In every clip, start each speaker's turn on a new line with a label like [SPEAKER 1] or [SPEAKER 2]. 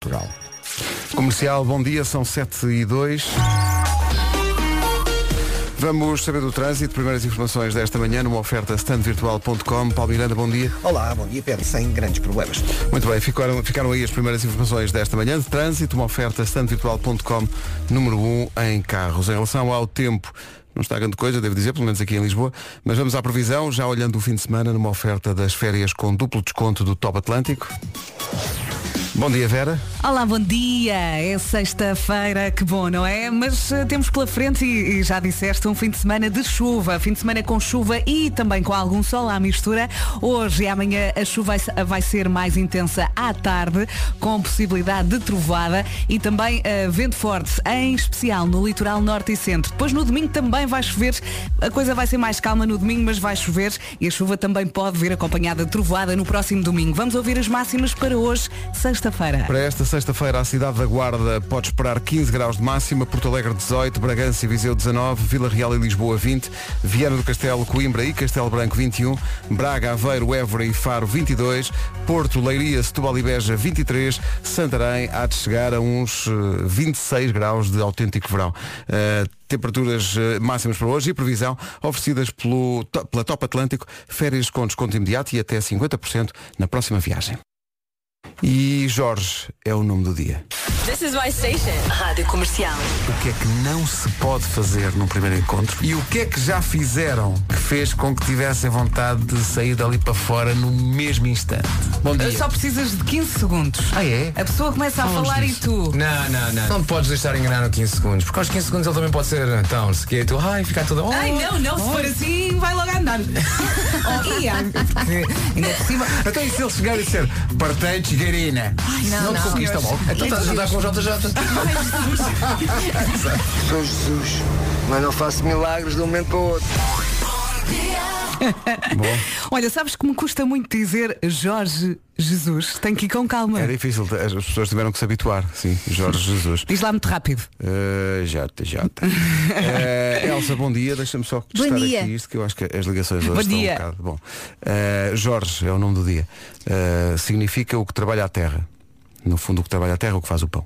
[SPEAKER 1] Cabral. Comercial, bom dia, são 7 e 2. Vamos saber do trânsito, primeiras informações desta manhã numa oferta standvirtual.com. Paulo Miranda, bom dia.
[SPEAKER 2] Olá, bom dia Pedro, sem grandes problemas.
[SPEAKER 1] Muito bem, ficaram, ficaram aí as primeiras informações desta manhã de trânsito, uma oferta standvirtual.com, número 1 em carros. Em relação ao tempo, não está grande coisa, devo dizer, pelo menos aqui em Lisboa, mas vamos à previsão, já olhando o fim de semana numa oferta das férias com duplo desconto do Top Atlântico. Bom dia, Vera.
[SPEAKER 3] Olá, bom dia. É sexta-feira, que bom, não é? Mas eh, temos pela frente, e, e já disseste, um fim de semana de chuva. Fim de semana com chuva e também com algum sol à mistura. Hoje e amanhã a chuva vai, se- vai ser mais intensa à tarde, com possibilidade de trovada e também eh, vento forte, em especial no litoral norte e centro. Depois no domingo também vai chover. A coisa vai ser mais calma no domingo, mas vai chover e a chuva também pode vir acompanhada de trovada no próximo domingo. Vamos ouvir as máximas para hoje, sexta-feira.
[SPEAKER 1] Para esta sexta-feira, a cidade da Guarda pode esperar 15 graus de máxima, Porto Alegre 18, Bragança e Viseu 19, Vila Real e Lisboa 20, Viana do Castelo, Coimbra e Castelo Branco 21, Braga, Aveiro, Évora e Faro 22, Porto, Leiria, Setúbal e Beja 23, Santarém há de chegar a uns eh, 26 graus de autêntico verão. Eh, Temperaturas eh, máximas para hoje e previsão oferecidas pelo, to- pela Top Atlântico, férias com desconto imediato e até 50% na próxima viagem. E Jorge é o nome do dia.
[SPEAKER 4] This is my station. Rádio Comercial.
[SPEAKER 1] O que é que não se pode fazer num primeiro encontro? E o que é que já fizeram que fez com que tivessem vontade de sair dali para fora no mesmo instante? Bom dia.
[SPEAKER 3] Só precisas de 15 segundos.
[SPEAKER 1] Ah, é?
[SPEAKER 3] A pessoa começa a
[SPEAKER 1] Falamos
[SPEAKER 3] falar
[SPEAKER 1] disso.
[SPEAKER 3] e tu.
[SPEAKER 5] Não, não, não. Não te podes deixar enganar no 15 segundos. Porque aos 15 segundos ele também pode ser. Então, se quer, tu, ai, ficar toda. Oh,
[SPEAKER 3] Ai, não, não, se for assim, vai logo andar. oh, ia. Porque Ainda por cima.
[SPEAKER 1] Até então, e se ele chegar e dizer, partei de Guerina.
[SPEAKER 3] não, não,
[SPEAKER 1] te conquista
[SPEAKER 3] senhores.
[SPEAKER 1] logo.
[SPEAKER 5] Então estás a andar com o JJ.
[SPEAKER 6] Sou Jesus, mas não faço milagres de um momento para o outro.
[SPEAKER 3] Olha, sabes que me custa muito dizer Jorge Jesus. Tenho que ir com calma.
[SPEAKER 1] É difícil, as pessoas tiveram que se habituar. Sim, Jorge Jesus.
[SPEAKER 3] Diz lá muito rápido.
[SPEAKER 1] Uh, Jota, Jota. Eh, Elsa, bom dia. Deixa-me só testar
[SPEAKER 7] dia.
[SPEAKER 1] aqui isto, que eu acho que as ligações hoje
[SPEAKER 3] Bom
[SPEAKER 1] estão
[SPEAKER 3] dia.
[SPEAKER 1] um bocado. Bom. Eh, Jorge é o nome do dia. Eh, significa o que trabalha a terra. No fundo, o que trabalha a terra é o que faz o pão.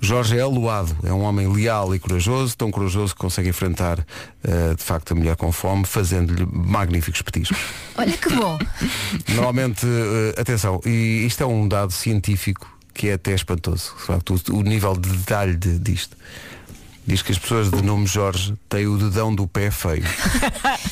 [SPEAKER 1] Jorge é aluado, é um homem leal e corajoso, tão corajoso que consegue enfrentar eh, de facto a mulher com fome, fazendo-lhe magníficos petiscos.
[SPEAKER 7] Olha que bom.
[SPEAKER 1] Normalmente, eh, atenção, e isto é um dado científico que é até espantoso. de facto, o, o nível de detalhe de- disto. Diz que as pessoas de nome Jorge têm o dedão do pé feio.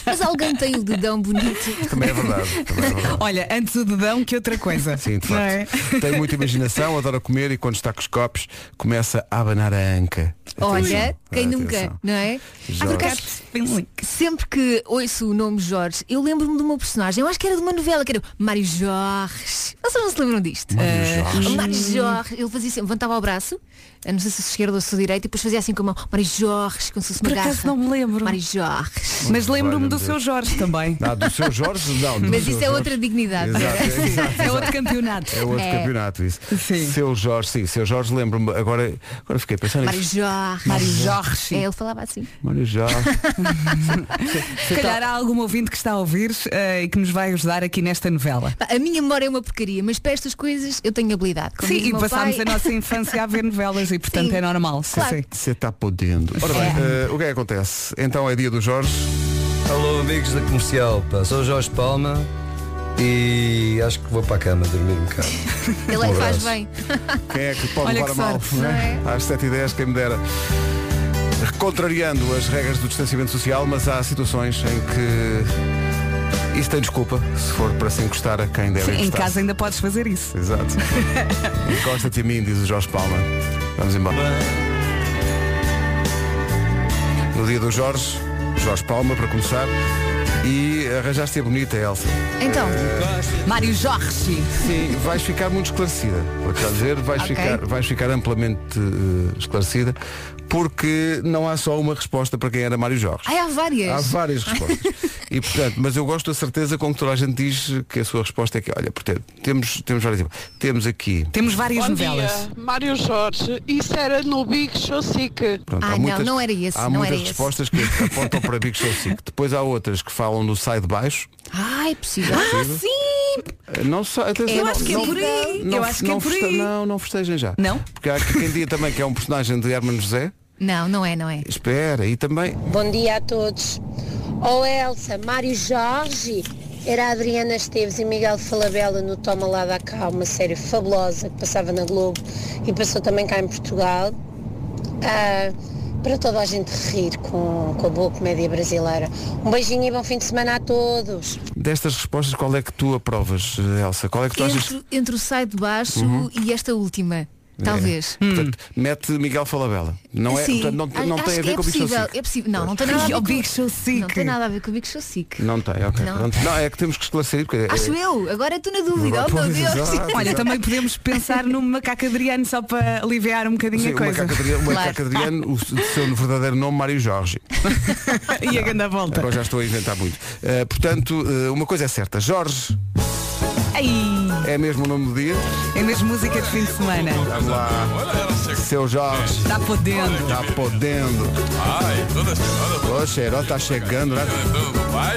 [SPEAKER 7] Mas alguém tem o dedão bonito.
[SPEAKER 1] Também é verdade. Também é verdade.
[SPEAKER 3] Olha, antes o dedão que outra coisa.
[SPEAKER 1] Sim, de
[SPEAKER 3] Não é?
[SPEAKER 1] facto. Tem muita imaginação, adora comer e quando está com os copos começa a abanar a anca.
[SPEAKER 7] Olha,
[SPEAKER 1] Atenção,
[SPEAKER 7] quem
[SPEAKER 1] atenção.
[SPEAKER 7] nunca, não é?
[SPEAKER 1] Jorge.
[SPEAKER 7] Ah, por acaso, Sempre que ouço o nome Jorge, eu lembro-me de uma personagem, eu acho que era de uma novela, que era o Mário Jorge. Vocês não se lembram disto?
[SPEAKER 1] Mário
[SPEAKER 7] Eh,
[SPEAKER 1] Jorge.
[SPEAKER 7] o Mário Jorge, ele fazia sempre, levantava o braço, eu não sei se o esquerdo ou se o direito, e depois fazia assim com a mão, Mário Jorge, como se fosse uma
[SPEAKER 3] Por acaso
[SPEAKER 7] garra.
[SPEAKER 3] não me lembro.
[SPEAKER 7] Mário Jorge.
[SPEAKER 3] Mas lembro-me do
[SPEAKER 1] Olha,
[SPEAKER 3] seu Jorge também.
[SPEAKER 1] Ah, do seu Jorge, não. do
[SPEAKER 7] Mas
[SPEAKER 1] seu
[SPEAKER 7] isso é
[SPEAKER 1] Jorge.
[SPEAKER 7] outra dignidade.
[SPEAKER 1] Exato, exato,
[SPEAKER 3] É
[SPEAKER 1] exato.
[SPEAKER 3] outro campeonato.
[SPEAKER 1] É outro
[SPEAKER 7] É.
[SPEAKER 1] campeonato isso.
[SPEAKER 3] Sim.
[SPEAKER 1] Seu Jorge, sim, seu Jorge lembro-me. Agora, agora fiquei pensando
[SPEAKER 7] Mário
[SPEAKER 1] nisso.
[SPEAKER 7] Jorge.
[SPEAKER 3] Mário Jorge.
[SPEAKER 7] É, ele falava assim.
[SPEAKER 1] Mário Jorge.
[SPEAKER 3] Se calhar há algum ouvinte que está a ouvir eh, e que nos vai ajudar aqui nesta novela.
[SPEAKER 7] Pá, A minha memória é uma porcaria, mas para estas coisas eu tenho habilidade. Como
[SPEAKER 3] Sim,
[SPEAKER 7] diz o
[SPEAKER 3] e
[SPEAKER 7] meu
[SPEAKER 3] passámos
[SPEAKER 7] pai,
[SPEAKER 3] a nossa infância a ver novelas e portanto
[SPEAKER 7] Sim,
[SPEAKER 3] é normal. Sim,
[SPEAKER 7] claro.
[SPEAKER 3] sim.
[SPEAKER 1] Você está podendo. Ora bem, eh, o que é que acontece? Então é dia do Jorge.
[SPEAKER 8] Alô, amigos da comercial, pá. sou Jorge Palma e acho que vou para a cama dormir um bocado. Um
[SPEAKER 7] Ele é que faz
[SPEAKER 8] abraço.
[SPEAKER 7] bem.
[SPEAKER 1] Quem é que pode
[SPEAKER 3] Olha
[SPEAKER 1] levar
[SPEAKER 3] que
[SPEAKER 1] a mal?
[SPEAKER 3] sorte,
[SPEAKER 1] não é? Às 7h10, quem me dera. Contrariando as regras do distanciamento social, mas há situações em que isso tem desculpa se for para se encostar a quem deve
[SPEAKER 3] Sim, em
[SPEAKER 1] encostar.
[SPEAKER 3] casa ainda podes fazer isso.
[SPEAKER 1] Exato. Encosta-te a mim, diz o Jorge Palma. Vamos embora. No dia do Jorge, Jorge Palma, para começar. E arranjaste a bonita, Elsa. É,
[SPEAKER 7] Então,
[SPEAKER 3] Mário Jorge.
[SPEAKER 1] Sim, vais ficar muito esclarecida. Vou te dizer, vais,
[SPEAKER 7] Ok.
[SPEAKER 1] ficar, vais ficar amplamente eh, esclarecida, porque não há só uma resposta para quem era Mário Jorge.
[SPEAKER 7] ai, há várias.
[SPEAKER 1] Há várias respostas. E portanto, mas eu gosto da certeza com que toda a gente diz que a sua resposta é que, olha, portanto, temos, temos várias. Temos aqui.
[SPEAKER 3] Temos várias
[SPEAKER 9] Bom dia,
[SPEAKER 3] novelas.
[SPEAKER 9] Mário Jorge. Isso era no Big Show Sick.
[SPEAKER 1] Pronto,
[SPEAKER 7] Ah,
[SPEAKER 1] há
[SPEAKER 7] não,
[SPEAKER 1] muitas,
[SPEAKER 7] não era esse,
[SPEAKER 1] Há
[SPEAKER 7] não
[SPEAKER 1] muitas
[SPEAKER 7] era esse.
[SPEAKER 1] respostas que apontam para
[SPEAKER 4] é
[SPEAKER 1] Big Show 5. Depois há outras que falam no sai de baixo. Eh,
[SPEAKER 7] Ai, possível.
[SPEAKER 3] Ah, sim!
[SPEAKER 1] Não sei, atenção,
[SPEAKER 3] Eu
[SPEAKER 1] não-
[SPEAKER 3] acho que é
[SPEAKER 1] não-
[SPEAKER 3] por aí.
[SPEAKER 1] não-
[SPEAKER 3] Eu acho que é
[SPEAKER 1] não
[SPEAKER 3] por
[SPEAKER 1] feste-
[SPEAKER 3] aí.
[SPEAKER 1] Não, não festejam já.
[SPEAKER 3] Não?
[SPEAKER 1] Porque há quem diga também que é um personagem de Hermano José.
[SPEAKER 7] Não, não é, não é.
[SPEAKER 1] Espera, e também.
[SPEAKER 10] Bom dia a todos. Oh Elsa, Mário Jorge, era a Adriana Esteves e Miguel Falabella no Toma Lá da Cá, uma série fabulosa que passava na Globo e passou também cá em Portugal. Ah, para toda a gente rir com, com a boa comédia brasileira. Um beijinho e bom fim de semana a todos.
[SPEAKER 1] Destas respostas, qual é que tu aprovas, Elsa? Qual é que tu achas que.
[SPEAKER 7] Entre, entre o sai de baixo e esta última. Talvez.
[SPEAKER 1] É.
[SPEAKER 3] Hum.
[SPEAKER 1] Hum. Portanto, mete Miguel Falabella. Não, é,
[SPEAKER 7] Sim,
[SPEAKER 1] portanto, não,
[SPEAKER 7] a-
[SPEAKER 1] não
[SPEAKER 7] acho
[SPEAKER 1] tem a
[SPEAKER 7] que
[SPEAKER 1] ver
[SPEAKER 7] é
[SPEAKER 1] com o bicho
[SPEAKER 7] possível,
[SPEAKER 1] assim.
[SPEAKER 7] é possível. Não, não tem nada a ver
[SPEAKER 3] Ai,
[SPEAKER 7] com
[SPEAKER 3] o Big Show
[SPEAKER 7] Não
[SPEAKER 3] Sick.
[SPEAKER 7] tem nada a ver com o Big Show Sick.
[SPEAKER 1] Não tem, ok.
[SPEAKER 7] Não.
[SPEAKER 1] Pronto. Não, é que temos que esclarecer. Porque é-
[SPEAKER 7] Acho eu, agora estou na dúvida. Oh meu
[SPEAKER 1] Pois,
[SPEAKER 7] Deus.
[SPEAKER 1] exato,
[SPEAKER 3] Olha,
[SPEAKER 1] exato.
[SPEAKER 3] também podemos pensar no macaco Adriano só para aliviar um bocadinho
[SPEAKER 1] Sim,
[SPEAKER 3] a
[SPEAKER 1] o
[SPEAKER 3] coisa.
[SPEAKER 1] macaco Adriano, o
[SPEAKER 7] Claro.
[SPEAKER 1] macaco Adriano, o seu verdadeiro nome, Mário Jorge.
[SPEAKER 3] e a grande volta.
[SPEAKER 1] Agora já estou a inventar muito. Eh, portanto, eh, uma coisa é certa. Jorge
[SPEAKER 3] Ai,
[SPEAKER 1] é mesmo o nome do dia.
[SPEAKER 3] é mesmo música de fim de semana.
[SPEAKER 1] Vamos lá. Seu Jorge.
[SPEAKER 3] Está podendo.
[SPEAKER 1] Tá podendo. Ô, cheiro, tá chegando, né?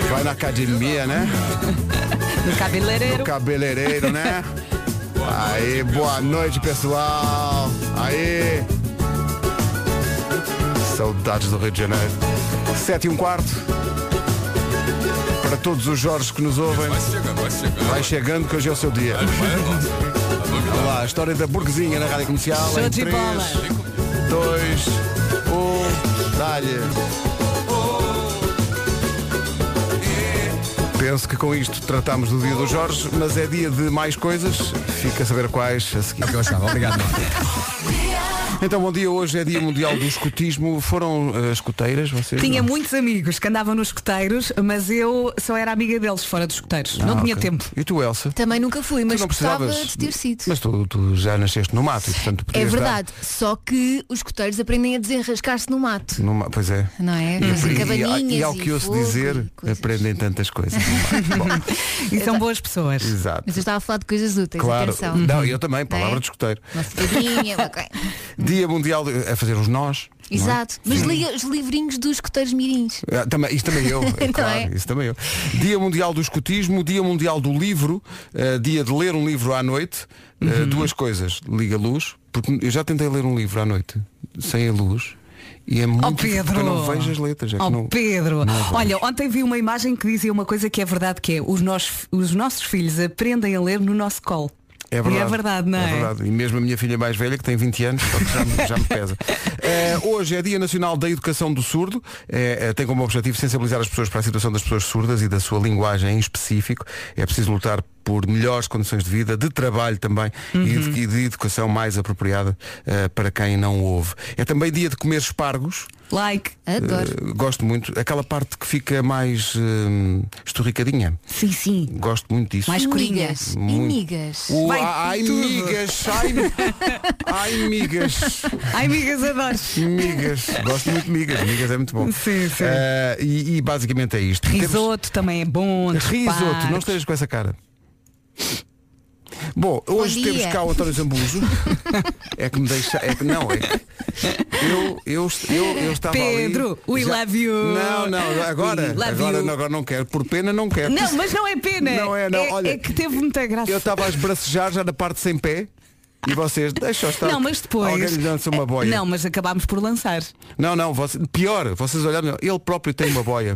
[SPEAKER 1] Vai na academia, né?
[SPEAKER 3] No cabeleireiro.
[SPEAKER 1] Cabeleireiro, né? Aí, boa noite, pessoal. Aí. Saudades do Rio de Janeiro. Sete e um quarto. Para todos os Jorges que nos ouvem, vai chegando que hoje é o seu dia. Vamos lá, a história da burguesinha na Rádio Comercial.
[SPEAKER 3] Show
[SPEAKER 1] em
[SPEAKER 3] de
[SPEAKER 1] 3,
[SPEAKER 3] bola.
[SPEAKER 1] 2, 1, dá-lhe. Penso que com isto tratamos do dia do Jorge, mas é dia de mais coisas. Fica a saber quais a seguir.
[SPEAKER 5] É o que eu achava. Obrigado, Marta.
[SPEAKER 1] Então, bom dia. Hoje é dia mundial do escutismo. Foram eh, escuteiras vocês?
[SPEAKER 3] Tinha
[SPEAKER 1] Não?
[SPEAKER 3] muitos amigos que andavam nos escuteiros, mas eu só era amiga deles fora dos escuteiros. não
[SPEAKER 1] Ah,
[SPEAKER 3] tinha
[SPEAKER 1] ok.
[SPEAKER 3] tempo.
[SPEAKER 1] E tu, Elsa?
[SPEAKER 7] Também nunca fui, mas
[SPEAKER 1] tu não
[SPEAKER 7] gostava
[SPEAKER 1] precisavas
[SPEAKER 7] de ter sido.
[SPEAKER 1] Mas tu, tu já nasceste no mato, e, portanto
[SPEAKER 7] É
[SPEAKER 1] podias dar
[SPEAKER 7] verdade, só que os coteiros aprendem a desenrascar-se no mato,
[SPEAKER 1] no ma- Pois é.
[SPEAKER 7] não é? Fazem cabaninhas
[SPEAKER 1] e, ao que ouço
[SPEAKER 7] fogo e
[SPEAKER 1] dizer,
[SPEAKER 7] coisas.
[SPEAKER 1] aprendem tantas coisas. no mato. Bom,
[SPEAKER 3] E são boas pessoas.
[SPEAKER 1] exato.
[SPEAKER 7] Mas eu estava a falar de coisas úteis,
[SPEAKER 1] Claro.
[SPEAKER 7] atenção.
[SPEAKER 1] Não, eu também, palavra
[SPEAKER 7] é?
[SPEAKER 1] de escuteiro.
[SPEAKER 7] Uma fogueirinha, uma coisa.
[SPEAKER 1] Dia mundial de- a fazer os nós. não é?
[SPEAKER 7] Exato. Mas leia os livrinhos dos coteiros mirins.
[SPEAKER 1] Ah, também- isso também eu, é
[SPEAKER 7] Não
[SPEAKER 1] claro,
[SPEAKER 7] é?
[SPEAKER 1] isso também eu. Dia Mundial do Escutismo, Dia Mundial do Livro, eh, dia de ler um livro à noite. Eh,
[SPEAKER 3] Uhum.
[SPEAKER 1] duas coisas, liga a luz, porque eu já tentei ler um livro à noite sem a luz e é muito
[SPEAKER 3] Ó
[SPEAKER 1] difícil,
[SPEAKER 3] Oh, Pedro!
[SPEAKER 1] porque eu não vejo as letras. É que
[SPEAKER 3] Ó
[SPEAKER 1] não-
[SPEAKER 3] Pedro!
[SPEAKER 1] não vejo.
[SPEAKER 3] Olha, ontem vi uma imagem que dizia uma coisa que é verdade que é os, nós, os nossos filhos aprendem a ler no nosso colo.
[SPEAKER 1] É verdade.
[SPEAKER 3] E é verdade, não é?
[SPEAKER 1] verdade. E mesmo a minha filha mais velha, que tem 20 anos, portanto, já, me- já me pesa. Eh, hoje é Dia Nacional da Educação do Surdo. Eh, eh, tem como objetivo sensibilizar as pessoas para a situação das pessoas surdas e da sua linguagem em específico. É preciso lutar por melhores condições de vida, de trabalho também e,
[SPEAKER 3] Uhum.
[SPEAKER 1] de, e de educação mais apropriada eh, para quem não ouve. É também dia de comer espargos.
[SPEAKER 3] Like.
[SPEAKER 7] Adoro.
[SPEAKER 1] Eh, gosto muito. Aquela parte que fica mais eh, esturricadinha.
[SPEAKER 3] Sim, sim.
[SPEAKER 1] Gosto muito disso.
[SPEAKER 3] Mais corinha.
[SPEAKER 7] Amigas.
[SPEAKER 1] Muito.
[SPEAKER 7] Amigas.
[SPEAKER 1] O-
[SPEAKER 3] Vai
[SPEAKER 1] ai,
[SPEAKER 3] tudo.
[SPEAKER 1] migas, ai, ai, migas,
[SPEAKER 3] Ai, amigas, adoro.
[SPEAKER 1] migas. Gosto muito de migas, migas é muito bom.
[SPEAKER 3] Sim, sim.
[SPEAKER 1] Eh, e, e basicamente é isto. Temos-
[SPEAKER 3] Risoto também é bom. de
[SPEAKER 1] risoto, não
[SPEAKER 3] partes.
[SPEAKER 1] estejas com essa cara. Bom, hoje
[SPEAKER 7] dia.
[SPEAKER 1] temos cá o António Zambujo. é que me deixa. É que não, é que eu, eu, eu, eu estava ali.
[SPEAKER 3] Pedro, we love you.
[SPEAKER 1] Não, não,
[SPEAKER 3] We
[SPEAKER 1] agora,
[SPEAKER 3] love
[SPEAKER 1] agora,
[SPEAKER 3] you.
[SPEAKER 1] não, agora não quero. Por pena não quero.
[SPEAKER 3] Não, mas não é pena.
[SPEAKER 1] Não é, não.
[SPEAKER 3] É,
[SPEAKER 1] Olha,
[SPEAKER 3] é que teve muita graça.
[SPEAKER 1] Eu estava a esbracejar já na parte sem pé. E vocês, deixa eu estar.
[SPEAKER 3] Não, mas depois.
[SPEAKER 1] Alguém lhe lança uma boia.
[SPEAKER 3] Não, mas acabámos por lançar.
[SPEAKER 1] Não, não, você- pior, vocês olharam, ele próprio tem uma boia.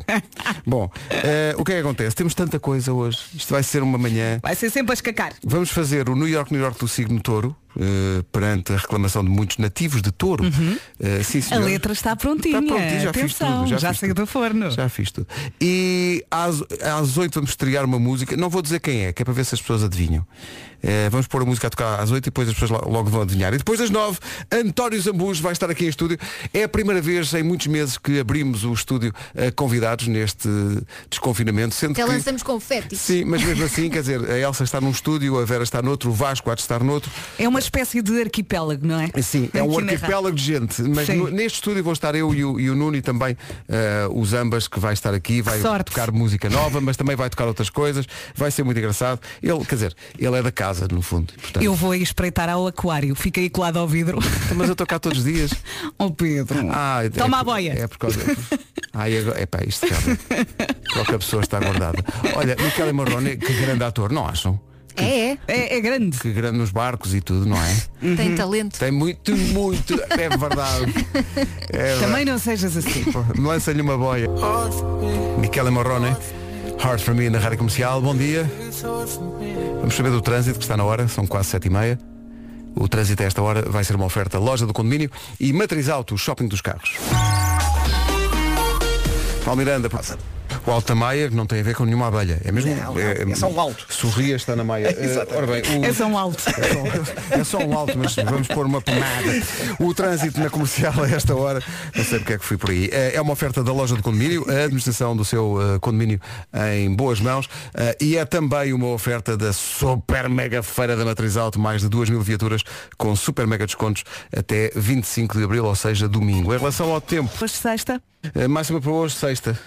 [SPEAKER 1] Bom, eh, o que é que acontece? Temos tanta coisa hoje. Isto vai ser uma manhã.
[SPEAKER 3] Vai ser sempre a escacar.
[SPEAKER 1] Vamos fazer o New York, New York do signo touro, eh, perante a reclamação de muitos nativos de touro. Eh, sim,
[SPEAKER 3] A
[SPEAKER 1] senhor.
[SPEAKER 3] letra está prontinha.
[SPEAKER 1] Está prontinho, Tá já fiz
[SPEAKER 3] Atenção,
[SPEAKER 1] tudo. Já, fiz
[SPEAKER 3] saiu
[SPEAKER 1] tudo.
[SPEAKER 3] do forno.
[SPEAKER 1] Já fiz tudo. E às, às 8 vamos estrear uma música. Não vou dizer quem é, que é para ver se as pessoas adivinham. Eh, vamos pôr a música a tocar às 8 e depois as pessoas lo- logo vão adivinhar. E depois das 9, António Zambujo vai estar aqui em estúdio. É a primeira vez em muitos meses que abrimos o estúdio a convidados neste desconfinamento. Sendo
[SPEAKER 7] Até
[SPEAKER 1] que...
[SPEAKER 7] lançamos confetes.
[SPEAKER 1] Sim, mas mesmo assim, quer dizer, a Elsa está num estúdio, a Vera está noutro, o Vasco há de estar noutro.
[SPEAKER 3] É uma espécie de arquipélago, não é?
[SPEAKER 1] Sim, é um
[SPEAKER 3] Aqui na
[SPEAKER 1] arquipélago de gente. Mas
[SPEAKER 3] Sim.
[SPEAKER 1] no- neste estúdio vou estar eu e o, e o Nuno e também eh, os ambas que vai estar aqui, vai
[SPEAKER 3] sorte.
[SPEAKER 1] tocar música nova, mas também vai tocar outras coisas, vai ser muito engraçado. Ele, quer dizer, ele é da casa, no fundo. e, portanto-
[SPEAKER 3] Eu vou aí espreitar ao aquário. Fica aí colado ao vidro.
[SPEAKER 1] Então, Mas eu estou cá todos os dias.
[SPEAKER 3] Oh Pedro.
[SPEAKER 1] Ah, é
[SPEAKER 3] Toma
[SPEAKER 1] por-
[SPEAKER 3] a boia.
[SPEAKER 1] É por causa. Ai, agora, epá, isto realmente. Qualquer pessoa está guardada. Olha, Michele Morrone, que grande ator, não acham?
[SPEAKER 7] É, é.
[SPEAKER 3] É, grande. Uhum.
[SPEAKER 1] Que grande nos barcos e tudo, não é?
[SPEAKER 7] Tem talento.
[SPEAKER 1] Tem muito, muito. É verdade. É
[SPEAKER 3] Também não sejas assim.
[SPEAKER 1] verdade. Lança-lhe uma boia. Michele Morrone, Hard for Me na Rádio Comercial. Bom dia. Vamos saber do trânsito que está na hora, são quase sete e meia. O trânsito a esta hora vai ser uma oferta loja do condomínio e matriz auto, shopping dos carros. Paulo Miranda, o Alta Maia não tem a ver com nenhuma abelha. É mesmo.
[SPEAKER 2] Não, não, é só um alto.
[SPEAKER 1] Sorria está na Maia. Eh,
[SPEAKER 2] Exatamente.
[SPEAKER 1] bem, o-
[SPEAKER 3] É tão alto.
[SPEAKER 1] é só um alto, mas vamos pôr uma pomada. O trânsito na comercial a esta hora, não sei porque é que fui por aí. É é uma oferta da loja de condomínio, a administração do seu eh, condomínio em boas mãos eh, e é também uma oferta da super mega feira da Matriz Auto, mais de 2 mil viaturas com super mega descontos até 25 de abril, ou seja, domingo. Em relação ao tempo,
[SPEAKER 3] Depois de sexta,
[SPEAKER 1] eh, máxima para hoje, sexta.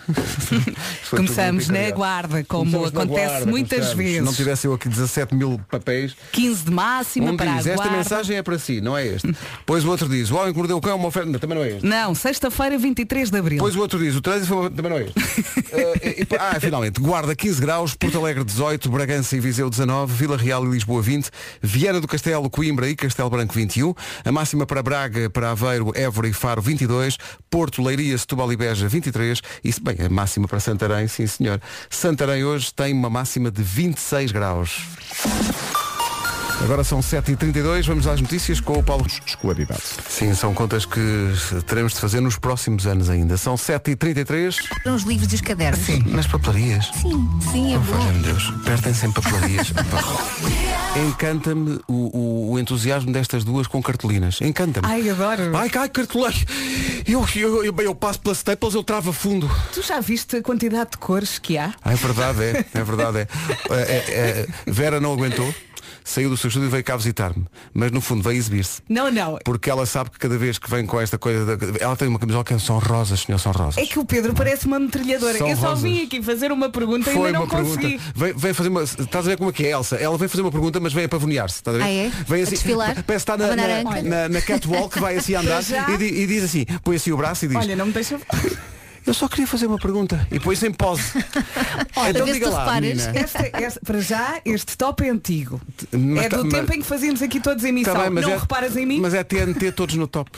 [SPEAKER 1] Foi tudo
[SPEAKER 3] começamos
[SPEAKER 1] muito
[SPEAKER 3] na
[SPEAKER 1] encadeado.
[SPEAKER 3] guarda, como
[SPEAKER 1] Começamos na
[SPEAKER 3] acontece
[SPEAKER 1] guarda,
[SPEAKER 3] muitas
[SPEAKER 1] começamos.
[SPEAKER 3] vezes.
[SPEAKER 1] Se não tivesse eu aqui 17 mil papéis,
[SPEAKER 3] 15 de máxima
[SPEAKER 1] um
[SPEAKER 3] para
[SPEAKER 1] diz,
[SPEAKER 3] a
[SPEAKER 1] esta
[SPEAKER 3] guarda.
[SPEAKER 1] mensagem é para si, não é este. Pois o outro diz, o homem que mordeu o cão é uma oferta. Não, também não é este.
[SPEAKER 3] Não, sexta-feira, 23 de abril.
[SPEAKER 1] Pois o outro diz, o trânsito foi uma... também não é este. Eh, e- e- ah, finalmente, Guarda 15 graus, Porto Alegre 18, Bragança e Viseu 19, Vila Real e Lisboa 20, Viana do Castelo, Coimbra e Castelo Branco 21, a máxima para Braga, para Aveiro, Évora e Faro 22, Porto, Leiria, Setúbal e Beja 23, e se- bem, a máxima para Santarém, sim senhor. Santarém hoje tem uma máxima de 26 graus. Agora são 7h32, vamos às notícias com o Paulo Escolaridade. Sim, são contas que teremos de fazer nos próximos anos ainda. São 7h33
[SPEAKER 7] São os livros e os cadernos.
[SPEAKER 1] nas papelarias.
[SPEAKER 7] Sim, sim, é bom.
[SPEAKER 1] Valha-me Deus, perdem sempre papelarias. Pá. Encanta-me o, o- o entusiasmo destas duas com cartolinas. Encanta-me.
[SPEAKER 3] Ai, adoro.
[SPEAKER 1] Ai, ai, cartolagem. Eu, eu, eu, bem, eu passo pela Staples, eu travo a fundo.
[SPEAKER 3] Tu já viste a quantidade de cores que há?
[SPEAKER 1] Ah, É verdade, é, é verdade, é. É, é, é. Vera não aguentou, saiu do seu estúdio e veio cá visitar-me. Mas no fundo veio exibir-se.
[SPEAKER 3] Não, não.
[SPEAKER 1] Porque ela sabe que cada vez que vem com esta coisa da- Ela tem uma camisola que é são rosas, senhor, são rosas.
[SPEAKER 3] É que o Pedro parece uma metralhadora.
[SPEAKER 1] São
[SPEAKER 3] Eu só
[SPEAKER 1] rosas.
[SPEAKER 3] vim aqui fazer uma pergunta e ainda não consegui.
[SPEAKER 1] Vem, vem fazer uma. Estás a ver como é que é, Elsa? Ela vem fazer uma pergunta, mas vem a pavonear-se. Estás a ver?
[SPEAKER 7] Ah, é?
[SPEAKER 1] Vem
[SPEAKER 7] A
[SPEAKER 1] assim.
[SPEAKER 7] desfilar?
[SPEAKER 1] Parece que está na,
[SPEAKER 7] Abanar a
[SPEAKER 1] na,
[SPEAKER 7] âncora?
[SPEAKER 1] na, na catwalk, vai assim a andar
[SPEAKER 3] Já?
[SPEAKER 1] e, di- e diz assim, põe assim o braço e diz,
[SPEAKER 3] Olha, não me deixa.
[SPEAKER 1] eu só queria fazer uma pergunta. E põe-se em pose. então
[SPEAKER 7] a ver se
[SPEAKER 1] diga
[SPEAKER 7] tu
[SPEAKER 1] lá,
[SPEAKER 7] reparas.
[SPEAKER 1] menina.
[SPEAKER 3] Esta- esta- para já, este top é antigo.
[SPEAKER 1] Mas
[SPEAKER 3] é
[SPEAKER 1] tá-
[SPEAKER 3] do
[SPEAKER 1] mas-
[SPEAKER 3] tempo em que fazíamos aqui todos emissão.
[SPEAKER 1] Tá bem, mas
[SPEAKER 3] não
[SPEAKER 1] é-
[SPEAKER 3] reparas em mim?
[SPEAKER 1] Mas é TNT todos no top.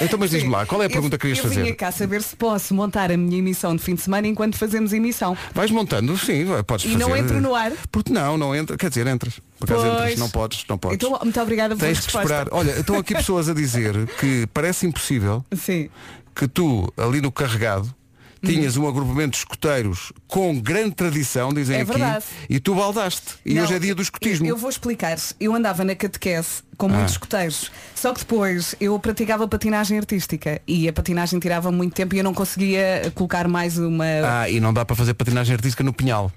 [SPEAKER 1] Então mas diz-me lá, qual é a
[SPEAKER 3] Eu-
[SPEAKER 1] pergunta que querias
[SPEAKER 3] eu
[SPEAKER 1] fazer?
[SPEAKER 3] vinha cá saber se posso montar a minha emissão de fim de semana enquanto fazemos emissão.
[SPEAKER 1] Vais montando, sim, vai- podes
[SPEAKER 3] E
[SPEAKER 1] fazer.
[SPEAKER 3] não entro no ar?
[SPEAKER 1] Porque não, não entra. Quer dizer, entras. Por acaso
[SPEAKER 3] Pois.
[SPEAKER 1] entras, não podes, não podes.
[SPEAKER 3] Então, muito obrigada pela
[SPEAKER 1] Tens que
[SPEAKER 3] resposta.
[SPEAKER 1] esperar. Olha, estão aqui pessoas a dizer que parece impossível
[SPEAKER 3] Sim. Hum.
[SPEAKER 1] que tu, ali no carregado, tinhas um agrupamento de escuteiros com grande tradição, dizem
[SPEAKER 3] É
[SPEAKER 1] aqui,
[SPEAKER 3] verdade.
[SPEAKER 1] e tu baldaste. E
[SPEAKER 3] Não,
[SPEAKER 1] hoje é dia do escutismo.
[SPEAKER 3] Eu, eu vou explicar. Eu andava na catequese com
[SPEAKER 1] Ah.
[SPEAKER 3] muitos escuteiros. Só que depois eu praticava patinagem artística e a patinagem tirava muito tempo e eu não conseguia colocar mais uma.
[SPEAKER 1] Ah, e não dá para fazer patinagem artística no Pinhal.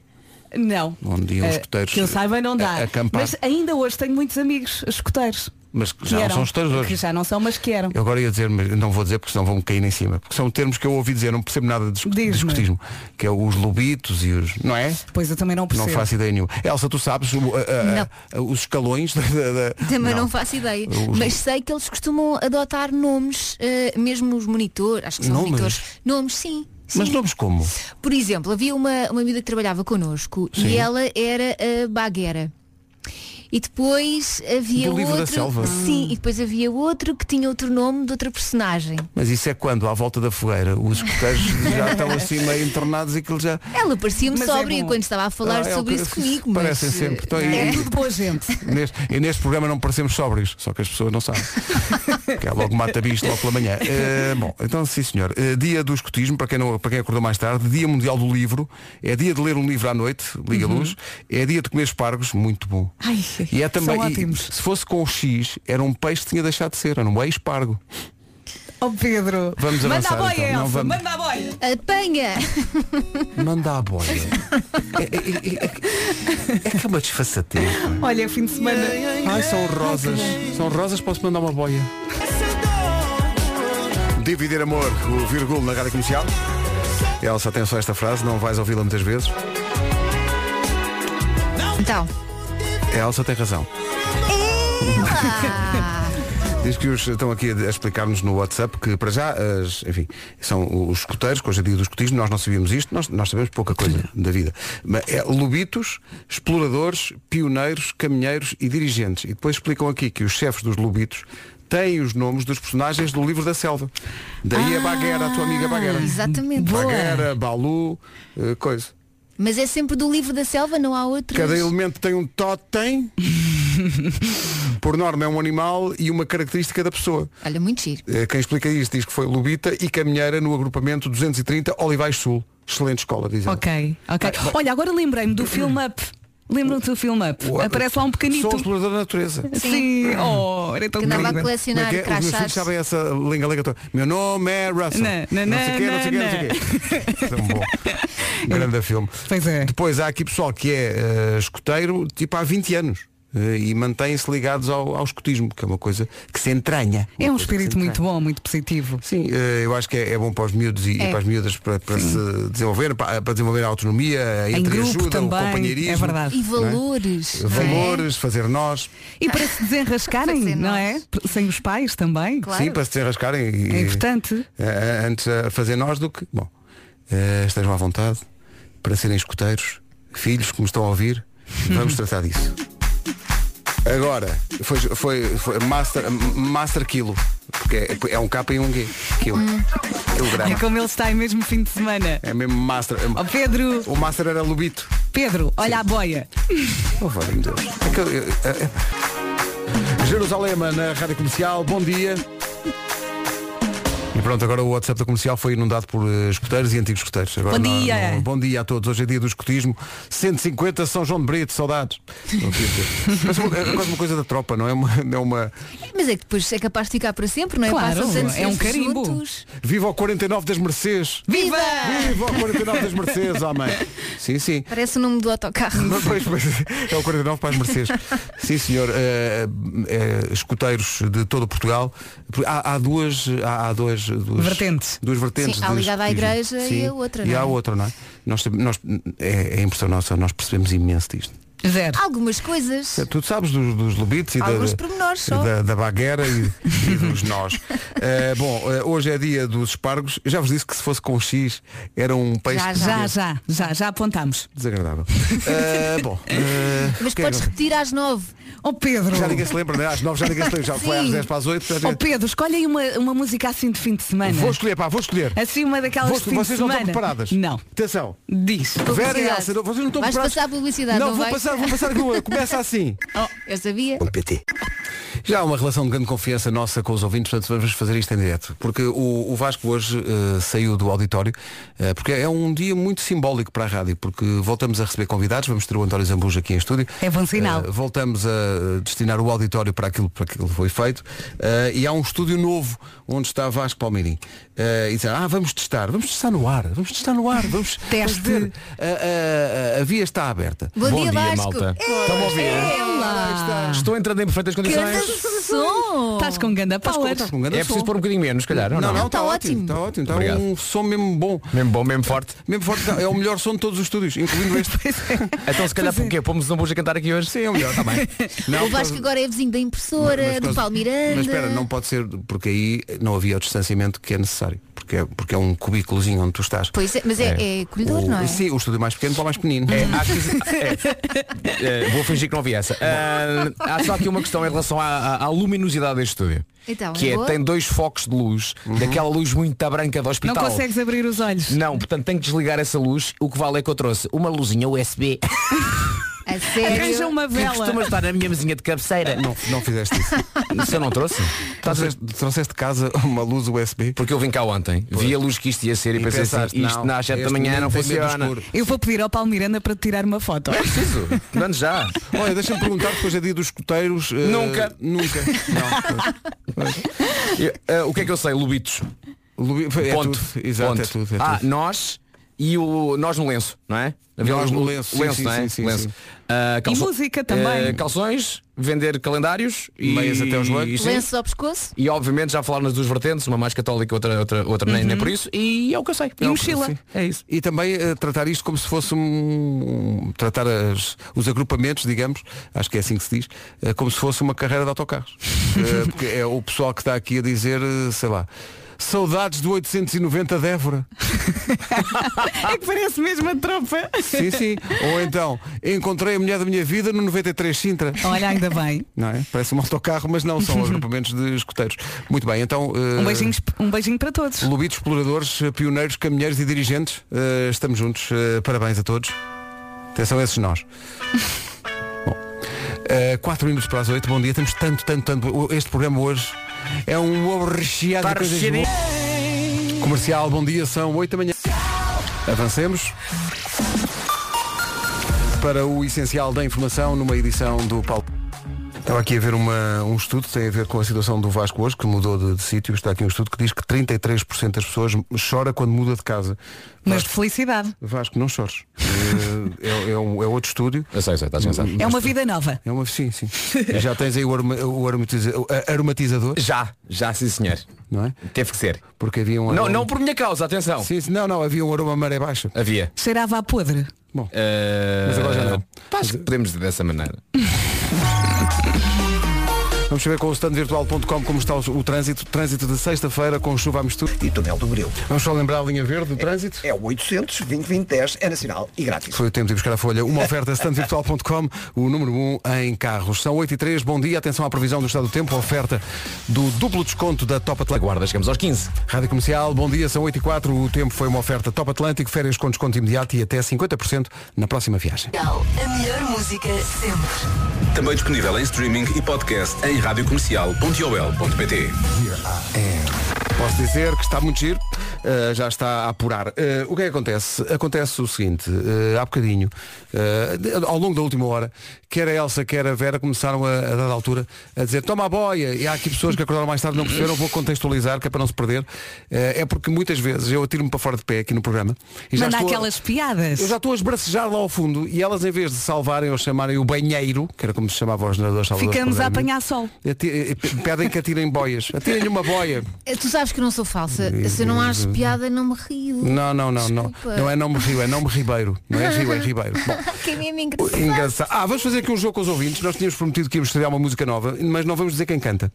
[SPEAKER 3] Não.
[SPEAKER 1] Onde iam os
[SPEAKER 3] Ah,
[SPEAKER 1] escuteiros,
[SPEAKER 3] Que eu saiba não dá.
[SPEAKER 1] a- acampar.
[SPEAKER 3] Mas ainda hoje tenho muitos amigos escuteiros.
[SPEAKER 1] Mas que
[SPEAKER 3] Que
[SPEAKER 1] já não
[SPEAKER 3] eram,
[SPEAKER 1] são escuteiros
[SPEAKER 3] Que
[SPEAKER 1] hoje.
[SPEAKER 3] já não são, mas que eram.
[SPEAKER 1] Eu agora ia dizer, mas não vou dizer porque senão vão cair em cima. Porque são termos que eu ouvi dizer, não percebo nada de escu- de
[SPEAKER 3] Diz-me.
[SPEAKER 1] escutismo. Que é os lobitos e os. Não é?
[SPEAKER 3] Pois eu também não
[SPEAKER 1] Não
[SPEAKER 3] percebo.
[SPEAKER 1] faço ideia nenhuma. Elsa, tu sabes o- a- a- os escalões da. da- da-
[SPEAKER 7] Também não. faço ideia.
[SPEAKER 1] Os-
[SPEAKER 7] Mas sei que eles costumam adotar nomes, eh, mesmo os monitores, acho que são
[SPEAKER 1] Nomes?
[SPEAKER 7] monitores. Nomes, sim. sim.
[SPEAKER 1] Mas nomes como?
[SPEAKER 7] Por exemplo, havia uma, uma miúda que trabalhava connosco
[SPEAKER 1] Sim.
[SPEAKER 7] e ela era a Baguera. E depois havia
[SPEAKER 1] Do Livro da
[SPEAKER 7] outro.
[SPEAKER 1] Selva.
[SPEAKER 7] Sim, e depois havia outro que tinha outro nome de outra personagem.
[SPEAKER 1] Mas isso é quando, à volta da fogueira, os escuteiros já estão assim meio entornados e que eles já.
[SPEAKER 7] Ela parecia-me
[SPEAKER 3] Mas é
[SPEAKER 7] sóbria
[SPEAKER 3] bom.
[SPEAKER 7] quando estava a falar
[SPEAKER 1] Ah, é o
[SPEAKER 7] sobre
[SPEAKER 1] que-
[SPEAKER 7] isso comigo.
[SPEAKER 1] Parecem
[SPEAKER 7] mas,
[SPEAKER 1] sempre.
[SPEAKER 7] eh,
[SPEAKER 1] Então,
[SPEAKER 3] É
[SPEAKER 1] e,
[SPEAKER 3] tudo boa gente.
[SPEAKER 1] neste, e neste programa não parecemos sóbrios, só que as pessoas não sabem. que é logo mata bicho logo pela manhã. Eh, bom, então sim senhor. Eh, dia do escutismo, para quem, não, para quem acordou mais tarde, dia mundial do livro, é dia de ler um livro à noite, liga a luz, é dia de comer espargos, muito bom.
[SPEAKER 3] Ai,
[SPEAKER 1] E é também,
[SPEAKER 3] são
[SPEAKER 1] e-
[SPEAKER 3] ótimos.
[SPEAKER 1] se fosse com o X, era um peixe que tinha deixado de ser, era um espargo.
[SPEAKER 7] eh,
[SPEAKER 3] Oh Pedro,
[SPEAKER 1] Vamos
[SPEAKER 3] manda
[SPEAKER 1] avançar,
[SPEAKER 3] a boia,
[SPEAKER 1] então. Não
[SPEAKER 3] Elsa,
[SPEAKER 1] vamos-
[SPEAKER 3] manda a boia.
[SPEAKER 7] Apanha!
[SPEAKER 1] Manda a boia. É, é- é- é- é que é uma desfaçatez.
[SPEAKER 3] Olha, fim de semana.
[SPEAKER 1] Ai, são rosas. São rosas, posso mandar uma boia. Dividir amor, o vírgulo na rádio comercial. Elsa, tem só esta frase, não vais ouvi-la muitas vezes.
[SPEAKER 7] Então,
[SPEAKER 1] A Elsa tem razão. Diz que os estão aqui a explicar-nos no WhatsApp que para já, as, enfim, são os escuteiros, que hoje é dia do escutismo, nós não sabíamos isto, nós, nós sabemos pouca coisa da vida. Mas é lobitos, exploradores, pioneiros, caminheiros e dirigentes. E depois explicam aqui que os chefes dos lobitos têm os nomes dos personagens do livro da selva. Daí a Baguera, a tua amiga Baguera.
[SPEAKER 7] Ah, exatamente. Boa.
[SPEAKER 1] Baguera, Balu, eh, coisa.
[SPEAKER 7] Mas é sempre do livro da selva, não há outro.
[SPEAKER 1] Cada elemento tem um totem. Por norma é um animal e uma característica da pessoa.
[SPEAKER 7] Olha, muito giro.
[SPEAKER 1] Eh, Quem explica isto diz que foi lubita e caminheira no agrupamento 230 Olivais Sul. Excelente escola, dizem.
[SPEAKER 3] Ok, ok.
[SPEAKER 1] Ah,
[SPEAKER 3] Olha, agora lembrei-me do film Up. Lembram-te do film Up? Aparece lá um pequenito.
[SPEAKER 1] Sou explorador da natureza.
[SPEAKER 3] Sim. Oh, era tão
[SPEAKER 7] Que andava
[SPEAKER 3] querido.
[SPEAKER 7] a colecionar
[SPEAKER 1] Como é que é? Os meus filhos
[SPEAKER 7] crachás.
[SPEAKER 1] sabem essa lenga-lenga toda. Meu nome é Russell.
[SPEAKER 3] Não, não,
[SPEAKER 1] sei o quê, não sei o quê, não sei o quê. Tão bom. Grande filme.
[SPEAKER 3] Pois é.
[SPEAKER 1] Depois há aqui pessoal que é eh, escoteiro tipo há 20 anos. eh, e mantêm-se ligados ao, ao escotismo, que é uma coisa que se entranha. Uma
[SPEAKER 3] É um
[SPEAKER 1] coisa que se
[SPEAKER 3] espírito
[SPEAKER 1] entranha.
[SPEAKER 3] muito bom, muito positivo.
[SPEAKER 1] assim, Sim, eh, eu acho que é, é bom para os miúdos e, e
[SPEAKER 7] É.
[SPEAKER 1] para as miúdas para, para se desenvolver, para, para desenvolver a autonomia, a
[SPEAKER 3] Em grupo
[SPEAKER 1] entreajuda, o
[SPEAKER 3] também.
[SPEAKER 1] companheirismo.
[SPEAKER 3] É verdade.
[SPEAKER 7] E valores. não é?
[SPEAKER 1] Valores, fazer nós,
[SPEAKER 3] E para se desenrascarem,
[SPEAKER 7] Fazer
[SPEAKER 3] não
[SPEAKER 7] nós.
[SPEAKER 3] é? Sem os pais também.
[SPEAKER 7] Claro.
[SPEAKER 1] sim, para se desenrascarem. e-
[SPEAKER 3] É importante.
[SPEAKER 1] eh, antes a fazer nós do que. Bom, eh, estejam à vontade para serem escuteiros, filhos que me estão a ouvir, vamos tratar disso. Agora, foi, foi, foi master, master Kilo, porque é, é um K e um G. Kilo.
[SPEAKER 3] É
[SPEAKER 1] Quilograma.
[SPEAKER 3] como ele está aí mesmo fim de semana.
[SPEAKER 1] É mesmo Master.
[SPEAKER 3] Ó Pedro,
[SPEAKER 1] O Master era Lubito.
[SPEAKER 3] Pedro, olha a boia.
[SPEAKER 1] Oh, valeu-me Deus. É que eu- eu- é- é- Jerusalema na Rádio Comercial, bom dia. E pronto, agora o WhatsApp da comercial foi inundado por eh, escuteiros e antigos escuteiros. Agora
[SPEAKER 3] Bom
[SPEAKER 1] não-
[SPEAKER 3] dia.
[SPEAKER 1] não- bom dia a todos. Hoje é dia do escutismo. 150 São João de Brito, saudades. Não queria dizer. Mas é uma- é quase uma coisa da tropa, não é uma. Não é uma...
[SPEAKER 7] Mas é que depois é capaz de ficar para sempre, não é?
[SPEAKER 3] Claro,
[SPEAKER 7] Passam tantos
[SPEAKER 3] é um
[SPEAKER 7] anos
[SPEAKER 3] carimbo.
[SPEAKER 7] juntos.
[SPEAKER 1] Viva o 49 das Mercês!
[SPEAKER 3] Viva!
[SPEAKER 1] Viva o 49 das Mercês, homem! Sim, sim.
[SPEAKER 7] Parece o nome do autocarro.
[SPEAKER 1] Mas, pois, pois, é o 49 para as Mercês. Sim, senhor. eh, eh, escuteiros de todo Portugal. Porque Há, há duas. Há, há duas, duas
[SPEAKER 3] Vertentes.
[SPEAKER 1] Duas vertentes.
[SPEAKER 7] Sim, há
[SPEAKER 1] de
[SPEAKER 7] ligada à
[SPEAKER 1] escutismo.
[SPEAKER 7] igreja e a outra,
[SPEAKER 1] E
[SPEAKER 7] não é?
[SPEAKER 1] há outra, não é? Nós, sabe- nós, é, é impressão nossa, nós percebemos imenso disto.
[SPEAKER 3] Zero.
[SPEAKER 7] Algumas coisas.
[SPEAKER 1] Tu sabes dos, dos lobitos e da,
[SPEAKER 7] Alguns pormenores só.
[SPEAKER 1] da, da baguera e, e dos nós. Eh, bom, eh, hoje é dia dos espargos. Já vos disse que se fosse com X era um peixe
[SPEAKER 7] Já,
[SPEAKER 3] Já, já, já, já apontámos.
[SPEAKER 1] desagradável. Eh, bom, eh,
[SPEAKER 7] Mas
[SPEAKER 1] que é
[SPEAKER 7] podes
[SPEAKER 1] que-
[SPEAKER 7] repetir às nove.
[SPEAKER 3] Ó Pedro.
[SPEAKER 1] Já ninguém se lembra, né? Às 9 já ninguém se lembra. Já foi às
[SPEAKER 7] Sim.
[SPEAKER 1] 10 para as 8.
[SPEAKER 3] Ó Oh, Pedro, escolhe aí uma, uma música assim de fim de semana.
[SPEAKER 1] Vou escolher, pá, vou escolher.
[SPEAKER 3] Assim uma daquelas
[SPEAKER 1] Vou-
[SPEAKER 3] de fim de
[SPEAKER 1] vocês não
[SPEAKER 3] semana.
[SPEAKER 1] estão preparadas?
[SPEAKER 3] Não.
[SPEAKER 1] Atenção.
[SPEAKER 3] Diz.
[SPEAKER 1] Vera e
[SPEAKER 7] Publicidade.
[SPEAKER 1] Elsa, não- vocês não estão
[SPEAKER 7] Vais
[SPEAKER 1] preparadas?
[SPEAKER 7] passar a publicidade,
[SPEAKER 1] não,
[SPEAKER 7] não
[SPEAKER 1] vou
[SPEAKER 7] vais?
[SPEAKER 1] passar, vou passar aqui uma. Começa assim.
[SPEAKER 7] Oh, eu sabia.
[SPEAKER 1] Um
[SPEAKER 6] PT.
[SPEAKER 1] Já há uma relação de grande confiança nossa com os ouvintes, portanto vamos fazer isto em direto. Porque o, o Vasco hoje eh, saiu do auditório, eh, porque é um dia muito simbólico para a rádio, porque voltamos a receber convidados, vamos ter o António Zambuja aqui em estúdio.
[SPEAKER 3] É bom sinal.
[SPEAKER 1] Eh, voltamos a destinar o auditório para aquilo para aquilo que foi feito. eh, e há um estúdio novo onde está Vasco Palmeirim. Eh, e dizem, ah, vamos testar, vamos testar no ar, vamos testar no ar, vamos
[SPEAKER 3] Teste.
[SPEAKER 1] vamos ver. Eh, A- a- a via está aberta.
[SPEAKER 7] Bom,
[SPEAKER 5] Bom
[SPEAKER 7] dia,
[SPEAKER 5] dia,
[SPEAKER 7] Vasco.
[SPEAKER 5] malta.
[SPEAKER 7] É,
[SPEAKER 5] Estão a ouvir?
[SPEAKER 7] Ela.
[SPEAKER 5] Estou entrando em perfeitas
[SPEAKER 7] Canta
[SPEAKER 5] condições.
[SPEAKER 7] som.
[SPEAKER 3] Estás com ganda power.
[SPEAKER 1] Estás com um grande
[SPEAKER 5] É preciso
[SPEAKER 1] som.
[SPEAKER 5] pôr um bocadinho menos, se calhar, ou
[SPEAKER 1] Não,
[SPEAKER 5] não?
[SPEAKER 1] não, está
[SPEAKER 7] Tá
[SPEAKER 1] ótimo.
[SPEAKER 7] ótimo.
[SPEAKER 1] Está ótimo. Está
[SPEAKER 5] Obrigado.
[SPEAKER 1] um som mesmo bom.
[SPEAKER 5] Mesmo bom, mesmo forte.
[SPEAKER 1] Mesmo forte. É o melhor som de todos os estúdios, incluindo este.
[SPEAKER 7] é.
[SPEAKER 5] Então se calhar por quê? Pomos um bujo a cantar aqui hoje? Sim, é o melhor, está bem.
[SPEAKER 1] Não,
[SPEAKER 7] o Vasco
[SPEAKER 1] por-
[SPEAKER 7] agora é vizinho da impressora,
[SPEAKER 1] mas por
[SPEAKER 7] do
[SPEAKER 1] causa-
[SPEAKER 7] Palmiranda.
[SPEAKER 1] Mas espera, não pode ser, porque aí não havia o distanciamento que é necessário. Porque é, porque é um cubículozinho onde tu estás.
[SPEAKER 7] Pois é, mas é, é. acolhedor,
[SPEAKER 1] O-
[SPEAKER 7] não é?
[SPEAKER 1] Sim, o estúdio mais pequeno para o mais pequenino.
[SPEAKER 5] É, há aqui- é, é, vou fingir que não vi essa. Ah, há só aqui uma questão em relação à, à- à luminosidade deste estúdio.
[SPEAKER 3] Tá
[SPEAKER 7] Então,
[SPEAKER 5] que
[SPEAKER 7] é
[SPEAKER 5] é,
[SPEAKER 7] boa?
[SPEAKER 5] tem dois focos de luz,
[SPEAKER 1] Uhum.
[SPEAKER 5] daquela luz muito branca do
[SPEAKER 3] Não
[SPEAKER 5] hospital.
[SPEAKER 3] consegues abrir os olhos.
[SPEAKER 5] Não, portanto tenho que desligar essa luz. O que vale é que eu trouxe uma luzinha USB
[SPEAKER 7] A sério.
[SPEAKER 3] Arranja uma
[SPEAKER 5] que
[SPEAKER 3] vela.
[SPEAKER 5] costuma estar na minha mesinha de cabeceira.
[SPEAKER 1] Não, não fizeste isso.
[SPEAKER 5] Não, se eu não trouxe.
[SPEAKER 1] Trouxeste, trouxeste de casa uma luz USB.
[SPEAKER 5] Porque eu vim cá ontem, vi a luz que isto ia ser e,
[SPEAKER 1] E
[SPEAKER 5] pensei
[SPEAKER 1] pensaste,
[SPEAKER 5] assim, isto
[SPEAKER 1] não,
[SPEAKER 5] na às 7 da
[SPEAKER 1] este
[SPEAKER 5] manhã
[SPEAKER 1] menino
[SPEAKER 5] não
[SPEAKER 1] tem medo do
[SPEAKER 5] funciona.
[SPEAKER 1] escuro.
[SPEAKER 3] Eu vou pedir ao Paulo Miranda para te tirar uma foto.
[SPEAKER 5] É preciso, dando já.
[SPEAKER 1] Olha, deixa-me perguntar, depois é dia dos escuteiros. eh,
[SPEAKER 5] Nunca.
[SPEAKER 1] Nunca.
[SPEAKER 5] Eu- ah, o que é que eu sei, Lubitos?
[SPEAKER 1] Não. Lubi- é
[SPEAKER 5] Ponto.
[SPEAKER 1] tudo. Exato,
[SPEAKER 5] Ponto.
[SPEAKER 1] é tudo. é
[SPEAKER 5] Ah,
[SPEAKER 1] tudo.
[SPEAKER 5] nós e o Nós no Lenço, não é?
[SPEAKER 1] Nós no
[SPEAKER 5] Lu-
[SPEAKER 1] Lenço, sim,
[SPEAKER 5] lenço
[SPEAKER 1] sim,
[SPEAKER 5] não é?
[SPEAKER 1] sim, sim,
[SPEAKER 5] lenço.
[SPEAKER 1] sim.
[SPEAKER 5] Ah, calço-
[SPEAKER 3] música também.
[SPEAKER 5] ah, calções, vender calendários e
[SPEAKER 1] Meias até aos joelhos.
[SPEAKER 5] e sim.
[SPEAKER 7] Lenços ao pescoço?
[SPEAKER 5] E obviamente já falaram nas duas vertentes, uma mais católica, outra, outra, outra nem, nem por isso, e é o que eu sei.
[SPEAKER 3] Uhum. E
[SPEAKER 5] É o que-
[SPEAKER 3] mochila.
[SPEAKER 5] sim, É isso.
[SPEAKER 1] E também eh, tratar isto como se fosse um. um- tratar as- os agrupamentos, digamos, acho que é assim que se diz, eh, como se fosse uma carreira de autocarros. Eh, porque é o pessoal que está aqui a dizer, eh, sei lá, saudades do 890 de Évora.
[SPEAKER 3] É que parece mesmo a tropa.
[SPEAKER 1] Sim, sim. Ou então, encontrei a mulher da minha vida no 93 Sintra.
[SPEAKER 3] Olha, ainda bem.
[SPEAKER 1] Não é? Parece um autocarro, mas não, são agrupamentos de escuteiros. Muito bem, então. eh,
[SPEAKER 3] Um beijinho, um beijinho para todos.
[SPEAKER 1] Lobitos, exploradores, eh, pioneiros, caminheiros e dirigentes, eh, estamos juntos. Eh, parabéns a todos. Atenção a esses nós. Bom, eh, quatro minutos para as oito. Bom dia. Temos tanto, tanto, tanto. O- Este programa hoje é um ovo recheado de coisas boas. Comercial, bom dia. São oito da manhã. Avancemos para o essencial da informação numa edição do Paulo. Estava aqui a ver uma- um estudo que tem a ver com a situação do Vasco hoje, que mudou de, de sítio. Está aqui um estudo que diz que 33% das pessoas chora quando muda de casa.
[SPEAKER 3] Mas de felicidade.
[SPEAKER 1] Vasco, não chores. Eh, é, é um- é outro estúdio.
[SPEAKER 5] Eu sei, eu sei, tá estás cansado.
[SPEAKER 3] É uma vida nova.
[SPEAKER 1] É uma sim, sim. Já tens aí o, aroma- o aromatiza- o a- aromatizador,
[SPEAKER 5] Já, já sim senhor.
[SPEAKER 1] não é?
[SPEAKER 5] Teve que ser.
[SPEAKER 1] Porque havia um
[SPEAKER 5] Não,
[SPEAKER 1] aroma-
[SPEAKER 5] não por minha causa, atenção.
[SPEAKER 1] Sim, sim, não, não, havia um aroma maré baixa.
[SPEAKER 5] Havia.
[SPEAKER 3] Cheirava a podre.
[SPEAKER 1] Bom,
[SPEAKER 5] Ah,
[SPEAKER 1] Mas agora já não.
[SPEAKER 5] pá, acho que podemos dizer dessa maneira.
[SPEAKER 1] vamos saber com o standvirtual.com como está o, o trânsito. Trânsito de sexta-feira com chuva à mistura.
[SPEAKER 2] E Tunel do Bril.
[SPEAKER 1] Vamos só lembrar a linha verde do trânsito.
[SPEAKER 2] É o 800 2010 é nacional e grátis.
[SPEAKER 1] Foi o tempo de ir buscar a folha. Uma oferta standvirtual.com, o número 1 um em carros. São 8 e 3, bom dia. Atenção à previsão do estado do tempo. Oferta do duplo desconto da Top Atlântico.
[SPEAKER 5] Guarda, chegamos aos 15.
[SPEAKER 1] Rádio Comercial, bom dia, são 8 e 4 O tempo foi uma oferta Top Atlântico, férias com desconto imediato e até 50% na próxima viagem.
[SPEAKER 4] A melhor música sempre.
[SPEAKER 11] Também disponível em streaming e podcast em radiocomercial.ol.pt
[SPEAKER 1] É. Posso dizer que está muito giro, eh, já está a apurar. Eh, o que é que acontece? Acontece o seguinte, eh, há bocadinho, eh, de- ao longo da última hora, quer a Elsa, quer a Vera começaram a, a dada altura a dizer toma a boia, e há aqui pessoas que acordaram mais tarde e não perceberam, vou contextualizar, que é para não se perder. Eh, é porque muitas vezes eu atiro-me para fora de pé aqui no programa e já
[SPEAKER 3] Manda
[SPEAKER 1] estou a-
[SPEAKER 3] aquelas piadas.
[SPEAKER 1] Eu já estou a esbracejar lá ao fundo e elas em vez de salvarem ou chamarem o banheiro, que era como se chamava os nadadores salvadores.
[SPEAKER 3] Ficamos a
[SPEAKER 1] provavelmente,
[SPEAKER 3] apanhar sol.
[SPEAKER 1] ati- eh, pe- Pedem que atirem boias. Atirem-lhe uma boia.
[SPEAKER 7] Eh, Tu sabes que eu não sou falsa. Se eu não acho piada, não me rio.
[SPEAKER 1] Não, não, não, não.
[SPEAKER 7] Desculpa.
[SPEAKER 1] Não é nome Rio, é nome Ribeiro. Não é Rio, é Ribeiro. Bom,
[SPEAKER 7] Que é mesmo engraçado.
[SPEAKER 1] engraçado. Ah, vamos fazer aqui um jogo com os ouvintes. Nós tínhamos prometido que íamos estrear uma música nova, mas não vamos dizer quem canta.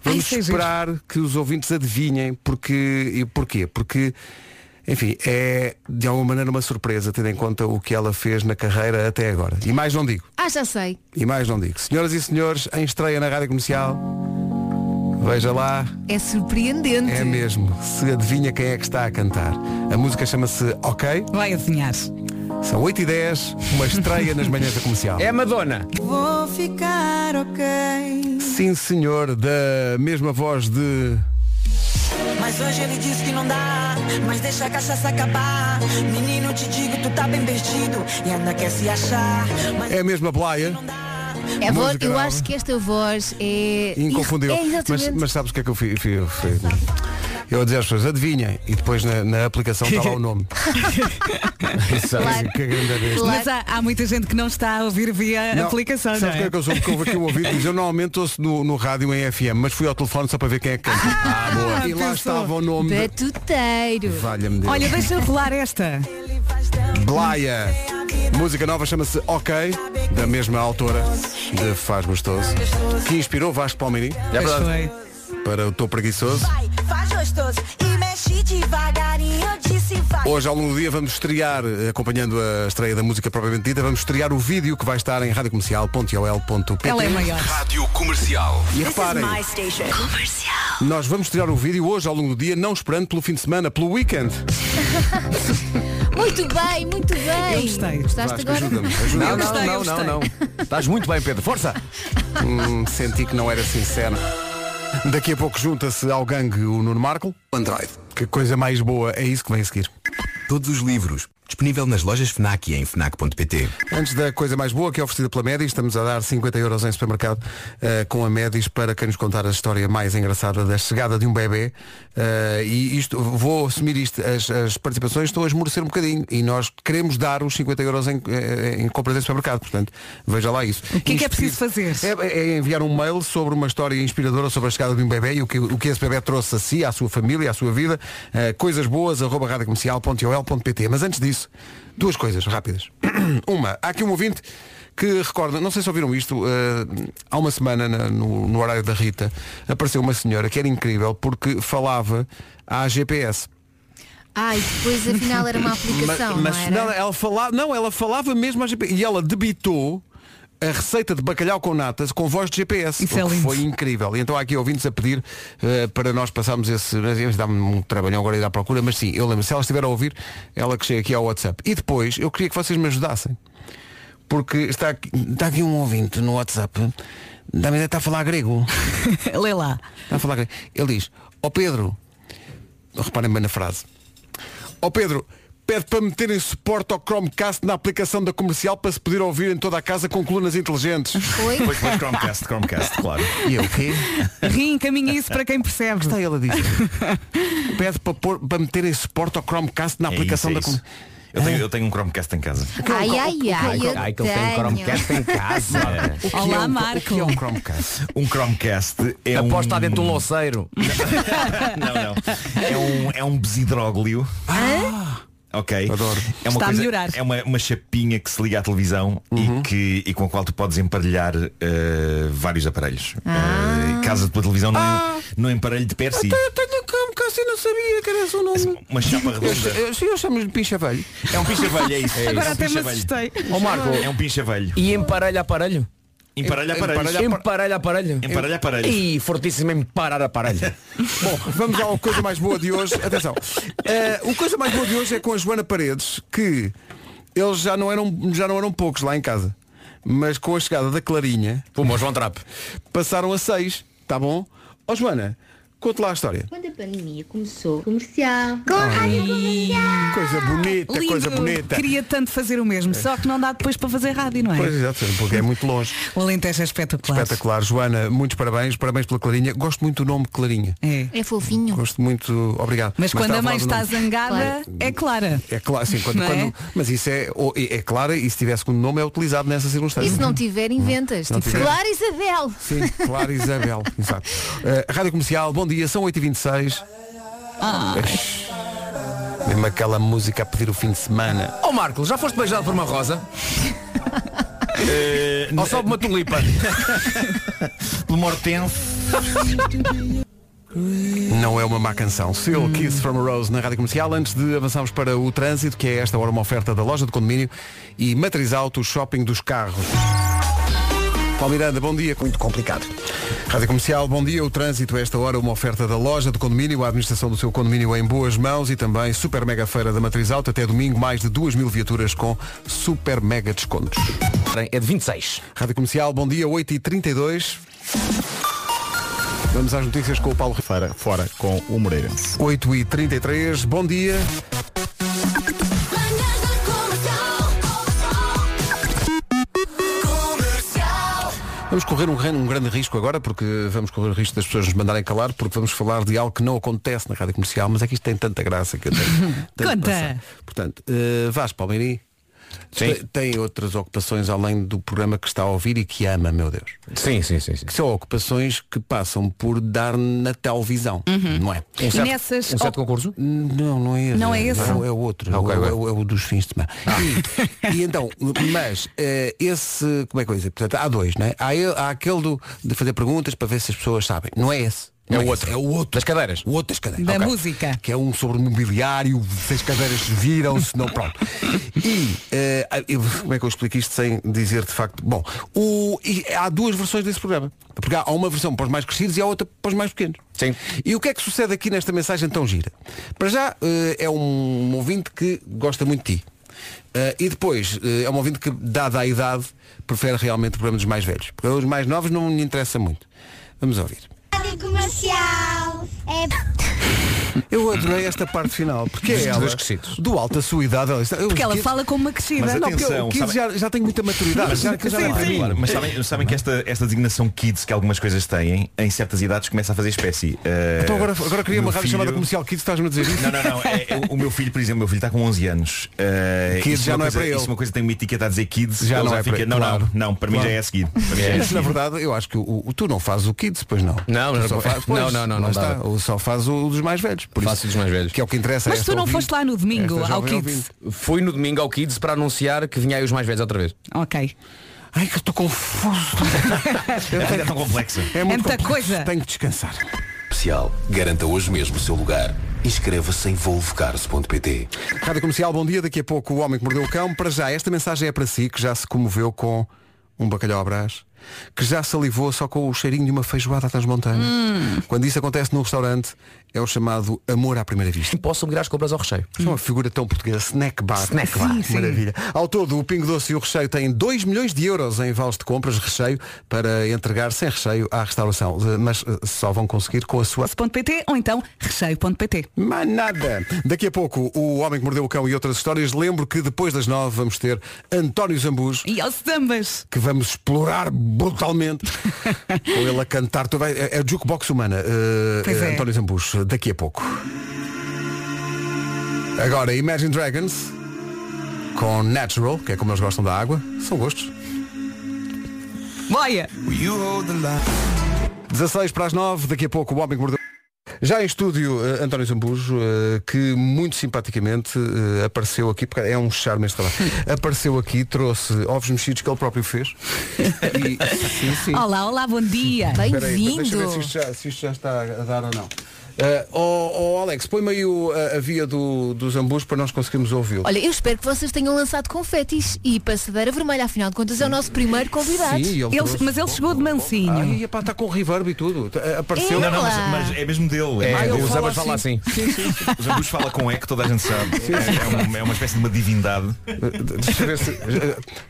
[SPEAKER 1] Vamos
[SPEAKER 3] Ai, isso é giro.
[SPEAKER 1] esperar que os ouvintes adivinhem porque, e porquê. Porque, enfim, é de alguma maneira uma surpresa, tendo em conta o que ela fez na carreira até agora. E mais não digo.
[SPEAKER 7] Ah, já sei.
[SPEAKER 1] E mais não digo. Senhoras e senhores, em estreia na Rádio Comercial, veja lá,
[SPEAKER 7] É surpreendente.
[SPEAKER 1] é mesmo. Se adivinha quem é que está a cantar. A música chama-se Ok,
[SPEAKER 3] Vai adivinhar.
[SPEAKER 1] são 8 e 10 uma estreia nas manhãs da comercial.
[SPEAKER 5] É a Madonna.
[SPEAKER 3] Vou ficar ok.
[SPEAKER 1] Sim, senhor, da mesma voz de.
[SPEAKER 4] Mas hoje ele diz que não dá, mas deixa a cachaça acabar. Menino, te digo, tu tá bem perdido e ainda quer se achar. Mas
[SPEAKER 1] É a mesma Blaia,
[SPEAKER 7] É a voz-
[SPEAKER 1] Música
[SPEAKER 7] eu
[SPEAKER 1] nova.
[SPEAKER 7] acho que esta voz é.
[SPEAKER 1] inconfundível.
[SPEAKER 7] É
[SPEAKER 1] mas,
[SPEAKER 7] exatamente.
[SPEAKER 1] mas sabes o que é que eu fiz? Eu, fui- eu a dizer às pessoas, adivinhem, e depois na, na aplicação está lá o nome. é
[SPEAKER 7] Claro.
[SPEAKER 1] que grande besta.
[SPEAKER 7] Claro.
[SPEAKER 3] Mas há, há muita gente que não está a ouvir via
[SPEAKER 1] Não,
[SPEAKER 3] aplicação, não
[SPEAKER 1] Sabes quem
[SPEAKER 3] é?
[SPEAKER 1] é que eu sou? Porque houve aqui um ouvido que diz, eu normalmente ouço no, no rádio em FM, mas fui ao telefone só para ver quem é que canta. Ah, boa. E lá
[SPEAKER 3] pensou.
[SPEAKER 1] estava o nome de...
[SPEAKER 7] Batuteiro.
[SPEAKER 1] Valha-me Deus.
[SPEAKER 3] Olha, deixa eu rolar esta.
[SPEAKER 1] Blaia. Música nova chama-se Ok, da mesma autora de Faz Gostoso, que inspirou Vasco Palmini
[SPEAKER 5] É verdade.
[SPEAKER 3] Foi.
[SPEAKER 1] para o Tô Preguiçoso.
[SPEAKER 4] vai, faz gostoso e mexe devagarinho. Eu disse vai.
[SPEAKER 1] Hoje, ao longo do dia, vamos estrear, eh, acompanhando a estreia da música propriamente dita, vamos estrear o vídeo que vai estar em radiocomercial.ol.pt
[SPEAKER 3] Ela é maior.
[SPEAKER 11] Rádio Comercial.
[SPEAKER 1] E reparem,
[SPEAKER 4] station. Comercial.
[SPEAKER 1] nós vamos estrear o vídeo hoje, ao longo do dia, não esperando pelo fim de semana, pelo weekend.
[SPEAKER 7] Muito bem, muito bem.
[SPEAKER 3] Eu gostei.
[SPEAKER 7] Gostaste
[SPEAKER 1] Vasco,
[SPEAKER 7] agora?
[SPEAKER 1] ajuda-me, ajuda-me.
[SPEAKER 5] Não, não,
[SPEAKER 3] gostei, eu
[SPEAKER 5] não, não,
[SPEAKER 3] gostei.
[SPEAKER 5] não. Estás muito bem, Pedro. Força!
[SPEAKER 1] Hum, senti que não era sincera. Daqui a pouco junta-se ao gangue o Nuno Marco.
[SPEAKER 11] Android.
[SPEAKER 1] Que coisa mais boa, é isso que vem a seguir.
[SPEAKER 11] Todos os livros,
[SPEAKER 12] Disponível nas lojas FNAC e em FNAC.pt.
[SPEAKER 1] Antes da coisa mais boa que é oferecida pela Médis, estamos a dar 50 euros em supermercado eh, com a Médis para quem nos contar a história mais engraçada da chegada de um bebê. Eh, e isto, vou assumir isto, as, as participações estão a esmorecer um bocadinho e nós queremos dar os 50 euros em, eh, em compras em supermercado, portanto, veja lá isso.
[SPEAKER 3] O que é que é preciso fazer?
[SPEAKER 1] É, é enviar um mail sobre uma história inspiradora sobre a chegada de um bebê e o que, o que esse bebê trouxe a si, à sua família, à sua vida. Eh, coisas boas, arroba radiocomercial.ol.pt. Mas antes disso, duas coisas rápidas. uma, há aqui um ouvinte que recorda, não sei se ouviram isto, eh, há uma semana na- no, no horário da Rita, apareceu uma senhora que era incrível porque falava à GPS.
[SPEAKER 7] Ai, depois afinal era uma aplicação,
[SPEAKER 3] Então,
[SPEAKER 1] Mas-
[SPEAKER 7] não
[SPEAKER 1] mas
[SPEAKER 7] era?
[SPEAKER 1] não, ela falava, não, ela falava mesmo à GPS e ela debitou a receita de bacalhau com natas com voz de GPS.
[SPEAKER 3] Isso é
[SPEAKER 1] o que
[SPEAKER 3] lindo.
[SPEAKER 1] foi incrível. E então há aqui ouvintes a pedir eh, para nós passarmos esse. mas Dá-me um trabalhão agora ir à procura, mas sim, eu lembro, se ela estiver a ouvir, ela que chega aqui ao WhatsApp. E depois eu queria que vocês me ajudassem. Porque está aqui, está aqui um ouvinte no WhatsApp, da está a falar grego.
[SPEAKER 3] Lê lá.
[SPEAKER 1] Está a falar grego. Ele diz, ó Pedro, reparem bem na frase. Ó Pedro, pede para meterem suporte ao Chromecast na aplicação da comercial para se poder ouvir em toda a casa com colunas inteligentes.
[SPEAKER 7] Oi?
[SPEAKER 13] Pois, pois, Chromecast, Chromecast, claro.
[SPEAKER 1] E eu o quê?
[SPEAKER 3] Reencaminha isso para quem percebe.
[SPEAKER 1] Está ela diz. Pede para, pôr, para meterem suporte ao Chromecast na
[SPEAKER 13] É
[SPEAKER 1] aplicação
[SPEAKER 13] isso, é
[SPEAKER 1] da
[SPEAKER 13] isso.
[SPEAKER 1] comercial.
[SPEAKER 13] Eu tenho, eu tenho um Chromecast em casa.
[SPEAKER 1] é
[SPEAKER 7] Ai, ai, ai, eu
[SPEAKER 13] Ai, que ele tem um Chromecast
[SPEAKER 7] tenho.
[SPEAKER 13] em casa.
[SPEAKER 1] O que é
[SPEAKER 7] Olá,
[SPEAKER 1] um-
[SPEAKER 7] Marco.
[SPEAKER 1] O que é um Chromecast?
[SPEAKER 13] Um Chromecast é um...
[SPEAKER 5] Aposto lá dentro de um
[SPEAKER 13] louceiro. não, não. É um, é um besidróglio. Ok. É uma
[SPEAKER 3] Está a
[SPEAKER 13] coisa-
[SPEAKER 3] melhorar.
[SPEAKER 13] É uma, uma chapinha que se liga à televisão
[SPEAKER 1] Uhum.
[SPEAKER 13] e, que, e com a qual tu podes emparelhar eh, vários aparelhos.
[SPEAKER 1] Ah.
[SPEAKER 7] Ah.
[SPEAKER 13] Eh, casa de tua televisão não, é, não é emparelho de per si.
[SPEAKER 1] Eu tenho um Chromecast e não sabia que era esse o nome.
[SPEAKER 13] Uma chapa redonda.
[SPEAKER 1] Eu, eu, eu chamo-lhe de pincha velho.
[SPEAKER 13] É um pincha velho, é isso.
[SPEAKER 1] Agora
[SPEAKER 13] É isso.
[SPEAKER 1] até me
[SPEAKER 13] Pincha velho.
[SPEAKER 1] assustei.
[SPEAKER 5] Ó, Marco.
[SPEAKER 13] É um pincha velho.
[SPEAKER 5] E emparelho a aparelho?
[SPEAKER 13] Emparelho a aparelho.
[SPEAKER 5] Emparelho a aparelho.
[SPEAKER 13] Emparelho a aparelho.
[SPEAKER 5] E fortíssimo em parar aparelho.
[SPEAKER 1] Bom, vamos ao coisa mais boa de hoje. Atenção. Eh, o coisa mais boa de hoje é com a Joana Paredes, que eles já não eram, já não eram poucos lá em casa. Mas com a chegada da Clarinha.
[SPEAKER 5] Puma, João Trap.
[SPEAKER 1] Passaram a seis, tá bom? Ó Joana, conte lá a história.
[SPEAKER 14] Quando a pandemia começou, comercial. Com
[SPEAKER 1] a rádio Coisa bonita,
[SPEAKER 3] Lindo.
[SPEAKER 1] coisa bonita. É.
[SPEAKER 3] Queria tanto fazer o mesmo, só que não dá depois para fazer rádio, não é?
[SPEAKER 1] Pois exato, porque é muito longe.
[SPEAKER 3] O Alentejo é espetacular.
[SPEAKER 1] Espetacular, Joana, muitos parabéns, parabéns pela Clarinha. Gosto muito do nome Clarinha.
[SPEAKER 7] É fofinho.
[SPEAKER 1] Gosto muito, obrigado.
[SPEAKER 3] Mas, quando a
[SPEAKER 1] estava
[SPEAKER 3] mãe
[SPEAKER 1] falar do
[SPEAKER 3] está
[SPEAKER 1] nome.
[SPEAKER 3] zangada, é clara.
[SPEAKER 1] É claro, sim, quando,
[SPEAKER 3] Não é?
[SPEAKER 1] quando- mas isso é, ou- é é claro, e se tiver segundo nome é utilizado nessa circunstância.
[SPEAKER 7] E se não tiver, inventas.
[SPEAKER 1] Não
[SPEAKER 7] Tipo,
[SPEAKER 1] tiver.
[SPEAKER 7] claro, Isabel.
[SPEAKER 1] Sim, claro, Isabel. Exato. Uh, Rádio Comercial, bom dia, são 8h26. Mesmo aquela música a pedir o fim de semana.
[SPEAKER 5] Ó Marco, já foste beijado por uma rosa?
[SPEAKER 13] Eh,
[SPEAKER 5] Ou só por uma tulipa?
[SPEAKER 13] Pelo Mortense.
[SPEAKER 1] Não é uma má canção. Still
[SPEAKER 5] Hum.
[SPEAKER 1] Kiss from a Rose na Rádio Comercial. Antes de avançarmos para o trânsito, que é esta hora uma oferta da loja de condomínio e Matriz Auto, o shopping dos carros. Paulo Miranda, bom dia. Muito complicado. Rádio Comercial, bom dia. O trânsito a esta hora, uma oferta da loja de condomínio, a administração do seu condomínio em boas mãos e também super mega feira da Matriz Alta. Até domingo, mais de 2 mil viaturas com super mega descontos.
[SPEAKER 5] É de 26.
[SPEAKER 1] Rádio Comercial, bom dia, 8h32. Vamos às notícias com o Paulo
[SPEAKER 13] Fora, fora com o Moreirense.
[SPEAKER 1] 8h33, bom dia. Vamos correr um, gran- um grande risco agora, porque vamos correr o risco das pessoas nos mandarem calar, porque vamos falar de algo que não acontece na rádio comercial, mas é que isto tem tanta graça que eu tenho. tenho que
[SPEAKER 3] Conta.
[SPEAKER 1] passar. Portanto, eh, Vasco Palmeiri te- tem outras ocupações além do programa que está a ouvir e que ama, meu Deus.
[SPEAKER 5] Sim, sim, sim. sim.
[SPEAKER 1] Que são ocupações que passam por dar na televisão, não é?
[SPEAKER 3] E Uhum. nessas op-
[SPEAKER 5] concurso?
[SPEAKER 1] Não, não é esse.
[SPEAKER 3] Não é esse?
[SPEAKER 1] o- É o outro.
[SPEAKER 5] Ah, ok,
[SPEAKER 1] É o-
[SPEAKER 5] ok.
[SPEAKER 1] é o- é o dos fins de semana. E, e então, mas eh, esse, como é que eu ia dizer? Portanto, há dois, não é? Há, ele- há aquele do, de fazer perguntas para ver se as pessoas sabem. Não é esse.
[SPEAKER 5] É
[SPEAKER 1] Não
[SPEAKER 5] o outro.
[SPEAKER 1] esse. É o outro.
[SPEAKER 5] Das cadeiras.
[SPEAKER 1] O outro das cadeiras.
[SPEAKER 3] Da
[SPEAKER 1] Ok.
[SPEAKER 3] música.
[SPEAKER 1] Que é um sobre mobiliário, se as cadeiras se viram, se não, pronto. E, eh, eu- como é que eu explico isto sem dizer de facto? Bom, o- e há duas versões desse programa. Porque há uma versão para os mais crescidos e há outra para os mais pequenos. Sim. E o que é que sucede aqui nesta mensagem tão gira? Para já, eh, é um ouvinte que gosta muito de ti. Eh, e depois, eh, é um ouvinte que, dada a idade, prefere realmente o programa dos mais velhos. Porque os mais novos não me interessa muito. Vamos ouvir.
[SPEAKER 15] Rádio comercial. É
[SPEAKER 1] Eu Eu adorei esta parte final, porque
[SPEAKER 5] Dos-
[SPEAKER 1] é
[SPEAKER 5] dos
[SPEAKER 1] ela,
[SPEAKER 5] crescidos.
[SPEAKER 1] do alto a sua idade, ela, está- eu,
[SPEAKER 3] Porque ela
[SPEAKER 1] que-
[SPEAKER 3] fala como uma crescida.
[SPEAKER 13] Mas
[SPEAKER 1] Não, porque
[SPEAKER 13] atenção,
[SPEAKER 1] eu quis
[SPEAKER 13] sabem-
[SPEAKER 1] já, já tenho muita maturidade.
[SPEAKER 13] Mas,
[SPEAKER 1] já, já dá para mim.
[SPEAKER 13] Claro, mas sabem, sabem que esta, esta designação kids que algumas coisas têm, em certas idades começa a fazer espécie. Eh,
[SPEAKER 1] Então agora, agora queria
[SPEAKER 13] meu
[SPEAKER 1] uma rádio
[SPEAKER 13] filho-
[SPEAKER 1] chamada comercial Kids, estás-me a dizer isso?
[SPEAKER 13] Não, não, não. É, é, o meu filho, por exemplo, o meu filho está com 11 anos. Eh,
[SPEAKER 1] Kids
[SPEAKER 13] isso
[SPEAKER 1] já
[SPEAKER 13] é uma
[SPEAKER 1] não é
[SPEAKER 13] coisa-
[SPEAKER 1] para ele.
[SPEAKER 13] Isso é uma coisa que tem uma etiqueta a dizer kids.
[SPEAKER 1] Já
[SPEAKER 13] ele
[SPEAKER 1] não é para
[SPEAKER 13] fica,
[SPEAKER 1] ele,
[SPEAKER 13] Não,
[SPEAKER 1] claro.
[SPEAKER 13] não, não. Para mim
[SPEAKER 1] Claro.
[SPEAKER 13] já é a seguir. Para mim já é a
[SPEAKER 1] Mas, na
[SPEAKER 13] seguir.
[SPEAKER 1] verdade, eu acho que o, o- tu não fazes o kids, pois não.
[SPEAKER 5] Não,
[SPEAKER 1] Tu
[SPEAKER 5] não,
[SPEAKER 1] só
[SPEAKER 5] não,
[SPEAKER 1] fazes,
[SPEAKER 5] não,
[SPEAKER 1] pois,
[SPEAKER 5] não, não, não
[SPEAKER 1] lá
[SPEAKER 5] dá.
[SPEAKER 1] está. Ou só faz o dos mais velhos. Por
[SPEAKER 5] Faço dos mais velhos.
[SPEAKER 1] Que é o que interessa. a
[SPEAKER 3] Mas
[SPEAKER 1] esta
[SPEAKER 3] tu não
[SPEAKER 1] ouvinte.
[SPEAKER 3] foste lá no domingo,
[SPEAKER 1] Esta
[SPEAKER 3] ao
[SPEAKER 1] jovem
[SPEAKER 3] Kids.
[SPEAKER 5] Fui no domingo ao Kids para anunciar que vinha aí os mais velhos outra vez.
[SPEAKER 3] Ok.
[SPEAKER 1] Ai, que eu estou confuso.
[SPEAKER 13] A vida é tão complexa.
[SPEAKER 1] É
[SPEAKER 3] muita
[SPEAKER 1] muito complexo.
[SPEAKER 3] coisa.
[SPEAKER 1] Tenho que descansar.
[SPEAKER 3] É
[SPEAKER 12] Especial. Garanta hoje mesmo o seu lugar. Inscreva-se em volvocars.pt.
[SPEAKER 1] Rádio Comercial, bom dia. Daqui a pouco o Homem que Mordeu o Cão. Para já, esta mensagem é para si, que já se comoveu com um bacalhau à brás, que já salivou só com o cheirinho de uma feijoada às montanhas.
[SPEAKER 3] Hum.
[SPEAKER 1] Quando isso acontece num restaurante, é o chamado amor à primeira vista.
[SPEAKER 5] Posso ligar as compras ao recheio.
[SPEAKER 1] Isto é uma figura tão portuguesa, snack bar.
[SPEAKER 5] Snack bar. Sim, sim.
[SPEAKER 1] Maravilha. Ao todo, o Pingo Doce e o Recheio têm 2 milhões de euros em vales de compras recheio para entregar sem recheio à restauração. Mas eh, só vão conseguir com a sua
[SPEAKER 3] .pt ou então recheio.pt.
[SPEAKER 1] Mas nada. Daqui a pouco, o Homem que Mordeu o Cão e outras histórias. Lembro que depois das nove vamos ter António Zambujo,
[SPEAKER 3] E aos sambas.
[SPEAKER 1] que vamos explorar brutalmente. Com ele a cantar. Tu vai- É é a jukebox humana. eh,
[SPEAKER 3] Pois
[SPEAKER 1] eh,
[SPEAKER 3] é.
[SPEAKER 1] António Zambujo, daqui a pouco. Agora, Imagine Dragons com Natural, que é como eles gostam da água. São gostos.
[SPEAKER 3] Boia!
[SPEAKER 1] 16 para as 9, daqui a pouco o Homem que Mordeu. Já em estúdio, eh, António Zambujo, eh, que muito simpaticamente eh, apareceu aqui, porque é um charme este trabalho, apareceu aqui, trouxe ovos mexidos que ele próprio fez. E, sim, sim.
[SPEAKER 3] Olá, olá, bom dia.
[SPEAKER 1] Espera aí, Deixa eu ver se isto, já, se isto já está a dar ou não. Eh, oh, oh, Alex, põe-me aí o- a, a via do, do Zambujo para nós conseguirmos ouvi-lo.
[SPEAKER 7] Olha, eu espero que vocês tenham lançado confetis e passadeira vermelha, afinal de contas é o nosso primeiro convidado.
[SPEAKER 1] Sim, ele Ele- trouxe.
[SPEAKER 3] mas ele chegou de mansinho.
[SPEAKER 1] Ai, epá, está com reverb e tudo. Tá, eh, Apareceu.
[SPEAKER 13] Não, não, mas, mas é mesmo dele.
[SPEAKER 5] É,
[SPEAKER 13] É, mesmo
[SPEAKER 5] o
[SPEAKER 13] dele.
[SPEAKER 5] Zambus fala assim.
[SPEAKER 13] Os ambos fala com é que toda a gente sabe. É, é um- é uma espécie de uma divindade.
[SPEAKER 1] Deixa eu ver se.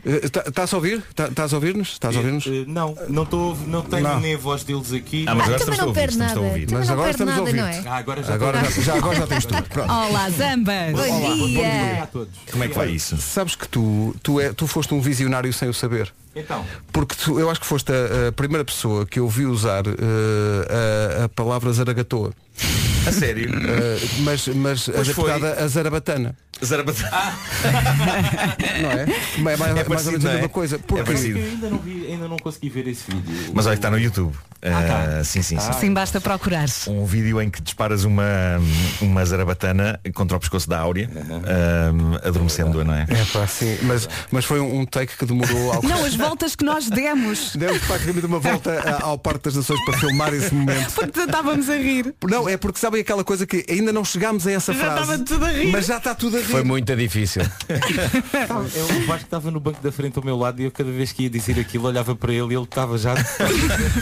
[SPEAKER 1] Estás a ouvir? eh, Tá- Estás a ouvir-nos? Estás a ouvir-nos?
[SPEAKER 15] Não, não estou, não tenho
[SPEAKER 1] Não.
[SPEAKER 15] nem a voz deles aqui.
[SPEAKER 1] Ah, mas agora
[SPEAKER 7] Também não perde nada. Também
[SPEAKER 1] Mas
[SPEAKER 7] não
[SPEAKER 1] agora
[SPEAKER 7] perde
[SPEAKER 1] estamos a
[SPEAKER 7] nada,
[SPEAKER 1] ouvir.
[SPEAKER 7] não é?
[SPEAKER 15] Ah, agora já
[SPEAKER 1] Agora
[SPEAKER 15] estou.
[SPEAKER 1] já, já, agora já tens tudo. Pronto.
[SPEAKER 3] Olá, zambas.
[SPEAKER 7] Bom Olá, bom dia.
[SPEAKER 15] Olá a todos.
[SPEAKER 13] Como é que vai isso?
[SPEAKER 1] Sabes que tu, tu, é, tu foste um visionário sem o saber.
[SPEAKER 15] Então,
[SPEAKER 1] Porque tu- eu acho que foste a, a primeira pessoa que eu vi usar eh, a, a palavra zaragatoa.
[SPEAKER 13] A sério?
[SPEAKER 1] Eh, mas mas
[SPEAKER 13] Pois foi.
[SPEAKER 1] adaptada a zarabatana.
[SPEAKER 13] Zarabatana.
[SPEAKER 15] Ah.
[SPEAKER 1] Não é? Mas É
[SPEAKER 13] É
[SPEAKER 1] mais, mais ou
[SPEAKER 13] parecido,
[SPEAKER 1] menos a
[SPEAKER 13] não é?
[SPEAKER 1] mesma coisa. Porque tá-
[SPEAKER 13] É
[SPEAKER 15] eu
[SPEAKER 13] parecido.
[SPEAKER 15] ainda não, vi, ainda não consegui ver esse vídeo.
[SPEAKER 13] Mas olha que está no YouTube.
[SPEAKER 15] Ah,
[SPEAKER 13] Ah, sim, sim, sim.
[SPEAKER 3] Sim, basta procurar.
[SPEAKER 13] um vídeo em que disparas uma, uma zarabatana contra o pescoço da Áurea, ahm, adormecendo-a, não é?
[SPEAKER 1] É pá, sim. Mas, mas foi um, um take que demorou algo.
[SPEAKER 3] Não, as voltas que nós demos.
[SPEAKER 1] Demos praticamente uma volta a- ao Parque das Nações para filmar esse momento.
[SPEAKER 3] Porque estávamos a rir.
[SPEAKER 1] Não, é porque sabem aquela coisa que ainda não chegámos a essa
[SPEAKER 3] Já
[SPEAKER 1] frase.
[SPEAKER 3] estava tudo a rir.
[SPEAKER 1] Mas já está tudo a rir.
[SPEAKER 5] Foi muito difícil.
[SPEAKER 15] Sabe, eu, o um- é Vasco estava no banco da frente ao meu lado e eu cada vez que ia dizer aquilo olhava para ele e ele estava já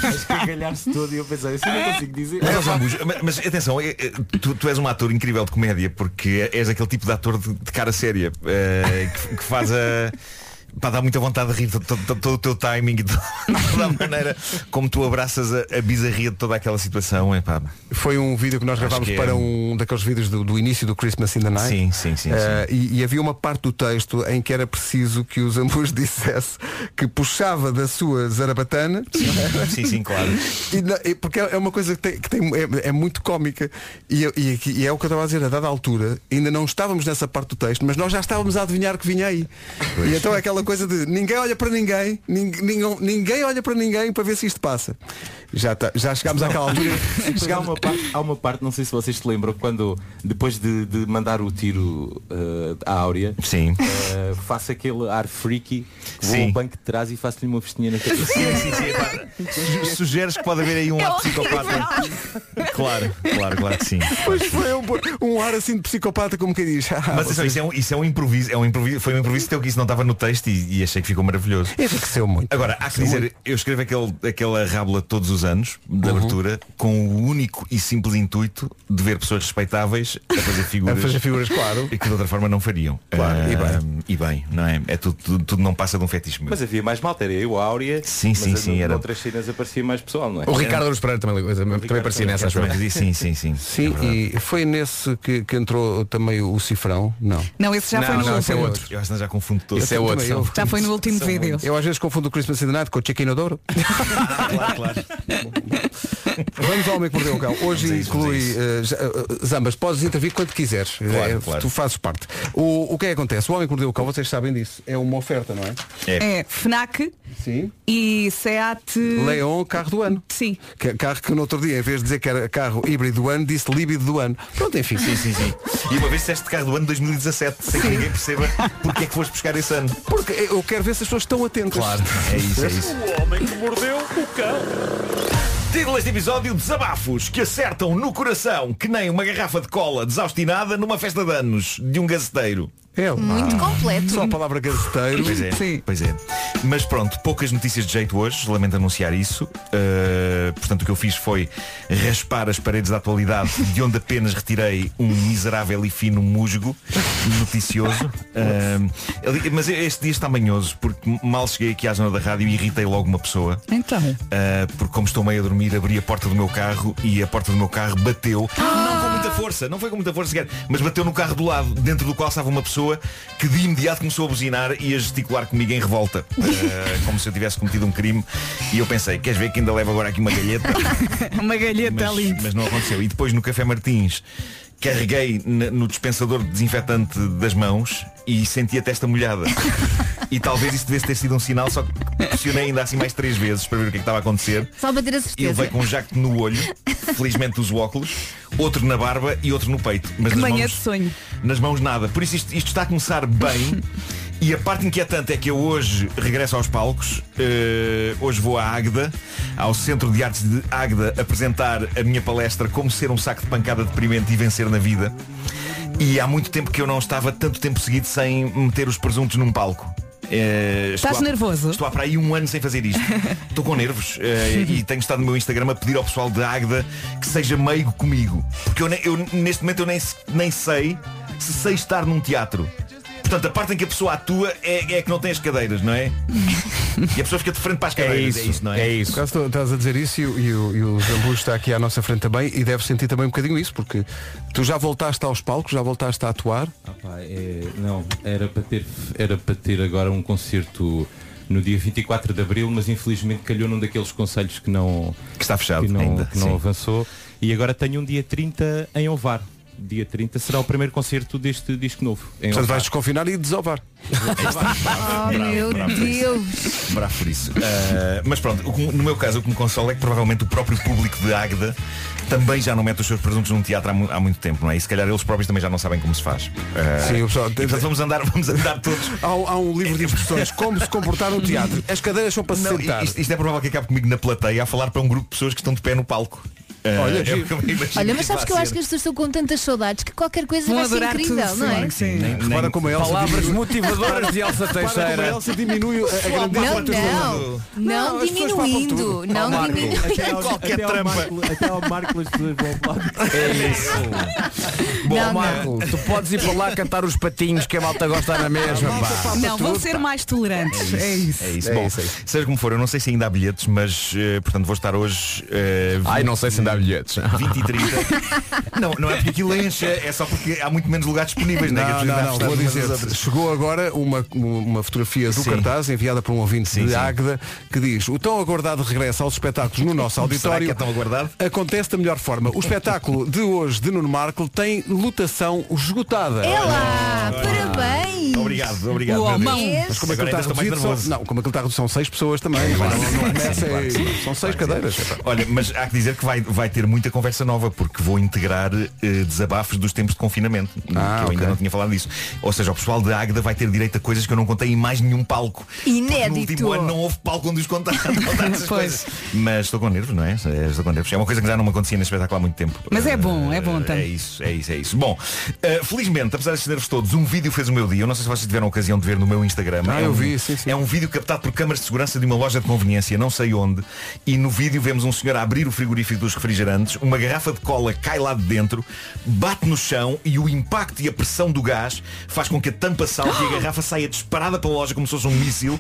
[SPEAKER 15] a escagalhar-se todo e eu pensei, isso eu não consigo dizer.
[SPEAKER 1] É
[SPEAKER 13] Mas, ó, Zambus, mas- mas atenção, é- é- tu, tu és um ator incrível de comédia porque és aquele tipo de ator de, de cara séria eh, que, que faz a. Pá, dá muita vontade de rir todo, todo- todo o teu timing e to- toda a maneira como tu abraças a, a bizarria de toda aquela situação. É pá.
[SPEAKER 1] Foi um vídeo que nós
[SPEAKER 13] Acho
[SPEAKER 1] gravámos
[SPEAKER 13] que é.
[SPEAKER 1] para um daqueles vídeos do, do início do Christmas in the Night.
[SPEAKER 13] Sim, sim, sim,
[SPEAKER 1] Eh, E, e havia uma parte do texto em que era preciso que o Zambus dissesse que puxava da sua zarabatana.
[SPEAKER 13] Sim, sim, claro.
[SPEAKER 1] E na- e- porque é uma coisa que, tem, que tem- é, é muito cómica e, eu- e aqui- e é o que eu estava a dizer, a dada altura ainda não estávamos nessa parte do texto, mas nós já estávamos a adivinhar que vinha aí. E então é aquela coisa de ninguém olha para ninguém, nin- ninguém, ninguém olha para ninguém para ver se isto passa. Já, tá- já chegámos àquela altura.
[SPEAKER 15] Depois Há uma, parte, há uma parte, não sei se vocês se lembram, quando depois de, de mandar o tiro eh, à Áurea,
[SPEAKER 13] Sim.
[SPEAKER 15] eh, faço aquele ar freaky, vou
[SPEAKER 13] Sim.
[SPEAKER 15] ao banco de trás e faço-lhe uma festinha na cabeça.
[SPEAKER 13] Sim, sim, sim. pá. Su- Sugeres que pode haver aí um lado psicopata. Claro, claro, claro que sim.
[SPEAKER 1] Pois foi um, um ar assim de psicopata como quem diz. Ah,
[SPEAKER 13] Mas atenção,
[SPEAKER 1] vocês-
[SPEAKER 13] isso é um, isso é um improviso, é um improviso, foi um improviso teu que isso não estava no texto e, e achei que ficou maravilhoso.
[SPEAKER 1] Enriqueceu muito. Uhum.
[SPEAKER 13] Agora, há que dizer, eu escrevo aquele, aquela rábula todos os anos, de abertura, com o único e simples intuito de ver pessoas respeitáveis a fazer figuras.
[SPEAKER 1] A fazer figuras, claro.
[SPEAKER 13] E que de outra forma não fariam.
[SPEAKER 1] Claro, e
[SPEAKER 13] Ah, e bem, não é? É tudo, tudo, tudo não passa de um fetiche meu.
[SPEAKER 15] Mas havia mais malta, era eu, a Áurea,
[SPEAKER 13] Sim,
[SPEAKER 15] mas
[SPEAKER 13] sim, sim,
[SPEAKER 15] em
[SPEAKER 13] era-
[SPEAKER 15] outras cenas aparecia mais pessoal, não é?
[SPEAKER 1] é?
[SPEAKER 5] O Ricardo Aruz Pereira também, ligou- também parecia nessa, acho eu.
[SPEAKER 13] mas e sim, É sim, sim.
[SPEAKER 1] Sim, e foi nesse que, que entrou também o cifrão? Não.
[SPEAKER 3] Não, esse já foi no
[SPEAKER 13] esse é
[SPEAKER 3] último.
[SPEAKER 13] outro. Eu acho que já confundo todos.
[SPEAKER 1] Eu também, eu-
[SPEAKER 3] Já foi no último vídeo.
[SPEAKER 1] Eu às vezes confundo o Christmas in the Night com o Chequinho Douro. Vamos ao homem que mordeu o cão. Hoje inclui eh, já- eh, Zambas, podes intervir quando quiseres.
[SPEAKER 13] Claro,
[SPEAKER 1] Eh,
[SPEAKER 13] claro.
[SPEAKER 1] Tu fazes parte. O, o que é que acontece? O homem que mordeu o cão, vocês sabem disso. É uma oferta, não é?
[SPEAKER 3] É FNAC
[SPEAKER 1] Sim.
[SPEAKER 3] e SEAT
[SPEAKER 1] Leon, carro do ano.
[SPEAKER 3] Sim.
[SPEAKER 1] Ca- Carro que no outro dia, em vez de dizer que era carro híbrido do ano, disse líbido do ano. Pronto, enfim.
[SPEAKER 13] Sim, sim, sim. E uma vez disseste carro do ano 2017, sem que ninguém perceba porque é que foste buscar esse ano.
[SPEAKER 1] Porque eu quero ver se as pessoas estão atentas.
[SPEAKER 13] Claro, é isso, é isso.
[SPEAKER 16] O homem que mordeu o cão.
[SPEAKER 13] Título deste episódio, desabafos que acertam no coração, que nem uma garrafa de cola desaustinada numa festa de anos de um gazeteiro.
[SPEAKER 1] É
[SPEAKER 7] Muito
[SPEAKER 13] Ah.
[SPEAKER 7] completo.
[SPEAKER 1] Só a palavra gazeteiro.
[SPEAKER 13] Pois é, pois é. Mas pronto, poucas notícias de jeito hoje, lamento anunciar isso. Uh, portanto, o que eu fiz foi raspar as paredes da atualidade, de onde apenas retirei um miserável e fino musgo noticioso. Uh, ali- mas este dia está manhoso, porque mal cheguei aqui à zona da rádio e irritei logo uma pessoa.
[SPEAKER 3] Então.
[SPEAKER 13] Uh, porque como estou meio a dormir, abri a porta do meu carro e a porta do meu carro bateu. Não com muita força, não foi com muita força sequer, mas bateu no carro do lado, dentro do qual estava uma pessoa que de imediato começou a buzinar e a gesticular comigo em revolta. Uh, como se eu tivesse cometido um crime. E eu pensei, queres ver que ainda levo agora aqui uma galheta?
[SPEAKER 3] Uma galheta ali.
[SPEAKER 13] mas não aconteceu. E depois no Café Martins carreguei na- no dispensador de desinfetante das mãos e senti a testa molhada. e talvez isso devesse ter sido um sinal, só que pressionei ainda assim mais três vezes para ver o que, é que estava a acontecer.
[SPEAKER 7] Só para ter a
[SPEAKER 13] E ele
[SPEAKER 7] certeza.
[SPEAKER 13] veio com um jacto no olho, felizmente os óculos, outro na barba e outro no peito. Mas
[SPEAKER 3] Que
[SPEAKER 13] nas
[SPEAKER 3] manhã
[SPEAKER 13] mãos,
[SPEAKER 3] de sonho.
[SPEAKER 13] nas mãos nada. Por isso isto, isto está a começar bem. E a parte inquietante é que eu hoje regresso aos palcos. Eh, hoje vou à Águeda, ao Centro de Artes de Águeda, apresentar a minha palestra Como Ser um Saco de Pancada Deprimente e Vencer na Vida. E há muito tempo que eu não estava tanto tempo seguido sem meter os presuntos num palco. Eh, estou
[SPEAKER 3] Estás
[SPEAKER 13] a-
[SPEAKER 3] nervoso?
[SPEAKER 13] Estou há para aí um ano sem fazer isto. Estou com nervos eh, e tenho estado no meu Instagram a pedir ao pessoal de Águeda que seja meigo comigo. Porque eu, ne- eu, neste momento eu nem, se- nem sei se sei estar num teatro. Portanto, a parte em que a pessoa atua é, é que não tem as cadeiras, não é? E a pessoa fica de frente para as cadeiras. É isso, não é?
[SPEAKER 1] Por acaso, tu- estás a dizer isso e, o- e o, e o Zambu está aqui à nossa frente também e deve sentir também um bocadinho isso, porque tu já voltaste aos palcos, já voltaste a atuar.
[SPEAKER 15] Ah pá, é- não, era para, ter, era para ter agora um concerto no dia 24 de Abril, mas infelizmente calhou num daqueles conselhos que não.
[SPEAKER 13] Que está fechado
[SPEAKER 15] que não,
[SPEAKER 13] ainda,
[SPEAKER 15] que não
[SPEAKER 13] sim.
[SPEAKER 15] avançou. E agora tenho um dia 30 em Ovar. Dia 30 será o primeiro concerto deste disco novo. Em
[SPEAKER 1] Portanto,
[SPEAKER 15] Ovar.
[SPEAKER 1] vais desconfinar e desovar.
[SPEAKER 7] Oh meu
[SPEAKER 13] bravo.
[SPEAKER 7] Deus.
[SPEAKER 13] Bravo por isso. Ah, mas pronto, o que- no meu caso o que me consola é que provavelmente o próprio público de Águeda também já não mete os seus presuntos num teatro há, mu- há muito tempo, não é? E se calhar eles próprios também já não sabem como se faz. Ah,
[SPEAKER 1] Sim, o pessoal-
[SPEAKER 13] e, portanto, vamos andar, vamos andar todos.
[SPEAKER 1] Há, um- há um livro de instruções, como se comportar no teatro. As cadeiras são para se
[SPEAKER 13] Não,
[SPEAKER 1] sentar.
[SPEAKER 13] isto, isto é provável que acabe comigo na plateia a falar para um grupo de pessoas que estão de pé no palco. Ah,
[SPEAKER 1] Olha,
[SPEAKER 13] é o que eu me imagino
[SPEAKER 7] Olha,
[SPEAKER 13] que
[SPEAKER 7] mas sabes
[SPEAKER 13] vá
[SPEAKER 7] que eu
[SPEAKER 13] ser.
[SPEAKER 7] acho que as pessoas estão com tantas saudades que qualquer coisa
[SPEAKER 3] Vão
[SPEAKER 7] vai ser
[SPEAKER 3] adorar tudo,
[SPEAKER 7] incrível, não é?
[SPEAKER 3] sim. Sim.
[SPEAKER 13] Nem-
[SPEAKER 1] Repara
[SPEAKER 13] nem-
[SPEAKER 1] como a Elsa
[SPEAKER 5] Palavras
[SPEAKER 1] diminui-
[SPEAKER 5] motivadoras de Elsa
[SPEAKER 1] Repara como a
[SPEAKER 5] Teixeira.
[SPEAKER 1] Elsa diminui a, a
[SPEAKER 7] Não,
[SPEAKER 1] grandeza
[SPEAKER 7] não,
[SPEAKER 1] da tua saudade.
[SPEAKER 7] não,
[SPEAKER 1] Não, as pessoas falam
[SPEAKER 7] diminuindo,
[SPEAKER 1] tudo.
[SPEAKER 7] não
[SPEAKER 1] Ó, Marco,
[SPEAKER 7] diminuindo.
[SPEAKER 13] Qualquer
[SPEAKER 15] até
[SPEAKER 13] trampa.
[SPEAKER 15] Ao Marco, até ao Marco as pessoas vão ao palco.
[SPEAKER 5] É isso. Bom,
[SPEAKER 7] Não, não.
[SPEAKER 5] Marco, tu podes ir para lá cantar os patinhos que a malta gosta na mesma. pá.
[SPEAKER 3] Não, vão ser mais tolerantes. É isso.
[SPEAKER 13] É isso. Bom, seja como for, eu não sei se ainda há bilhetes, mas eh, portanto vou estar hoje. eh,
[SPEAKER 5] Ai, não sei se ainda há bilhetes.
[SPEAKER 13] 20 e 30. não, não é porque aquilo enche, é só porque há muito menos lugares disponíveis, né? Que
[SPEAKER 1] Não,
[SPEAKER 13] aquilo
[SPEAKER 1] não,
[SPEAKER 13] ainda
[SPEAKER 1] não,
[SPEAKER 13] há
[SPEAKER 1] vou
[SPEAKER 13] umas
[SPEAKER 1] dizer
[SPEAKER 13] outras.
[SPEAKER 1] Chegou agora uma, uma fotografia do
[SPEAKER 13] Sim.
[SPEAKER 1] cartaz enviada por um ouvinte
[SPEAKER 13] Sim,
[SPEAKER 1] de
[SPEAKER 13] sim.
[SPEAKER 1] Águeda que diz o tão aguardado regresso aos espetáculos no nosso
[SPEAKER 13] Será que
[SPEAKER 1] auditório
[SPEAKER 13] é tão aguardado?
[SPEAKER 1] acontece da melhor forma. O espetáculo de hoje de Nuno Marco tem lotação esgotada.
[SPEAKER 7] É
[SPEAKER 13] Ah.
[SPEAKER 7] lá, parabéns.
[SPEAKER 13] Obrigado, obrigado.
[SPEAKER 3] Uau,
[SPEAKER 13] meu Deus.
[SPEAKER 3] mão.
[SPEAKER 1] Mas como é que ele
[SPEAKER 13] Agora ainda
[SPEAKER 1] está
[SPEAKER 13] estou mais
[SPEAKER 1] reduzido? são-
[SPEAKER 13] nervoso.
[SPEAKER 1] Não, como é que ele está reduzido? São seis pessoas também. Não, não, não começa aí. São seis cadeiras.
[SPEAKER 13] Olha, mas há que dizer que vai, vai ter muita conversa nova, porque vou integrar eh, desabafos dos tempos de confinamento, que eu ainda não tinha falado disso. Ou seja, o pessoal da Águeda vai ter direito a coisas que eu não contei em mais nenhum palco. No último
[SPEAKER 7] Inédito.
[SPEAKER 13] ano não houve palco onde os contar, contar essas coisas. Mas estou com nervos, não é? Estou com nervos. É uma coisa que já não me acontecia neste espetáculo há muito tempo.
[SPEAKER 3] Mas é bom, é
[SPEAKER 13] Eh,
[SPEAKER 3] bom
[SPEAKER 13] É
[SPEAKER 3] também.
[SPEAKER 13] isso, é isso, é isso. Bom, eh, felizmente, apesar destes nervos todos, um vídeo fez o meu dia. Eu não sei se vocês tiveram a ocasião de ver no meu Instagram.
[SPEAKER 1] Ah,
[SPEAKER 13] é
[SPEAKER 1] eu
[SPEAKER 13] um,
[SPEAKER 1] vi, sim, sim.
[SPEAKER 13] É um vídeo captado por câmaras de segurança de uma loja de conveniência, não sei onde. E no vídeo vemos um senhor a abrir o frigorífico dos refrigerantes, uma garrafa de cola cai lá de dentro, bate no chão e o impacto e a pressão do gás faz com que a tampa salte e a garrafa saia disparada pela loja como se fosse um míssil.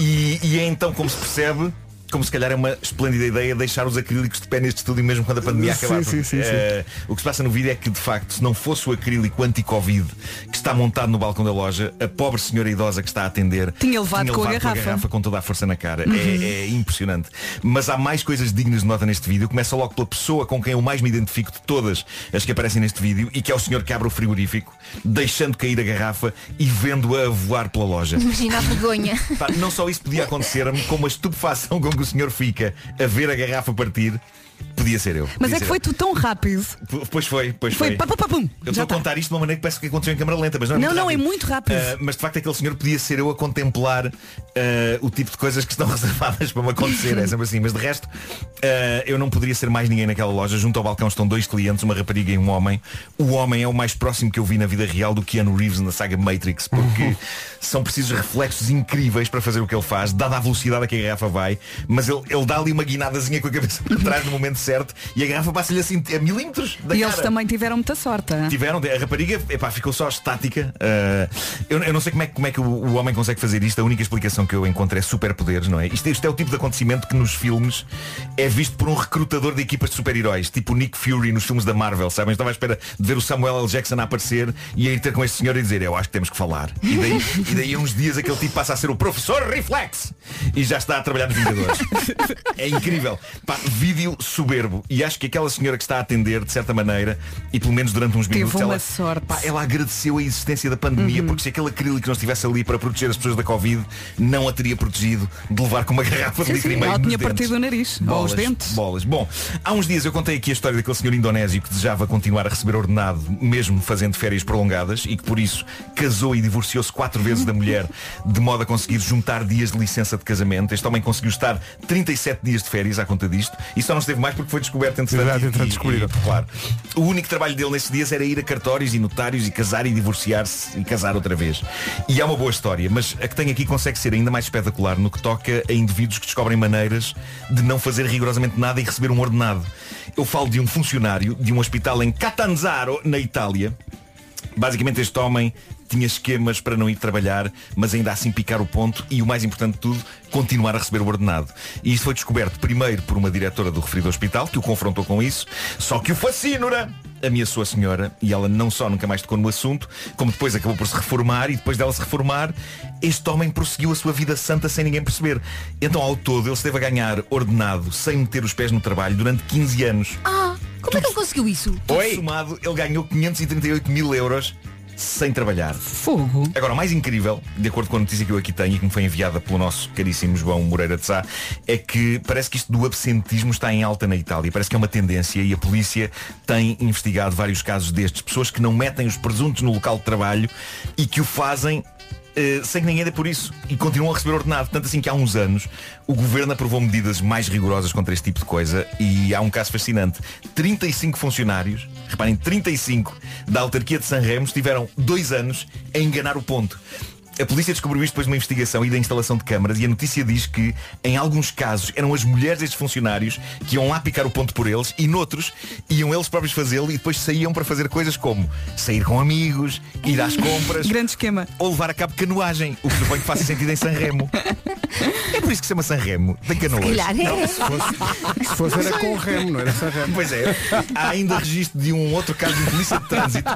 [SPEAKER 13] E, e é então como se percebe como se calhar é uma esplêndida ideia deixar os acrílicos de pé neste estúdio mesmo quando a pandemia
[SPEAKER 1] Sim,
[SPEAKER 13] acabar.
[SPEAKER 1] sim,
[SPEAKER 13] porque,
[SPEAKER 1] sim, sim.
[SPEAKER 13] eh, o que se passa no vídeo é que, de facto, se não fosse o acrílico anti-Covid que está montado no balcão da loja, a pobre senhora idosa que está a atender
[SPEAKER 3] Tinha levado com a garrafa.
[SPEAKER 13] com toda a força na cara.
[SPEAKER 3] Uhum.
[SPEAKER 13] É, é impressionante. Mas há mais coisas dignas de nota neste vídeo. Começa logo pela pessoa com quem eu mais me identifico de todas as que aparecem neste vídeo e que é o senhor que abre o frigorífico, deixando cair a garrafa e vendo-a a voar pela loja.
[SPEAKER 7] Imagina a vergonha.
[SPEAKER 13] Pá, não só isso podia acontecer-me, como a estupefação com que o senhor fica a ver a garrafa partir, podia ser eu.
[SPEAKER 3] Mas
[SPEAKER 13] Podia
[SPEAKER 3] é que
[SPEAKER 13] ser
[SPEAKER 3] foi
[SPEAKER 13] eu.
[SPEAKER 3] tu tão rápido.
[SPEAKER 13] P- Pois foi, pois
[SPEAKER 3] Foi
[SPEAKER 13] foi.
[SPEAKER 3] pá, pá, pá, pum.
[SPEAKER 13] Eu estou
[SPEAKER 3] Já tá.
[SPEAKER 13] a contar isto de uma maneira que parece que aconteceu em câmara lenta, mas não é
[SPEAKER 3] Não,
[SPEAKER 13] muito
[SPEAKER 3] não, é
[SPEAKER 13] rápido.
[SPEAKER 3] muito rápido.
[SPEAKER 13] Ah, mas de facto aquele senhor podia ser eu a contemplar ah, o tipo de coisas que estão reservadas para me acontecer, é sempre assim. Mas de resto, ah, eu não poderia ser mais ninguém naquela loja. Junto ao balcão estão dois clientes, uma rapariga e um homem. O homem é o mais próximo que eu vi na vida real do Keanu Reeves na saga Matrix, porque são precisos reflexos incríveis para fazer o que ele faz, dada a velocidade a que a garrafa vai, mas ele, ele dá ali uma guinadazinha com a cabeça para trás no momento certo e a garrafa passa-lhe assim a milímetros da
[SPEAKER 3] E
[SPEAKER 13] cara.
[SPEAKER 3] eles também tiveram muita sorte. hein?
[SPEAKER 13] Tiveram, a rapariga epá, ficou só estática. Ah, eu, eu não sei como é, que- como é que o, o homem consegue fazer isto. A única explicação que eu encontro é superpoderes, não é? Isto, isto é o tipo de acontecimento que nos filmes é visto por um recrutador de equipas de super-heróis, tipo o Nick Fury nos filmes da Marvel, sabem? Eu Estava à espera de ver o Samuel L. Jackson a aparecer e a ir ter com este senhor e dizer, eu acho que temos que falar. E daí, e daí a uns dias aquele tipo passa a ser o professor Reflex e já está a trabalhar nos Vingadores. É incrível. Pá, vídeo soberbo. E acho que aquela senhora que está a atender, de certa maneira, e pelo menos durante uns
[SPEAKER 3] Teve
[SPEAKER 13] minutos,
[SPEAKER 3] uma
[SPEAKER 13] ela,
[SPEAKER 3] sorte. Uhum.
[SPEAKER 13] pá, ela agradeceu a existência da pandemia, porque se aquele acrílico não estivesse ali para proteger as pessoas da Covid, não a teria protegido de levar com uma garrafa de
[SPEAKER 3] Sim, sim,
[SPEAKER 13] litro e meio
[SPEAKER 3] ela
[SPEAKER 13] nos
[SPEAKER 3] tinha
[SPEAKER 13] dentes.
[SPEAKER 3] partido o nariz, ou os dentes.
[SPEAKER 13] Bolas. Bom, há uns dias eu contei aqui a história daquele senhor indonésio que desejava continuar a receber ordenado, mesmo fazendo férias prolongadas, e que por isso casou e divorciou-se quatro vezes da mulher, de modo a conseguir juntar dias de licença de casamento. Este homem conseguiu estar 37 dias de férias à conta disto, e só não esteve mais porque foi descoberto entre Verdade, e, descobriram. claro. O único trabalho dele nesses dias era ir a cartórios e notários e casar e divorciar-se e casar outra vez. E é uma boa história, mas a que tenho aqui consegue ser ainda mais espetacular no que toca a indivíduos que descobrem maneiras de não fazer rigorosamente nada e receber um ordenado. Eu falo de um funcionário de um hospital em Catanzaro, na Itália. Basicamente este homem tinha esquemas para não ir trabalhar, mas ainda assim picar o ponto e o mais importante de tudo, continuar a receber o ordenado. E isto foi descoberto primeiro por uma diretora do referido hospital, que o confrontou com isso, só que o facínora ameaçou a senhora e ela não só nunca mais tocou no assunto, como depois acabou por se reformar e depois dela se reformar, este homem prosseguiu a sua vida santa sem ninguém perceber. Então ao todo ele esteve a ganhar ordenado sem meter os pés no trabalho durante 15 anos.
[SPEAKER 7] Ah, como é que ele conseguiu isso?
[SPEAKER 13] Tudo somado, ele ganhou 538 mil euros sem trabalhar.
[SPEAKER 3] Fogo.
[SPEAKER 13] Agora, o mais incrível, de acordo com a notícia que eu aqui tenho e que me foi enviada pelo nosso caríssimo João Moreira de Sá, é que parece que isto do absentismo está em alta na Itália. Parece que é uma tendência e a polícia tem investigado vários casos destes. Pessoas que não metem os presuntos no local de trabalho e que o fazem eh, sem que ninguém dê por isso e continuam a receber ordenado. Tanto assim que há uns anos o governo aprovou medidas mais rigorosas contra este tipo de coisa e há um caso fascinante. 35 funcionários, reparem, 35 da autarquia de San Remos tiveram dois anos a enganar o ponto. A polícia descobriu isto depois de uma investigação e da instalação de câmaras e a notícia diz que, em alguns casos, eram as mulheres destes funcionários que iam lá picar o ponto por eles e, noutros, iam eles próprios fazê-lo e depois saíam para fazer coisas como sair com amigos, ir às compras.
[SPEAKER 3] Grande esquema.
[SPEAKER 13] Ou levar a cabo canoagem, o que suponho que faça sentido em Sanremo. É por isso que se chama Sanremo. Tem canoas.
[SPEAKER 7] calhar é.
[SPEAKER 13] Não, se fosse, se fosse era com o remo, não era Sanremo. Pois é. Há ainda registro de um outro caso de um polícia de trânsito.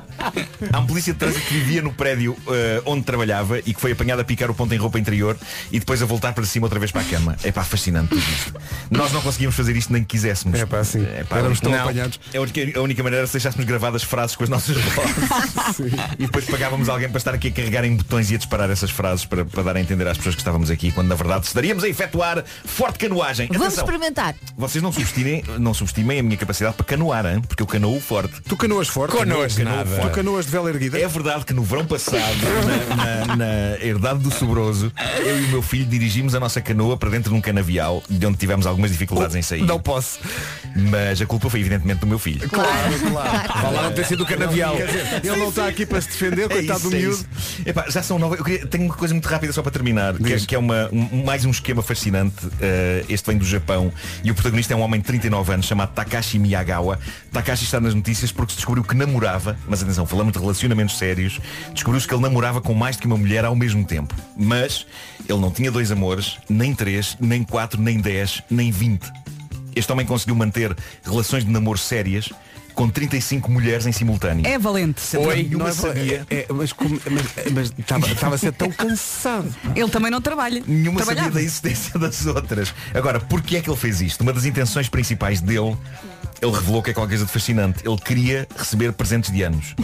[SPEAKER 13] Há um polícia de trânsito que vivia no prédio eh, onde trabalhava e que foi apanhado a picar o ponto em roupa interior e depois a voltar para cima outra vez para a cama. É pá, fascinante tudo isto. Nós não conseguíamos fazer isto nem que quiséssemos. É pá, sim. É
[SPEAKER 1] Éramos tão
[SPEAKER 13] apanhados. É A única, a única maneira era se deixássemos gravadas frases com as nossas vozes. e depois pagávamos alguém para estar aqui a carregar em botões e a disparar essas frases para, para dar a entender às pessoas que estávamos aqui, quando na verdade estaríamos a efetuar forte canoagem.
[SPEAKER 7] Vamos
[SPEAKER 13] Atenção.
[SPEAKER 7] experimentar.
[SPEAKER 13] Vocês não subestimem, não subestimem a minha capacidade para canoar, hein? porque eu canoo forte. Tu canoas forte?
[SPEAKER 1] Canoas nada. Tu
[SPEAKER 13] canoas de vela erguida? É verdade que no verão passado, na, na- na herdade do Sobroso, eu e o meu filho dirigimos a nossa canoa para dentro de um canavial, de onde tivemos algumas dificuldades em sair. Não posso. Mas a culpa foi evidentemente do meu filho.
[SPEAKER 1] Claro, claro.
[SPEAKER 13] Vá lá não ter sido o canavial.
[SPEAKER 1] Quer dizer, ele não está aqui para se defender,
[SPEAKER 13] É
[SPEAKER 1] coitado
[SPEAKER 13] isso,
[SPEAKER 1] do
[SPEAKER 13] é
[SPEAKER 1] miúdo.
[SPEAKER 13] isso. Epá, já são nove. Eu queria- tenho uma coisa muito rápida só para terminar, que é, que é uma, um- mais um esquema fascinante. Eh, este vem do Japão e o protagonista é um homem de 39 anos chamado Takashi Miyagawa. Takashi está nas notícias porque se descobriu que namorava, mas atenção, falamos de relacionamentos sérios, descobriu-se que ele namorava com mais do que uma mulher era ao mesmo tempo. Mas ele não tinha dois amores, nem três, nem quatro, nem dez, nem vinte. Este homem conseguiu manter relações de namoro sérias com 35 mulheres em simultâneo.
[SPEAKER 3] É valente.
[SPEAKER 13] Oi, não é
[SPEAKER 1] sabia. mas como- mas- mas estava estava a ser tão cansado.
[SPEAKER 3] Ele também não trabalha.
[SPEAKER 13] Nenhuma
[SPEAKER 3] Trabalhava.
[SPEAKER 13] sabia da existência das outras. Agora, porquê é que ele fez isto? Uma das intenções principais dele, ele revelou que é qualquer coisa de fascinante. Ele queria receber presentes de anos.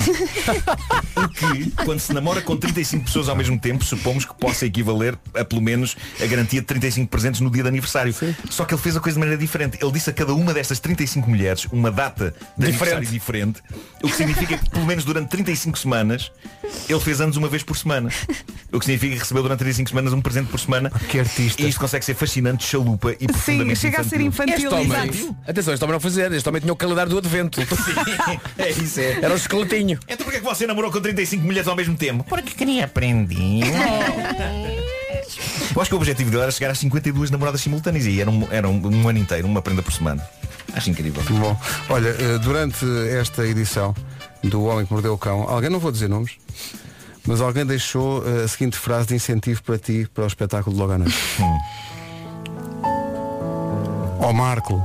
[SPEAKER 13] O que, quando se namora com 35 pessoas ao mesmo tempo, supomos que possa equivaler a pelo menos a garantia de 35 presentes no dia de aniversário. Só que ele fez a coisa de maneira diferente. Ele disse a cada uma destas 35 mulheres uma data de
[SPEAKER 5] Diferente.
[SPEAKER 13] aniversário diferente, o que significa que pelo menos durante 35 semanas ele fez anos uma vez por semana. O que significa que recebeu durante 35 semanas um presente por semana. Que artista. E isto consegue ser fascinante, chalupa e profundamente
[SPEAKER 5] Este homem, atenção, este homem não fazia, este homem tinha o calendário do advento.
[SPEAKER 13] é isso, é.
[SPEAKER 5] Era o esqueletinho.
[SPEAKER 13] Então porquê é que você namorou com 35 mulheres ao mesmo tempo? Porque queria aprender. Eu acho que o objetivo dele era chegar às 52 namoradas simultâneas e era um, era um, um ano inteiro, uma prenda por semana. Acho incrível.
[SPEAKER 1] Bom, olha, eh, durante esta edição do Homem que Mordeu o Cão, alguém, não vou dizer nomes, mas alguém deixou eh, a seguinte frase de incentivo para ti, para o espetáculo de logo à noite. Ó Marco,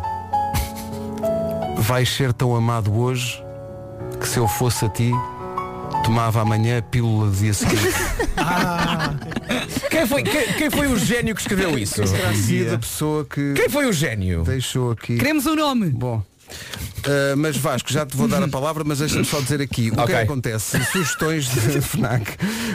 [SPEAKER 1] vais ser tão amado hoje que se eu fosse a ti, tomava amanhã a pílula do dia seguinte.
[SPEAKER 5] Quem foi, quem, quem foi o gênio que escreveu isso?
[SPEAKER 1] E da é pessoa que...
[SPEAKER 5] Quem foi o gênio?
[SPEAKER 1] Deixou aqui...
[SPEAKER 3] Queremos o nome.
[SPEAKER 1] Bom. Uh, mas Vasco, já te vou dar a palavra, mas deixa-me só dizer aqui o que é
[SPEAKER 13] Ok.
[SPEAKER 1] que acontece. Sugestões de FNAC.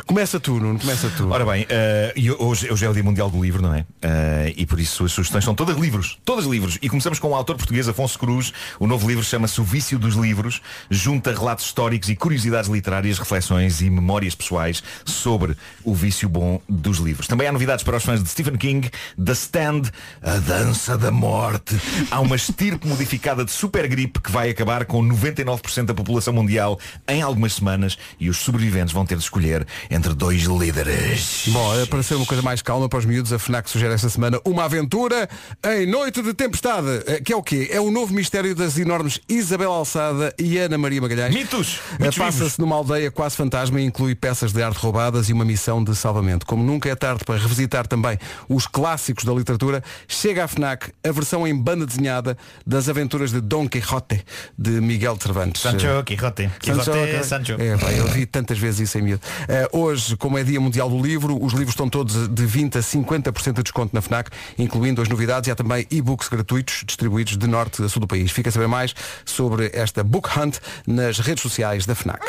[SPEAKER 1] Começa tu, Nuno, começa tu.
[SPEAKER 13] Ora bem, eh, e hoje, hoje é o Dia Mundial do Livro, não é? Eh, e por isso as sugestões são todas livros, todas livros. E começamos com o autor português Afonso Cruz. O novo livro chama-se O Vício dos Livros. Junta relatos históricos e curiosidades literárias, reflexões e memórias pessoais sobre o vício bom dos livros. Também há novidades para os fãs de Stephen King, The Stand, A Dança da Morte. Há uma estirpe modificada de super gripe que vai acabar com 99% da população mundial em algumas semanas e os sobreviventes vão ter de escolher entre dois líderes.
[SPEAKER 1] Bom, eh, para ser uma coisa mais calma para os miúdos, a FNAC sugere esta semana uma aventura em Noite de Tempestade. Eh, Que é o quê? É o novo mistério das enormes Isabel Alçada e Ana Maria Magalhães.
[SPEAKER 13] Mitos!
[SPEAKER 1] Eh,
[SPEAKER 13] Mitos
[SPEAKER 1] Passa-se numa aldeia quase fantasma e inclui peças de arte roubadas e uma missão de salvamento. Como nunca é tarde para revisitar também os clássicos da literatura, chega à FNAC a versão em banda desenhada das aventuras de Dom Quixote, de Miguel de Cervantes.
[SPEAKER 13] Sancho Quijote. Quijote
[SPEAKER 1] ok.
[SPEAKER 13] Sancho.
[SPEAKER 1] É, pá, eu vi tantas vezes isso em miúdo. Eh, hoje, como é dia mundial do livro, os livros estão todos de 20% a 50% de desconto na FNAC, incluindo as novidades e há também e-books gratuitos distribuídos de norte a sul do país. Fica a saber mais sobre esta book hunt nas redes sociais da FNAC.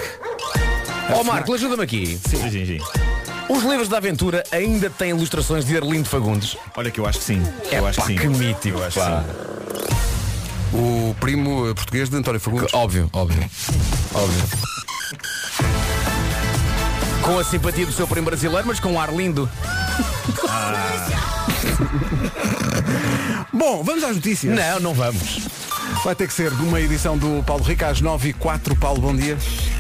[SPEAKER 5] Ó Marco, ajuda-me aqui.
[SPEAKER 13] Sim, sim, sim.
[SPEAKER 5] Os livros da aventura ainda têm ilustrações de Arlindo Fagundes?
[SPEAKER 13] Olha que eu acho que sim.
[SPEAKER 5] É
[SPEAKER 13] Eu acho
[SPEAKER 5] pá,
[SPEAKER 13] que sim.
[SPEAKER 5] mítico.
[SPEAKER 13] Eu acho
[SPEAKER 5] pá.
[SPEAKER 13] que sim.
[SPEAKER 1] O primo eh, português de António Fagundes.
[SPEAKER 5] óbvio, óbvio. Óbvio. Com a simpatia do seu primo brasileiro, mas com um ar lindo.
[SPEAKER 13] Ah.
[SPEAKER 1] Bom, vamos às notícias.
[SPEAKER 5] Não, não vamos.
[SPEAKER 1] Vai ter que ser uma edição do Paulo Rico às 9 e 04 Paulo, bom dia.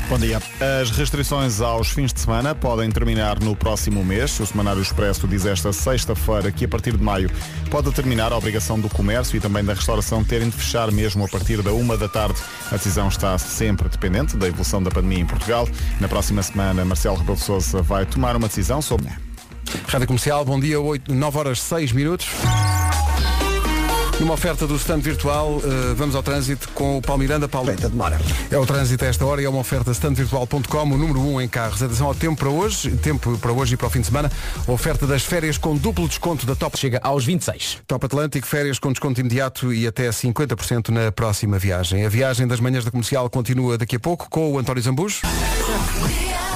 [SPEAKER 17] Bom dia. As restrições aos fins de semana podem terminar no próximo mês. O Semanário Expresso diz esta sexta-feira que a partir de maio pode terminar a obrigação do comércio e também da restauração terem de fechar mesmo a partir da uma da tarde. A decisão está sempre dependente da evolução da pandemia em Portugal. Na próxima semana, Marcelo Rebelo de Sousa vai tomar uma decisão sobre...
[SPEAKER 1] Rádio Comercial, bom dia, 8, 9 horas 6 minutos. Numa oferta do stand virtual, eh, vamos ao trânsito com o Paulo Miranda. Paulo.
[SPEAKER 2] demora.
[SPEAKER 1] É o trânsito a esta hora e é uma oferta standvirtual.com, o número 1 um em carros. Atenção ao tempo para hoje, tempo para hoje e para o fim de semana. Oferta das férias com duplo desconto da Top.
[SPEAKER 5] Chega aos 26.
[SPEAKER 1] Top Atlântico, férias com desconto imediato e até 50% na próxima viagem. A viagem das manhãs da comercial continua daqui a pouco com o António Zambujo.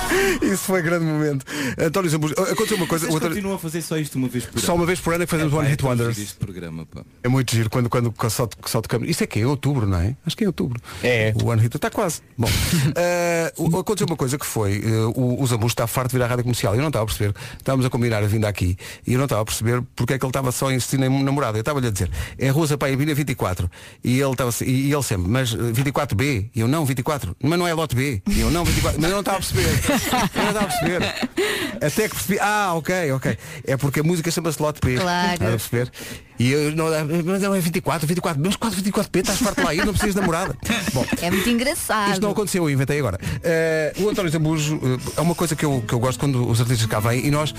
[SPEAKER 1] Isso foi grande momento. António Zambujo, aconteceu uma coisa.
[SPEAKER 15] Vocês
[SPEAKER 1] o António-
[SPEAKER 15] continuam a fazer só isto uma vez por ano.
[SPEAKER 1] Só uma vez por ano é que fazemos
[SPEAKER 15] Epá,
[SPEAKER 1] One
[SPEAKER 15] é
[SPEAKER 1] Hit
[SPEAKER 15] tão
[SPEAKER 1] Wonders.
[SPEAKER 15] giro este programa, pá.
[SPEAKER 1] É muito giro quando, quando só, só tocamos. Isso é que é outubro, não é? Acho que é outubro. É. O ano está quase. Bom, eh, o- aconteceu uma coisa que foi, eh, o, o Zambujo está farto de vir à rádio comercial. Eu não estava a perceber. Estávamos a combinar a vinda aqui e eu não estava a perceber porque é que ele estava só a insistir na namorada. Eu estava-lhe a dizer, é Rua Sampaio Bina 24. E ele, estava, e ele sempre, mas eh, 24B? E eu não, 24. Mas não é lote B? E eu não, 24. Mas eu não estava a perceber. Eu não estava a perceber. Até que percebi. Ah, ok, ok. É porque a música chama-se Lote B.
[SPEAKER 7] Claro.
[SPEAKER 1] Estás a perceber? E eu não, mas não é 24, 24, mas 4, 24 p, estás farto lá, eu não preciso de namorada. Bom,
[SPEAKER 7] É muito engraçado.
[SPEAKER 1] isto não aconteceu, eu inventei agora. Eh, o António Zambujo eh, é uma coisa que eu, que eu gosto quando os artistas cá vêm e nós.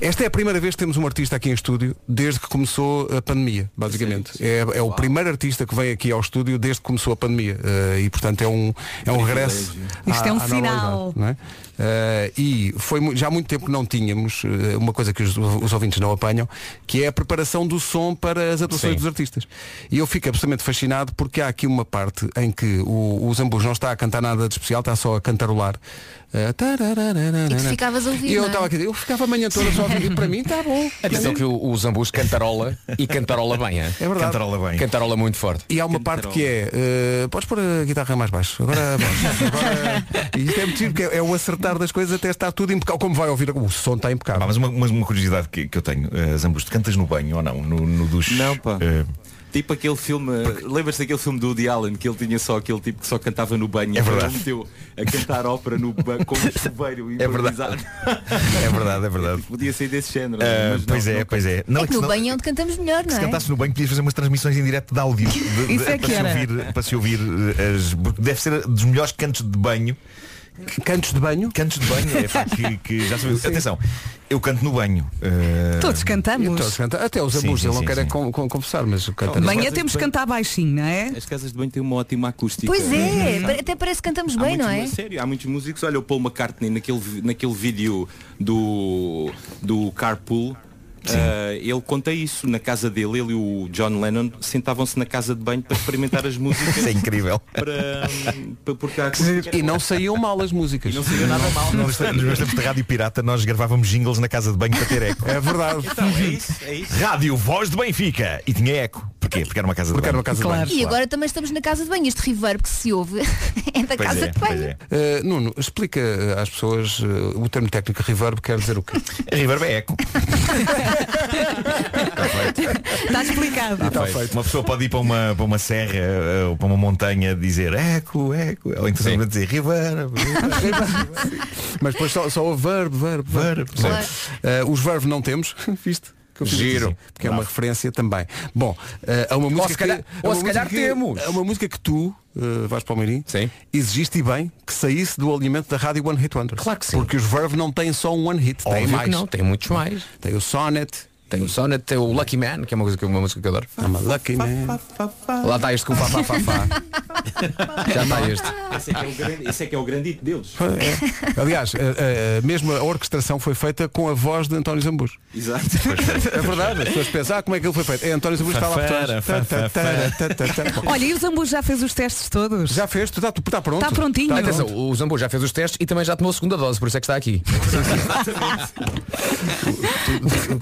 [SPEAKER 1] Esta é a primeira vez que temos um artista aqui em estúdio desde que começou a pandemia, basicamente. É, é o primeiro artista que vem aqui ao estúdio desde que começou a pandemia. eh, e portanto é um, é um regresso.
[SPEAKER 3] Isto é um
[SPEAKER 1] normalidade,
[SPEAKER 3] sinal.
[SPEAKER 1] não é? Eh, e foi mu- já há muito tempo que não tínhamos eh, uma coisa que os, os ouvintes não apanham, que é a preparação do som para as atuações
[SPEAKER 5] Sim.
[SPEAKER 1] dos artistas. E eu fico absolutamente fascinado porque há aqui uma parte em que o, o Zambujo não está a cantar nada de especial, está só a cantarolar. Eh, tarararararara.
[SPEAKER 7] E tu ficavas a ouvir,
[SPEAKER 1] E
[SPEAKER 7] não
[SPEAKER 1] eu
[SPEAKER 7] é?
[SPEAKER 1] estava aqui, eu ficava a manhã toda só a ouvir, e para mim está bom.
[SPEAKER 5] Atenção que o, o Zambus cantarola e cantarola bem, é? É
[SPEAKER 1] verdade.
[SPEAKER 13] Cantarola bem.
[SPEAKER 5] Cantarola muito forte.
[SPEAKER 1] E há uma parte que é, eh, podes pôr a guitarra mais baixo. Agora, a voz. agora e isto é muito giro, porque é, é o acertar das coisas até estar tudo impecável. Como vai ouvir, o som está impecável.
[SPEAKER 13] Pá, mas, uma, mas uma curiosidade que, que eu tenho, eh, Zambus, tu cantas no banho ou não? No, no duche?
[SPEAKER 15] Não, pá.
[SPEAKER 13] Eh,
[SPEAKER 15] Tipo aquele filme, lembras-te daquele filme do Woody Allen que ele tinha só aquele tipo que só cantava no banho
[SPEAKER 13] É
[SPEAKER 15] Então
[SPEAKER 13] verdade.
[SPEAKER 15] ele meteu a cantar ópera no banho com um chuveiro improvisado.
[SPEAKER 13] é verdade, é verdade.
[SPEAKER 15] Podia ser desse género.
[SPEAKER 13] Eh,
[SPEAKER 15] mas não,
[SPEAKER 13] pois é,
[SPEAKER 15] não-
[SPEAKER 13] pois é.
[SPEAKER 7] é
[SPEAKER 13] Não,
[SPEAKER 7] que
[SPEAKER 13] que
[SPEAKER 7] no
[SPEAKER 13] senão-
[SPEAKER 7] banho é onde cantamos melhor, não
[SPEAKER 13] Se
[SPEAKER 7] é?
[SPEAKER 13] cantasse no banho podias fazer umas transmissões em direto de áudio de- de-
[SPEAKER 7] Isso é que
[SPEAKER 13] para, se
[SPEAKER 7] era.
[SPEAKER 13] ouvir, para se ouvir eh, as, porque deve ser dos melhores cantos de banho.
[SPEAKER 1] Cantos de banho?
[SPEAKER 13] Cantos de banho, é, pá, que, que já sabemos. Atenção, eu canto no banho. eh,
[SPEAKER 3] Todos cantamos.
[SPEAKER 1] Todos cantam. Até os
[SPEAKER 13] Sim,
[SPEAKER 1] abusos,
[SPEAKER 13] sim,
[SPEAKER 1] ele não
[SPEAKER 13] sim,
[SPEAKER 1] quer é
[SPEAKER 13] sim.
[SPEAKER 1] com- com- confessar, mas canta.
[SPEAKER 3] Amanhã temos que cantar baixinho, não é?
[SPEAKER 15] As casas de banho têm uma ótima acústica. Uhum.
[SPEAKER 7] Pois é, pa- até parece que cantamos
[SPEAKER 15] Há
[SPEAKER 7] bem,
[SPEAKER 15] muitos
[SPEAKER 7] não
[SPEAKER 15] mu-
[SPEAKER 7] é?
[SPEAKER 15] Sério, há muitos músicos. Olha, o Paul McCartney naquele, vi- naquele vídeo do, do Carpool. ah, ele conta isso na casa dele, ele e o John Lennon sentavam-se na casa de banho para experimentar as músicas. Isso
[SPEAKER 13] é incrível.
[SPEAKER 15] Para, hum, para- porque há
[SPEAKER 1] E não
[SPEAKER 13] um
[SPEAKER 1] saíam mal as músicas.
[SPEAKER 15] não saiu nada mal.
[SPEAKER 13] Nós, é- nos meus tempos de rádio pirata, nós gravávamos jingles na casa de banho para ter eco.
[SPEAKER 1] É verdade.
[SPEAKER 15] Então, é isso, é isso.
[SPEAKER 13] Rádio Voz de Benfica. E tinha eco. Porquê? Porque era uma casa de banho.
[SPEAKER 7] E agora também estamos na casa de banho. Este reverb que se ouve é da casa de banho.
[SPEAKER 1] Eh, Nuno, explica eh, às pessoas eh, o termo técnico reverb quer dizer o quê?
[SPEAKER 13] reverb é eco.
[SPEAKER 3] Está explicado.
[SPEAKER 13] Está Tá feito. Uma pessoa pode ir para uma, para uma serra eh, ou para uma montanha dizer eco, eco. Ou então simplesmente dizer reverb.
[SPEAKER 1] Mas depois só, só o verbo, verbo, verbo.
[SPEAKER 13] Claro.
[SPEAKER 1] Eh, os verbo não temos, viste? Que eu fiz
[SPEAKER 5] Giro.
[SPEAKER 1] assim, Porque é uma referência também. Bom, eh, há uma música
[SPEAKER 5] se calhar-
[SPEAKER 1] que,
[SPEAKER 5] ou
[SPEAKER 1] há uma
[SPEAKER 5] se calhar
[SPEAKER 1] música que-
[SPEAKER 5] temos.
[SPEAKER 1] há uma música que tu, eh, Vasco Palmeirim, exigiste e bem que saísse do alinhamento da rádio One Hit Wonder. Claro que sim. Porque os verbo não têm só um One Hit, têm
[SPEAKER 5] Óbvio que
[SPEAKER 1] mais.
[SPEAKER 5] não, tem muitos mais.
[SPEAKER 1] Tem o Sonnet.
[SPEAKER 5] Tem o Sonnet, tem o Lucky Man, que é uma, coisa que, uma música que eu adoro.
[SPEAKER 1] I'm a lucky man.
[SPEAKER 5] Lá está este com fá, fá, fá, fá. Já está este.
[SPEAKER 15] Esse é que é o grande, esse é que é o grande hit deles.
[SPEAKER 1] É. Aliás, eh, eh, mesmo a orquestração foi feita com a voz de António Zambujo.
[SPEAKER 15] Exato.
[SPEAKER 1] É verdade, as pessoas pensam, ah, como é que ele foi feito? É António Zambujo está lá por trás.
[SPEAKER 13] Fafara,
[SPEAKER 1] Tá, tá, tá, tá, tá, tá. Bom,
[SPEAKER 3] Olha, e o Zambu já fez os testes todos?
[SPEAKER 1] Já fez, está tá pronto.
[SPEAKER 3] Está prontinho. né?
[SPEAKER 5] atenção, o Zambu já fez os testes e também já tomou a segunda dose, por isso é que está aqui.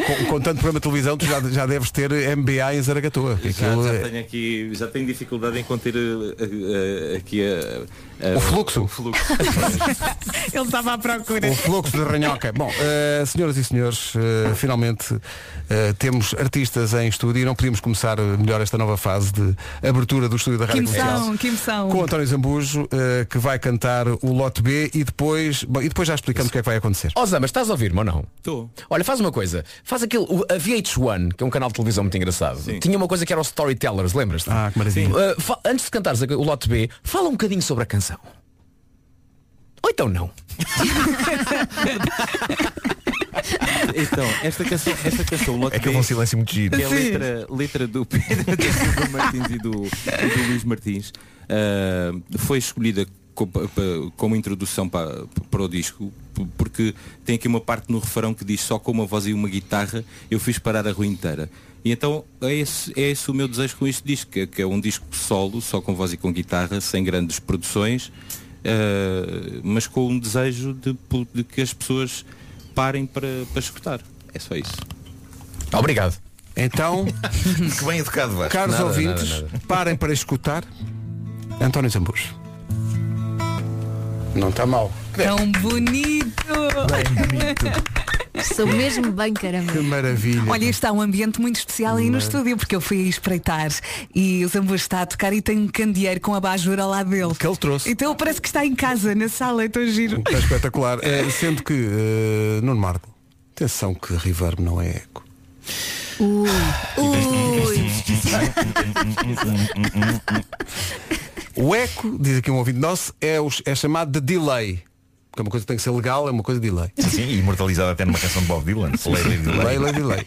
[SPEAKER 1] com, com tanto programa de televisão, tu já, já deves ter MBA em Zaragatoa. que
[SPEAKER 15] Já,
[SPEAKER 1] aquilo
[SPEAKER 15] já
[SPEAKER 1] é-
[SPEAKER 15] tenho aqui, já tenho dificuldade em conter eh, eh, aqui a, a-
[SPEAKER 1] O fluxo.
[SPEAKER 15] o fluxo.
[SPEAKER 3] Ele estava à procura.
[SPEAKER 1] O fluxo de ranhoca. Bom, eh, senhoras e senhores, eh, finalmente eh, temos artistas em estúdio e não podíamos começar eh, melhor esta nova fase de abertura do estúdio da
[SPEAKER 3] Que
[SPEAKER 1] Rádio Comercial.
[SPEAKER 3] emoção, que emoção.
[SPEAKER 1] Com o António Zambujo, eh, que vai cantar o lote B e depois, bom, e depois já explicamos o que é que vai acontecer.
[SPEAKER 5] Ó Zama, estás a ouvir-me ou não?
[SPEAKER 15] Estou.
[SPEAKER 5] Olha, faz uma coisa. Faz aquele. o- A VH1, que é um canal de televisão muito engraçado, tinha uma coisa que era o Storytellers, lembras-te?
[SPEAKER 1] Ah, que maravilha.
[SPEAKER 5] Uh, fa- antes de cantares o lote B, fala um bocadinho sobre a canção. Ou então não.
[SPEAKER 15] Então, esta canção, esta canção Lote
[SPEAKER 13] É que houve um silêncio muito giro.
[SPEAKER 15] Que é a letra, letra do Pedro da Silva Martins e do, e do Luís Martins. Ah, foi escolhida co- pa- pa- como introdução para, para o disco, p- porque tem aqui uma parte no refrão que diz só com uma voz e uma guitarra eu fiz parar a rua inteira. E então é esse, é esse o meu desejo com este disco, que é, que é um disco solo, só com voz e com guitarra, sem grandes produções, ah, mas com um desejo de, pu- de que as pessoas parem para, para escutar. É só isso.
[SPEAKER 5] Obrigado.
[SPEAKER 1] Então,
[SPEAKER 13] Que bem educado, Vasco.
[SPEAKER 1] caros
[SPEAKER 13] Nada,
[SPEAKER 1] ouvintes,
[SPEAKER 13] nada, nada.
[SPEAKER 1] parem para escutar António Zambujo. Não está mal.
[SPEAKER 3] Tão bonito.
[SPEAKER 7] Sou mesmo bem caramba.
[SPEAKER 1] Que maravilha.
[SPEAKER 3] Olha, está um ambiente muito especial aí
[SPEAKER 1] é?
[SPEAKER 3] no estúdio, porque eu fui aí espreitar e o Zambu está a tocar e tem um candeeiro com a bajura lá dele. Que
[SPEAKER 1] ele trouxe.
[SPEAKER 3] Então parece que está em casa, na sala, então giro.
[SPEAKER 1] Está espetacular. Eh, sendo que, eh, Nuno Marco, atenção que Reverb não é eco.
[SPEAKER 7] Ui.
[SPEAKER 1] O eco, diz aqui um ouvinte nosso, é, os- é chamado de delay. Porque é uma coisa que tem que ser legal, é uma coisa de delay.
[SPEAKER 13] Sim, e imortalizado até numa canção de Bob Dylan. Lay, lay, lay.
[SPEAKER 1] Delay, delay, delay.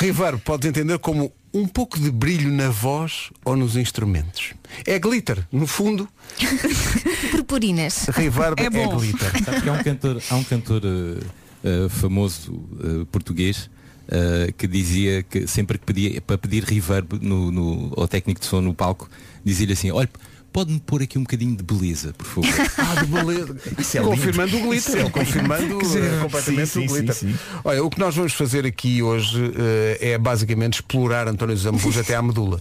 [SPEAKER 1] River, podes entender como um pouco de brilho na voz ou nos instrumentos. É glitter, no fundo.
[SPEAKER 7] Purpurinas.
[SPEAKER 1] Reverb é bom.
[SPEAKER 15] Sabe que há um cantor, há um cantor eh, eh, famoso eh, português eh, que dizia que sempre que pedia para pedir reverb no, no- ao técnico de som no palco, dizia-lhe assim, olha, pode-me pôr aqui um bocadinho de beleza, por favor.
[SPEAKER 1] Ah, de beleza.
[SPEAKER 13] Isso é lindo.
[SPEAKER 1] confirmando o glitter.
[SPEAKER 13] Isso é lindo.
[SPEAKER 1] confirmando
[SPEAKER 13] Quer dizer,
[SPEAKER 1] eh, completamente
[SPEAKER 13] sim,
[SPEAKER 1] o
[SPEAKER 13] sim,
[SPEAKER 1] glitter.
[SPEAKER 13] sim, sim.
[SPEAKER 1] Olha, o que nós vamos fazer aqui hoje eh, é basicamente explorar António Zambujo até à medula.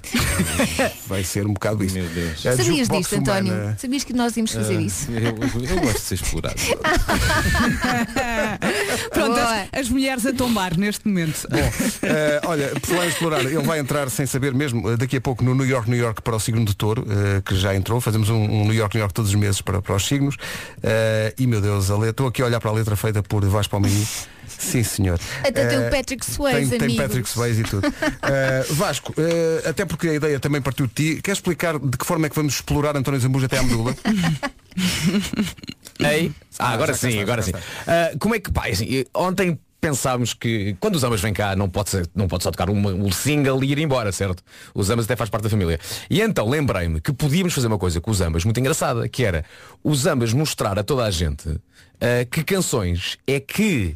[SPEAKER 1] Vai ser um bocado isso. É a
[SPEAKER 7] Sabias
[SPEAKER 1] jukebox
[SPEAKER 7] disto, António?
[SPEAKER 1] humana.
[SPEAKER 7] Sabias que nós íamos fazer
[SPEAKER 15] Ah,
[SPEAKER 7] isso?
[SPEAKER 15] Eu, eu gosto de ser explorado.
[SPEAKER 3] Pronto, as, as mulheres a tombar neste momento.
[SPEAKER 1] Eh, olha, por falar em explorar, ele vai entrar sem saber mesmo eh, daqui a pouco no New York, New York para o signo de touro, eh, que já entrou. Fazemos um, um New York, New York todos os meses para, para os signos. Eh, e meu Deus, a letra- estou aqui a olhar para a letra feita por Vasco Palmini. Sim, senhor.
[SPEAKER 7] Até tem
[SPEAKER 1] Eh,
[SPEAKER 7] o Patrick Swayze,
[SPEAKER 1] tem, tem
[SPEAKER 7] amigos.
[SPEAKER 1] Patrick Swayze e tudo. Eh, Vasco, eh, até porque a ideia também partiu de ti, quer explicar de que forma é que vamos explorar António Zambujo até à medula?
[SPEAKER 5] Ei? Ah,
[SPEAKER 1] Ah,
[SPEAKER 5] agora
[SPEAKER 1] já cá
[SPEAKER 5] sim,
[SPEAKER 1] está,
[SPEAKER 5] agora
[SPEAKER 1] já
[SPEAKER 5] sim.
[SPEAKER 1] cá
[SPEAKER 5] Ah, como é que, pá, assim, eh, ontem pensámos que quando os Amas vem cá não pode, ser, não pode só tocar uma- um single e ir embora, certo? Os Amas até faz parte da família. E então lembrei-me que podíamos fazer uma coisa com os Amas muito engraçada, que era os Amas mostrar a toda a gente ah, que canções é que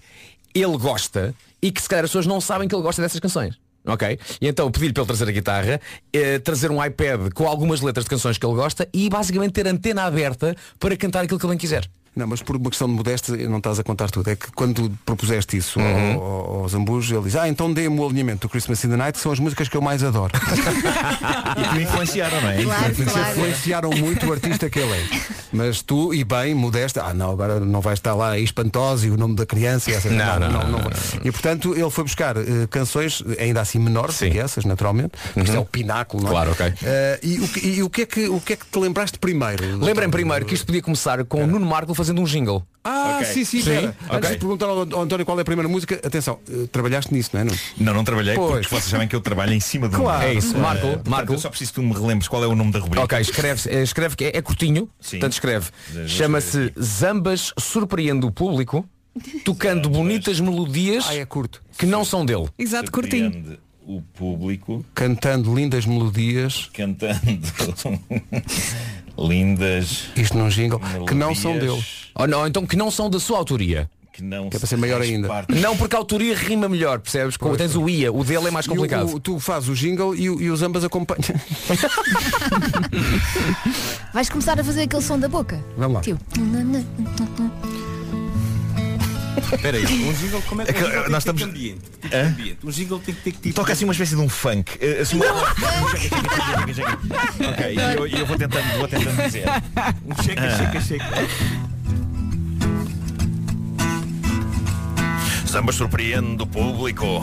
[SPEAKER 5] ele gosta e que se calhar as pessoas não sabem que ele gosta dessas canções. Ok? E então pedi-lhe para ele trazer a guitarra, eh, trazer um iPad com algumas letras de canções que ele gosta e basicamente ter a antena aberta para cantar aquilo que ele bem quiser.
[SPEAKER 1] Não, mas por uma questão de modéstia não estás a contar tudo. É que quando propuseste isso
[SPEAKER 5] Uhum.
[SPEAKER 1] ao, ao- ao Zambujo, ele diz, ah, então dê-me o alinhamento do Christmas in the Night, que são as músicas que eu mais adoro.
[SPEAKER 13] E que me influenciaram, não é?
[SPEAKER 1] Claro, Influenciaram muito o artista que ele é. Mas tu, e bem, modesta, ah não, agora não vais estar lá aí espantosa e o nome da criança e essas
[SPEAKER 5] Não, não, não, não.
[SPEAKER 1] E portanto ele foi buscar eh, canções, ainda assim menores que essas, naturalmente. porque Isto é o pináculo, não é?
[SPEAKER 5] Uhum. Claro, ok.
[SPEAKER 1] Eh, e, o que, e o que é que, o que é que te lembraste primeiro?
[SPEAKER 5] Lembrem primeiro que isto podia começar com o Nuno Marco fazendo um jingle.
[SPEAKER 1] Ah,
[SPEAKER 5] Ok.
[SPEAKER 1] sim, sim,
[SPEAKER 5] Sim,
[SPEAKER 1] espera.
[SPEAKER 5] ok.
[SPEAKER 1] Antes de perguntar ao ao António qual é a primeira música, atenção, eh, trabalhaste nisso, não é? Nuno?
[SPEAKER 13] Não, não trabalhei porque
[SPEAKER 1] Pois.
[SPEAKER 13] vocês sabem que eu trabalho em cima do
[SPEAKER 1] Claro. É isso, Marco,
[SPEAKER 13] Marco. Eu só preciso que tu me relembres qual é o nome da rubrica.
[SPEAKER 5] Ok, escreve, eh, escreve que é, é curtinho, portanto escreve.
[SPEAKER 13] Vou
[SPEAKER 5] Chama-se Zambas Surpreende o Público, tocando bonitas melodias
[SPEAKER 1] é
[SPEAKER 5] que não são dele.
[SPEAKER 3] Exato, curtinho.
[SPEAKER 13] O público
[SPEAKER 1] Cantando lindas melodias.
[SPEAKER 13] cantando lindas.
[SPEAKER 1] Isto não jingle. Que não são
[SPEAKER 13] melodias.
[SPEAKER 1] dele.
[SPEAKER 5] Ou não, então que não são da sua autoria.
[SPEAKER 13] Que não
[SPEAKER 1] Que é para ser maior ainda.
[SPEAKER 5] Não, porque a autoria rima melhor, percebes? Como tens o IA, o dele é mais
[SPEAKER 1] E o-
[SPEAKER 5] complicado.
[SPEAKER 1] o- tu fazes o jingle e, o- e os ambas acompanham.
[SPEAKER 7] Vais começar a fazer aquele som da boca?
[SPEAKER 1] Vamos lá.
[SPEAKER 7] Tio.
[SPEAKER 13] Espera aí.
[SPEAKER 15] Um jingle como é que
[SPEAKER 13] É que,
[SPEAKER 15] um jingle
[SPEAKER 13] eh,
[SPEAKER 15] tem
[SPEAKER 13] nós
[SPEAKER 15] que ter
[SPEAKER 13] estamos-
[SPEAKER 15] que ambiente? Tem que ter
[SPEAKER 13] Hã?
[SPEAKER 15] ambiente. Um jingle tem que ter que tipo.
[SPEAKER 13] Toca assim uma espécie de um funk. Eh, assim uma- ok, e eu, e eu vou tentando, vou tentando dizer.
[SPEAKER 15] Um checa,
[SPEAKER 13] Ah.
[SPEAKER 15] checa, checa.
[SPEAKER 13] Samba surpreende o público.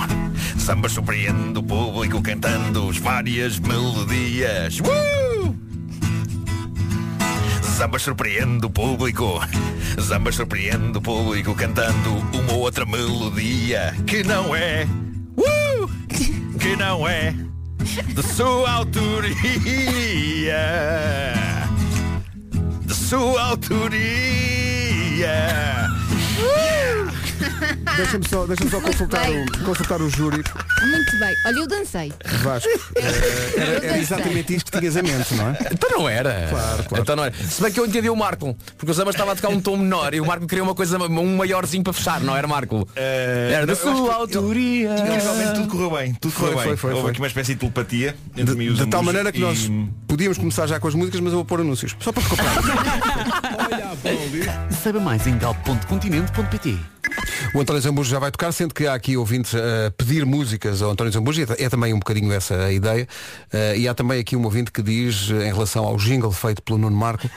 [SPEAKER 13] Samba surpreende o público cantando as várias melodias. Uh! Samba surpreende o público. Samba surpreende o público cantando uma outra melodia que não é. Uh! Que não é de sua autoria. De sua autoria.
[SPEAKER 1] Deixa-me só, deixa só consultar, o, consultar o júri.
[SPEAKER 7] Muito bem. Olha, eu dancei.
[SPEAKER 1] Vasco. Eh, era, era exatamente isto que tinhas em mente, não é?
[SPEAKER 5] Então não era.
[SPEAKER 1] Claro, claro.
[SPEAKER 5] Então não era. Se bem que eu entendi o Marco, porque o Zambas estava a tocar um tom menor e o Marco queria uma coisa, um maiorzinho para fechar, não era Marco?
[SPEAKER 1] Eh,
[SPEAKER 5] era da
[SPEAKER 13] não, eu acho
[SPEAKER 5] sua
[SPEAKER 13] que-
[SPEAKER 5] autoria.
[SPEAKER 13] Realmente tudo correu bem, tudo correu
[SPEAKER 1] Foi,
[SPEAKER 13] bem.
[SPEAKER 1] foi, foi,
[SPEAKER 13] Houve
[SPEAKER 1] foi.
[SPEAKER 13] aqui uma espécie de telepatia entre mim e
[SPEAKER 1] De,
[SPEAKER 13] os
[SPEAKER 1] de tal
[SPEAKER 13] amigos
[SPEAKER 1] maneira que
[SPEAKER 13] e-
[SPEAKER 1] nós podíamos começar já com as músicas, mas eu vou pôr anúncios. Só para te comprar.
[SPEAKER 18] Saiba mais em galp.continente.pt
[SPEAKER 1] O António Zambujo já vai tocar, sendo que há aqui ouvintes a pedir músicas ao António Zambujo, e é é também um bocadinho essa a ideia. Eh, e há também aqui um ouvinte que diz, eh, em relação ao jingle feito pelo Nuno Marco,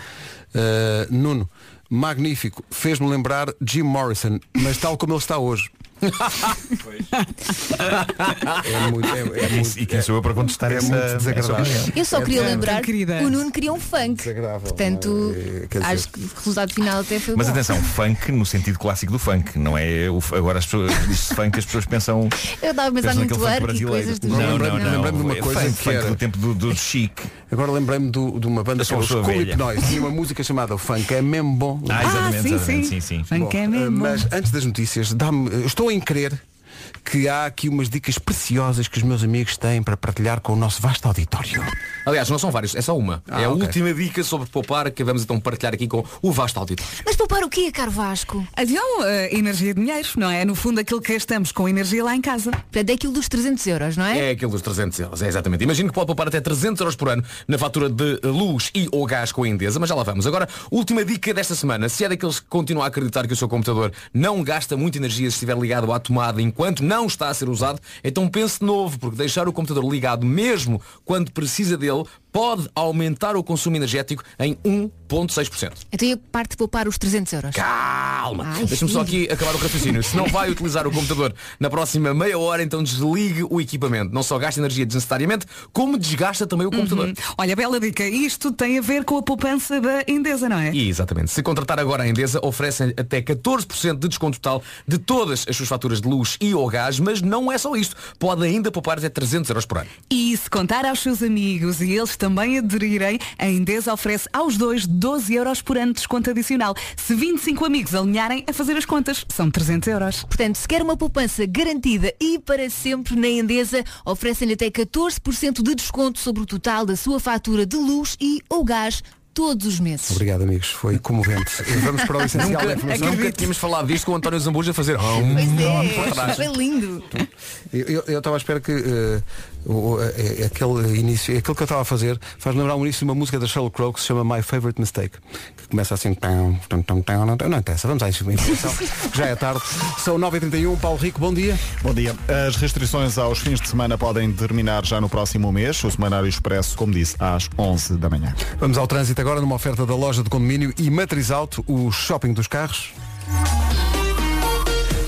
[SPEAKER 1] eh, Nuno, magnífico, fez-me lembrar Jim Morrison, mas tal como ele está hoje. É muito, é, é muito,
[SPEAKER 13] e quem sou eu para contestar
[SPEAKER 1] é
[SPEAKER 13] essa,
[SPEAKER 1] muito
[SPEAKER 13] essa
[SPEAKER 1] desagradável. É
[SPEAKER 13] opinião?
[SPEAKER 7] Eu só queria lembrar que
[SPEAKER 3] querida.
[SPEAKER 7] o Nuno queria um funk. Portanto,
[SPEAKER 13] é? quer dizer-
[SPEAKER 7] acho que o resultado final até foi
[SPEAKER 13] Mas
[SPEAKER 7] bom.
[SPEAKER 13] atenção, funk no sentido clássico do funk, não é o, agora as pessoas diz-se funk, as pessoas pensam.
[SPEAKER 7] Eu estava a pensar
[SPEAKER 13] pensam
[SPEAKER 7] no
[SPEAKER 13] naquele funk
[SPEAKER 7] twerk e
[SPEAKER 13] brasileiro.
[SPEAKER 7] coisas do
[SPEAKER 13] não,
[SPEAKER 7] género.
[SPEAKER 13] não, não,
[SPEAKER 1] Lembrei-me de uma
[SPEAKER 13] é
[SPEAKER 1] coisa
[SPEAKER 13] funk,
[SPEAKER 1] que
[SPEAKER 13] funk
[SPEAKER 1] era-
[SPEAKER 13] do tempo do, do chique.
[SPEAKER 1] Agora lembrei-me do- de uma banda é
[SPEAKER 13] Eu sou
[SPEAKER 1] chamada
[SPEAKER 13] uma pessoa
[SPEAKER 1] Com
[SPEAKER 13] velha.
[SPEAKER 1] Hipnóis. Tinha uma música chamada O Funk é mesmo bom.
[SPEAKER 13] Ah, exatamente, Ah, sim, exatamente, sim. sim, sim. Funk é
[SPEAKER 1] Bom,
[SPEAKER 13] mesmo
[SPEAKER 1] Mas antes das notícias, dá-me- eu estou em crer que há aqui umas dicas preciosas que os meus amigos têm para partilhar com o nosso vasto auditório.
[SPEAKER 5] Aliás, não são vários, é só uma.
[SPEAKER 1] Ah,
[SPEAKER 5] é a
[SPEAKER 1] ok.
[SPEAKER 5] última dica sobre poupar que vamos então partilhar aqui com o vasto auditório.
[SPEAKER 7] Mas poupar o quê, caro Vasco?
[SPEAKER 3] Adião, eh, energia e dinheiro, não é? No fundo, aquilo que gastamos com energia lá em casa.
[SPEAKER 7] Portanto, é aquilo dos 300 euros, não
[SPEAKER 5] É aquilo dos 300 euros, é exatamente. Imagino que pode poupar até 300 euros por ano na fatura de luz e ou gás com a Endesa, mas já lá vamos. Agora, última dica desta semana. Se é daqueles que continuam a acreditar que o seu computador não gasta muita energia se estiver ligado à tomada enquanto não está a ser usado, então pense de novo, porque deixar o computador ligado mesmo quando precisa dele pode aumentar o consumo energético em 1,6%.
[SPEAKER 7] Então e a parte de poupar os 300 euros?
[SPEAKER 5] Calma!
[SPEAKER 7] Ai,
[SPEAKER 5] Deixa-me só aqui acabar o raciocínio. Se não vai utilizar o computador na próxima meia hora, então desligue o equipamento. Não só gasta energia desnecessariamente, como desgasta também o
[SPEAKER 3] Uhum.
[SPEAKER 5] computador.
[SPEAKER 3] Olha, bela dica. Isto tem a ver com a poupança da Endesa, não é?
[SPEAKER 5] E exatamente. Se contratar agora a Endesa, oferecem até 14% de desconto total de todas as suas faturas de luz e ou gás, mas não é só isto. Pode ainda poupar até 300 euros por ano.
[SPEAKER 3] E se contar aos seus amigos e eles também aderirem, a Endesa oferece aos dois 12 euros por ano de desconto adicional. Se 25 amigos alinharem a fazer as contas, são 300 euros.
[SPEAKER 7] Portanto, se quer uma poupança garantida e para sempre na Endesa, oferecem-lhe até 14% de desconto sobre o total da sua fatura de luz e ou gás todos os meses.
[SPEAKER 1] Obrigado, amigos. Foi comovente. Vamos para o essencial da
[SPEAKER 5] Nunca,
[SPEAKER 1] informação.
[SPEAKER 5] nunca tínhamos falado disto com o António Zambuja a fazer. Oh,
[SPEAKER 7] Pois é, foi lindo.
[SPEAKER 1] Eu- Eu eu estava à espera que eh, o- o- eh, aquele início, aquilo que eu estava a fazer faz lembrar o início de uma música da Sheryl Crow que se chama My Favorite Mistake, que começa assim. tão, tão, tão, tão, não, não interessa, vamos à informação. Já é tarde. São 9h31, Paulo Rico, bom dia.
[SPEAKER 17] Bom dia. As restrições aos fins de semana podem terminar já no próximo mês. O Semanário Expresso, como disse, às 11 da manhã.
[SPEAKER 1] Vamos ao trânsito agora numa oferta da loja de condomínio e matriz alto, o shopping dos carros.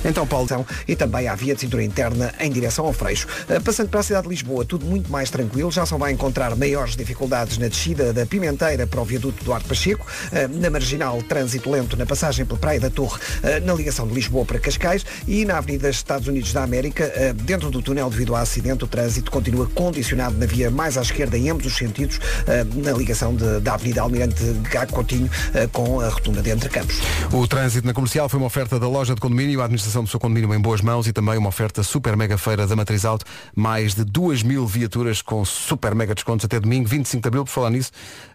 [SPEAKER 2] Então, Paulo. E também há via de cintura interna em direção ao Freixo. Eh, Passando para a cidade de Lisboa, tudo muito mais tranquilo. Já só vai encontrar maiores dificuldades na descida da Pimenteira para o viaduto do Arco Pacheco. eh, Na Marginal, trânsito lento na passagem pela Praia da Torre, eh, na ligação de Lisboa para Cascais. E na Avenida Estados Unidos da América, eh, dentro do túnel devido a acidente, o trânsito continua condicionado na via mais à esquerda em ambos os sentidos, eh, na ligação de- da Avenida Almirante Gago Coutinho eh, com a rotunda de Entre Campos.
[SPEAKER 1] O trânsito na comercial foi uma oferta da loja de condomínio, a administração do seu condomínio em boas mãos e também uma oferta super mega feira da Matriz Alto. Mais de 2 mil viaturas com super mega descontos até domingo, 25 de abril. Por falar nisso,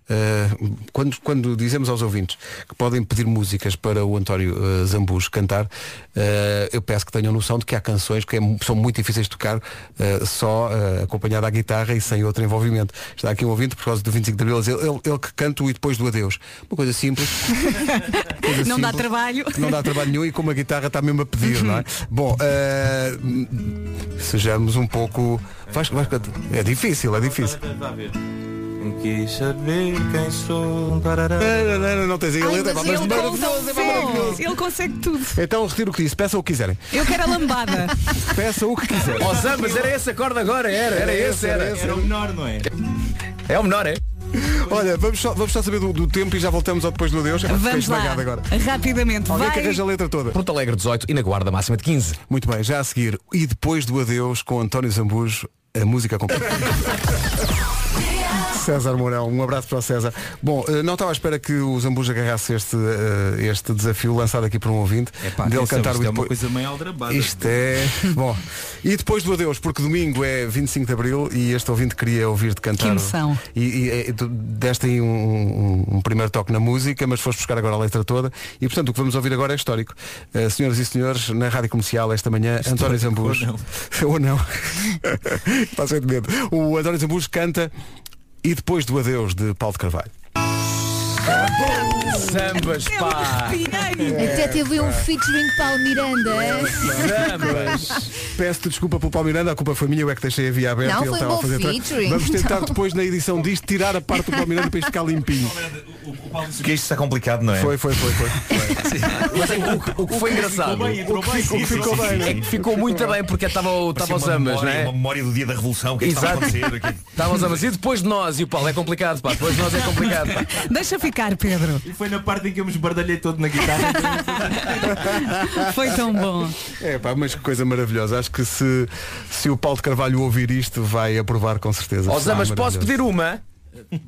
[SPEAKER 1] eh, quando, quando dizemos aos ouvintes que podem pedir músicas para o António eh, Zambus cantar, eh, eu peço que tenham noção de que há canções que é mu- são muito difíceis de tocar eh, só eh, acompanhada à guitarra e sem outro envolvimento. Está aqui um ouvinte por causa do 25 de abril, a dizer, ele, ele que canta o e depois do adeus. Uma coisa simples. Coisa
[SPEAKER 3] Não dá
[SPEAKER 1] simples.
[SPEAKER 3] trabalho. Uhum.
[SPEAKER 1] Não dá trabalho nenhum e como a guitarra está mesmo a pedir, não é? Bom, eh, sejamos um pouco. Vais- vais- é difícil, é difícil.
[SPEAKER 16] Quis saber quem sou.
[SPEAKER 1] Não tens aí a letra, pá, mas maravilhoso, é maravilhoso.
[SPEAKER 3] Ele consegue tudo.
[SPEAKER 1] Então retiro o que disse, peçam o que quiserem.
[SPEAKER 3] Eu quero a lambada.
[SPEAKER 1] Peçam o que quiserem.
[SPEAKER 5] Ó Zambas, era esse acorde agora, era, era esse, era.
[SPEAKER 1] Era o
[SPEAKER 5] menor, não é? É o menor, é?
[SPEAKER 1] Olha, vamos só, vamos só saber do, do tempo e já voltamos ao depois do Deus. Fiquei
[SPEAKER 3] Vamos lá.
[SPEAKER 1] esmagado agora.
[SPEAKER 3] Rapidamente.
[SPEAKER 1] Alguém que
[SPEAKER 3] Vai.
[SPEAKER 1] arranja a letra toda.
[SPEAKER 5] Porto Alegre 18 e na guarda máxima de 15.
[SPEAKER 1] Muito bem, já a seguir, e depois do adeus com António Zambujo, a música completa. César Mourão, um abraço para o César. Bom, eh, não estava à espera que o Zambujo agarrasse este, eh, este desafio lançado aqui por um ouvinte.
[SPEAKER 15] Epá,
[SPEAKER 1] dele
[SPEAKER 15] atenção,
[SPEAKER 1] cantar
[SPEAKER 15] isto
[SPEAKER 1] o e
[SPEAKER 15] é uma
[SPEAKER 1] depois-
[SPEAKER 15] coisa meio aldrabada.
[SPEAKER 1] Isto é. Bom. E depois do adeus, porque domingo é 25 de Abril e este ouvinte queria ouvir-te cantar.
[SPEAKER 3] Que emoção.
[SPEAKER 1] E, e, e tu deste aí um, um- um primeiro toque na música, mas foste buscar agora a letra toda. E portanto o que vamos ouvir agora é histórico. Eh, senhoras e senhores, na Rádio Comercial esta manhã, António Zambus. Ou não. Passa de medo. O António Zambus canta E depois do adeus de Paulo de Carvalho.
[SPEAKER 5] Sambas, pá!
[SPEAKER 7] Até teve um featuring Paulo Miranda.
[SPEAKER 1] Peço-te desculpa pelo Paulo Miranda, a culpa foi minha, eu é que deixei a via aberta
[SPEAKER 7] Não,
[SPEAKER 1] e ele
[SPEAKER 7] foi um
[SPEAKER 1] estava a
[SPEAKER 7] bom
[SPEAKER 1] fazer tra-
[SPEAKER 7] featuring,
[SPEAKER 1] Vamos tentar
[SPEAKER 7] então.
[SPEAKER 1] depois na edição disto tirar a parte do Paulo Miranda para isto ficar limpinho.
[SPEAKER 13] Porque isto está complicado, não é?
[SPEAKER 1] Foi, foi, foi, foi. é
[SPEAKER 5] Mas o, que- o que foi engraçado,
[SPEAKER 13] Ficou bem, entrou
[SPEAKER 5] o que
[SPEAKER 13] bem,
[SPEAKER 5] ficou,
[SPEAKER 13] sim,
[SPEAKER 5] ficou
[SPEAKER 13] sim,
[SPEAKER 5] bem,
[SPEAKER 13] sim,
[SPEAKER 5] é
[SPEAKER 13] sim.
[SPEAKER 5] que ficou muito bem porque estava o- estava os
[SPEAKER 13] Parecia uma
[SPEAKER 5] ambas,
[SPEAKER 13] memória,
[SPEAKER 5] né?
[SPEAKER 13] Uma memória do dia da Revolução, o que é que estava a
[SPEAKER 5] Exato.
[SPEAKER 13] acontecer? o que é que-
[SPEAKER 5] Estava os ambas. E depois de nós e o Paulo é complicado, pá. Depois de nós é complicado. Pá.
[SPEAKER 3] Deixa ficar, Pedro.
[SPEAKER 16] E foi na parte em que eu me esbardalhei todo na guitarra.
[SPEAKER 3] Foi tão bom.
[SPEAKER 1] É pá, mas que coisa maravilhosa. Acho que se, se o Paulo de Carvalho ouvir isto, vai aprovar com certeza.
[SPEAKER 5] Os
[SPEAKER 1] Será
[SPEAKER 5] ambas, posso
[SPEAKER 1] maravilhoso.
[SPEAKER 5] pedir uma?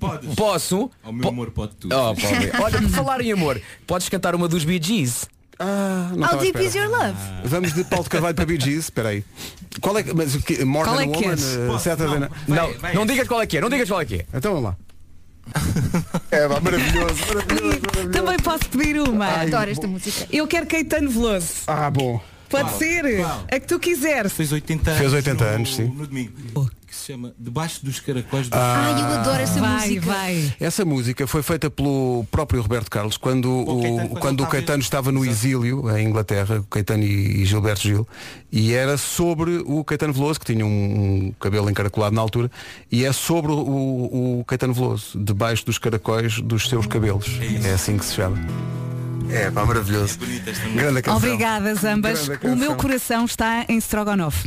[SPEAKER 16] Podes.
[SPEAKER 5] Posso?
[SPEAKER 16] Ao meu amor pode tudo.
[SPEAKER 5] Oh, Paulo, Olha, por falar em amor, podes cantar uma dos Bee Gees?
[SPEAKER 1] Ah, não
[SPEAKER 7] How
[SPEAKER 1] estava à
[SPEAKER 7] deep
[SPEAKER 1] espera.
[SPEAKER 7] is your love?
[SPEAKER 1] Vamos de Paulo de Carvalho para Bee Gees, espera aí. Qual é que, mas o que, More
[SPEAKER 5] Qual
[SPEAKER 1] Than
[SPEAKER 5] é
[SPEAKER 1] a
[SPEAKER 5] que
[SPEAKER 1] Woman,
[SPEAKER 5] és?
[SPEAKER 1] eh,
[SPEAKER 5] Posso?
[SPEAKER 1] Saturday
[SPEAKER 5] Não,
[SPEAKER 1] Night-
[SPEAKER 5] não, não digas qual é que é, não digas qual é que é.
[SPEAKER 1] Então vamos lá. É, pá, maravilhoso, maravilhoso, maravilhoso.
[SPEAKER 3] Também posso pedir uma.
[SPEAKER 1] Ai,
[SPEAKER 7] Adoro esta música.
[SPEAKER 3] Eu quero Caetano Veloso.
[SPEAKER 1] Ah, bom.
[SPEAKER 3] Pode
[SPEAKER 16] Uau,
[SPEAKER 3] ser?
[SPEAKER 16] uau.
[SPEAKER 3] A que tu quiseres.
[SPEAKER 16] Fez 80 anos.
[SPEAKER 1] Fez 80
[SPEAKER 16] no,
[SPEAKER 1] anos, sim.
[SPEAKER 16] No domingo. Que se chama Debaixo dos Caracóis
[SPEAKER 13] Ah.
[SPEAKER 16] do
[SPEAKER 7] Ai, eu adoro essa
[SPEAKER 3] Vai,
[SPEAKER 7] música.
[SPEAKER 3] vai.
[SPEAKER 1] Essa música foi feita pelo próprio Roberto Carlos quando o,
[SPEAKER 16] Caetano, quando
[SPEAKER 1] quando o
[SPEAKER 16] ele
[SPEAKER 1] Caetano estava no exílio em Inglaterra, o Caetano e, e Gilberto Gil, e era sobre o Caetano Veloso, que tinha um, um cabelo encaracolado na altura, e é sobre o, o Caetano Veloso, debaixo dos caracóis dos seus cabelos. É, assim que se chama. É, pá, maravilhoso. Grande canção.
[SPEAKER 3] Obrigada, ambas.
[SPEAKER 1] Grande
[SPEAKER 3] O meu
[SPEAKER 1] canção.
[SPEAKER 3] coração está em Strogonoff.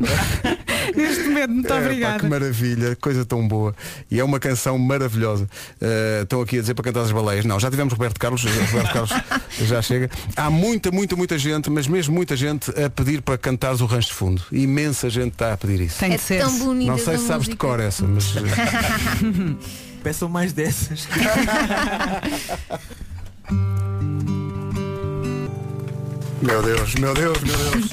[SPEAKER 3] Neste momento, muito
[SPEAKER 1] É, pá, que
[SPEAKER 3] obrigada.
[SPEAKER 1] maravilha, coisa tão boa. E é uma canção maravilhosa. Eh, Estão aqui a dizer para cantar as baleias. Não, já tivemos Roberto Carlos, eh, Roberto Carlos já chega. Há muita, muita, muita gente, mas mesmo muita gente a pedir para cantares o rancho de fundo. Imensa gente está a pedir isso.
[SPEAKER 3] Tem
[SPEAKER 7] É
[SPEAKER 3] de ser.
[SPEAKER 7] tão bonita. É,
[SPEAKER 1] Não sei
[SPEAKER 7] essa
[SPEAKER 1] se sabes de
[SPEAKER 7] música.
[SPEAKER 1] cor essa, mas. eh,
[SPEAKER 16] Peçam mais dessas.
[SPEAKER 1] meu Deus, meu Deus, meu Deus.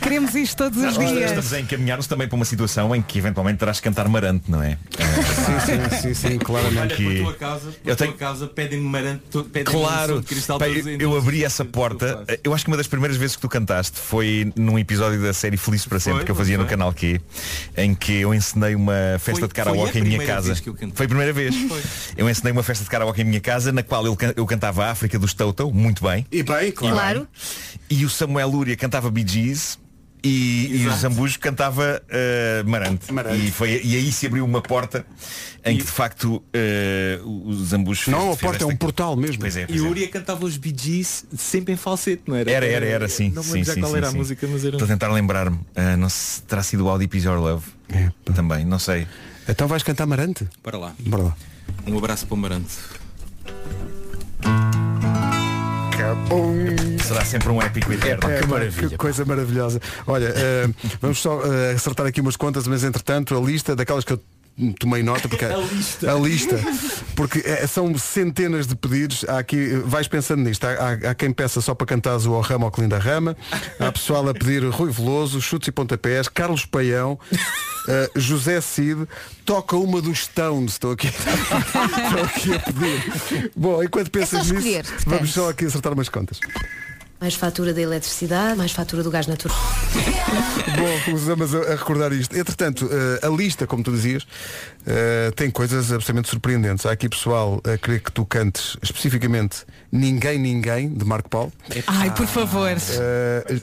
[SPEAKER 3] Queremos isto todos os
[SPEAKER 13] Nós
[SPEAKER 3] dias.
[SPEAKER 13] Estamos a encaminhar-nos também para uma situação em que eventualmente terás que cantar Marante, não é?
[SPEAKER 1] sim, sim, sim, sim, claramente.
[SPEAKER 16] Olha, por
[SPEAKER 13] Que-
[SPEAKER 16] tua causa, por
[SPEAKER 13] Eu
[SPEAKER 16] tua
[SPEAKER 13] tenho-
[SPEAKER 16] causa, pedem-me marante, to- pedem-me um som
[SPEAKER 13] Claro,
[SPEAKER 16] de cristal
[SPEAKER 13] Pá,
[SPEAKER 16] todos
[SPEAKER 13] eu,
[SPEAKER 16] em
[SPEAKER 13] eu
[SPEAKER 16] dois.
[SPEAKER 13] abri essa porta. Eu acho que uma das primeiras vezes que tu cantaste foi num episódio da série Feliz para Sempre
[SPEAKER 16] Foi,
[SPEAKER 13] que eu fazia
[SPEAKER 16] foi.
[SPEAKER 13] no canal Q, em que eu ensinei uma festa
[SPEAKER 16] Foi-
[SPEAKER 13] de karaoke
[SPEAKER 16] foi a
[SPEAKER 13] em minha
[SPEAKER 16] primeira
[SPEAKER 13] casa.
[SPEAKER 16] vez que eu cantei.
[SPEAKER 13] Foi a primeira vez. Eu ensinei uma festa de karaoke em minha casa, na qual eu, can- eu cantava a África dos Toto, muito bem.
[SPEAKER 1] E bem, claro.
[SPEAKER 7] Claro.
[SPEAKER 13] E o Samuel Lúria cantava Bee Gees e, e o
[SPEAKER 16] Exato.
[SPEAKER 13] Zambujo cantava eh, Marante.
[SPEAKER 1] Marante.
[SPEAKER 13] E, foi, e aí se abriu uma porta em que de facto eh, o o Zambujo fez-
[SPEAKER 1] Não é uma
[SPEAKER 13] fez
[SPEAKER 1] porta, é
[SPEAKER 13] esta-
[SPEAKER 1] um portal mesmo.
[SPEAKER 13] Pois é, pois
[SPEAKER 16] E o
[SPEAKER 13] é.
[SPEAKER 16] Uria cantava os Bee Gees sempre em falsete, não era?
[SPEAKER 13] Era, era, era, sim.
[SPEAKER 16] Não me
[SPEAKER 13] sim,
[SPEAKER 16] lembro já
[SPEAKER 13] sim,
[SPEAKER 16] qual
[SPEAKER 13] sim,
[SPEAKER 16] era a
[SPEAKER 13] sim.
[SPEAKER 16] música, mas era.
[SPEAKER 13] Estou a tentar lembrar-me. Ah, não se terá sido o Audi Is Your Love. Também, não sei.
[SPEAKER 1] Então vais cantar Marante?
[SPEAKER 16] Para lá.
[SPEAKER 1] Bora lá.
[SPEAKER 16] Um abraço para o Marante.
[SPEAKER 13] Será sempre um épico eterno.
[SPEAKER 1] É, pá, Que coisa maravilhosa. Olha, eh, vamos só eh, acertar aqui umas contas, mas entretanto a lista daquelas que eu tomei nota porque a lista, porque eh, são centenas de pedidos há aqui eh, vais pensando nisto há, há- há quem peça só para cantares o Ao Rama ao Clindo da Rama há pessoal a pedir Rui Veloso Chutes e Pontapés Carlos Paião eh, José Cid toca uma dos Stones estou aqui estou aqui a pedir bom enquanto pensas nisso
[SPEAKER 7] escolher, portanto.
[SPEAKER 1] vamos só aqui acertar umas contas
[SPEAKER 19] Mais fatura da eletricidade, mais fatura do gás natural.
[SPEAKER 1] Bom, começamos a, a recordar isto. Entretanto, eh, a lista, como tu dizias, eh, tem coisas absolutamente surpreendentes. Há aqui pessoal a querer que tu cantes especificamente Ninguém Ninguém, de Marco Paulo.
[SPEAKER 3] Ai, por favor.
[SPEAKER 1] Eh, eh,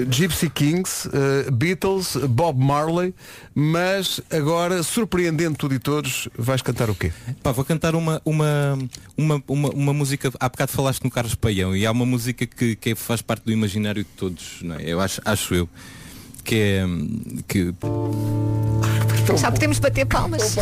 [SPEAKER 1] eh, Gypsy Kings, eh, Beatles, Bob Marley, mas agora, surpreendendo tudo e todos, vais cantar o quê?
[SPEAKER 16] Pá, vou cantar uma, uma, uma, uma, uma música. Há bocado falaste no Carlos Paião e há uma música que, que faz parte do imaginário de todos, não é? Eu acho, acho eu. Que é. hum, Que,
[SPEAKER 7] Já podemos bater palmas.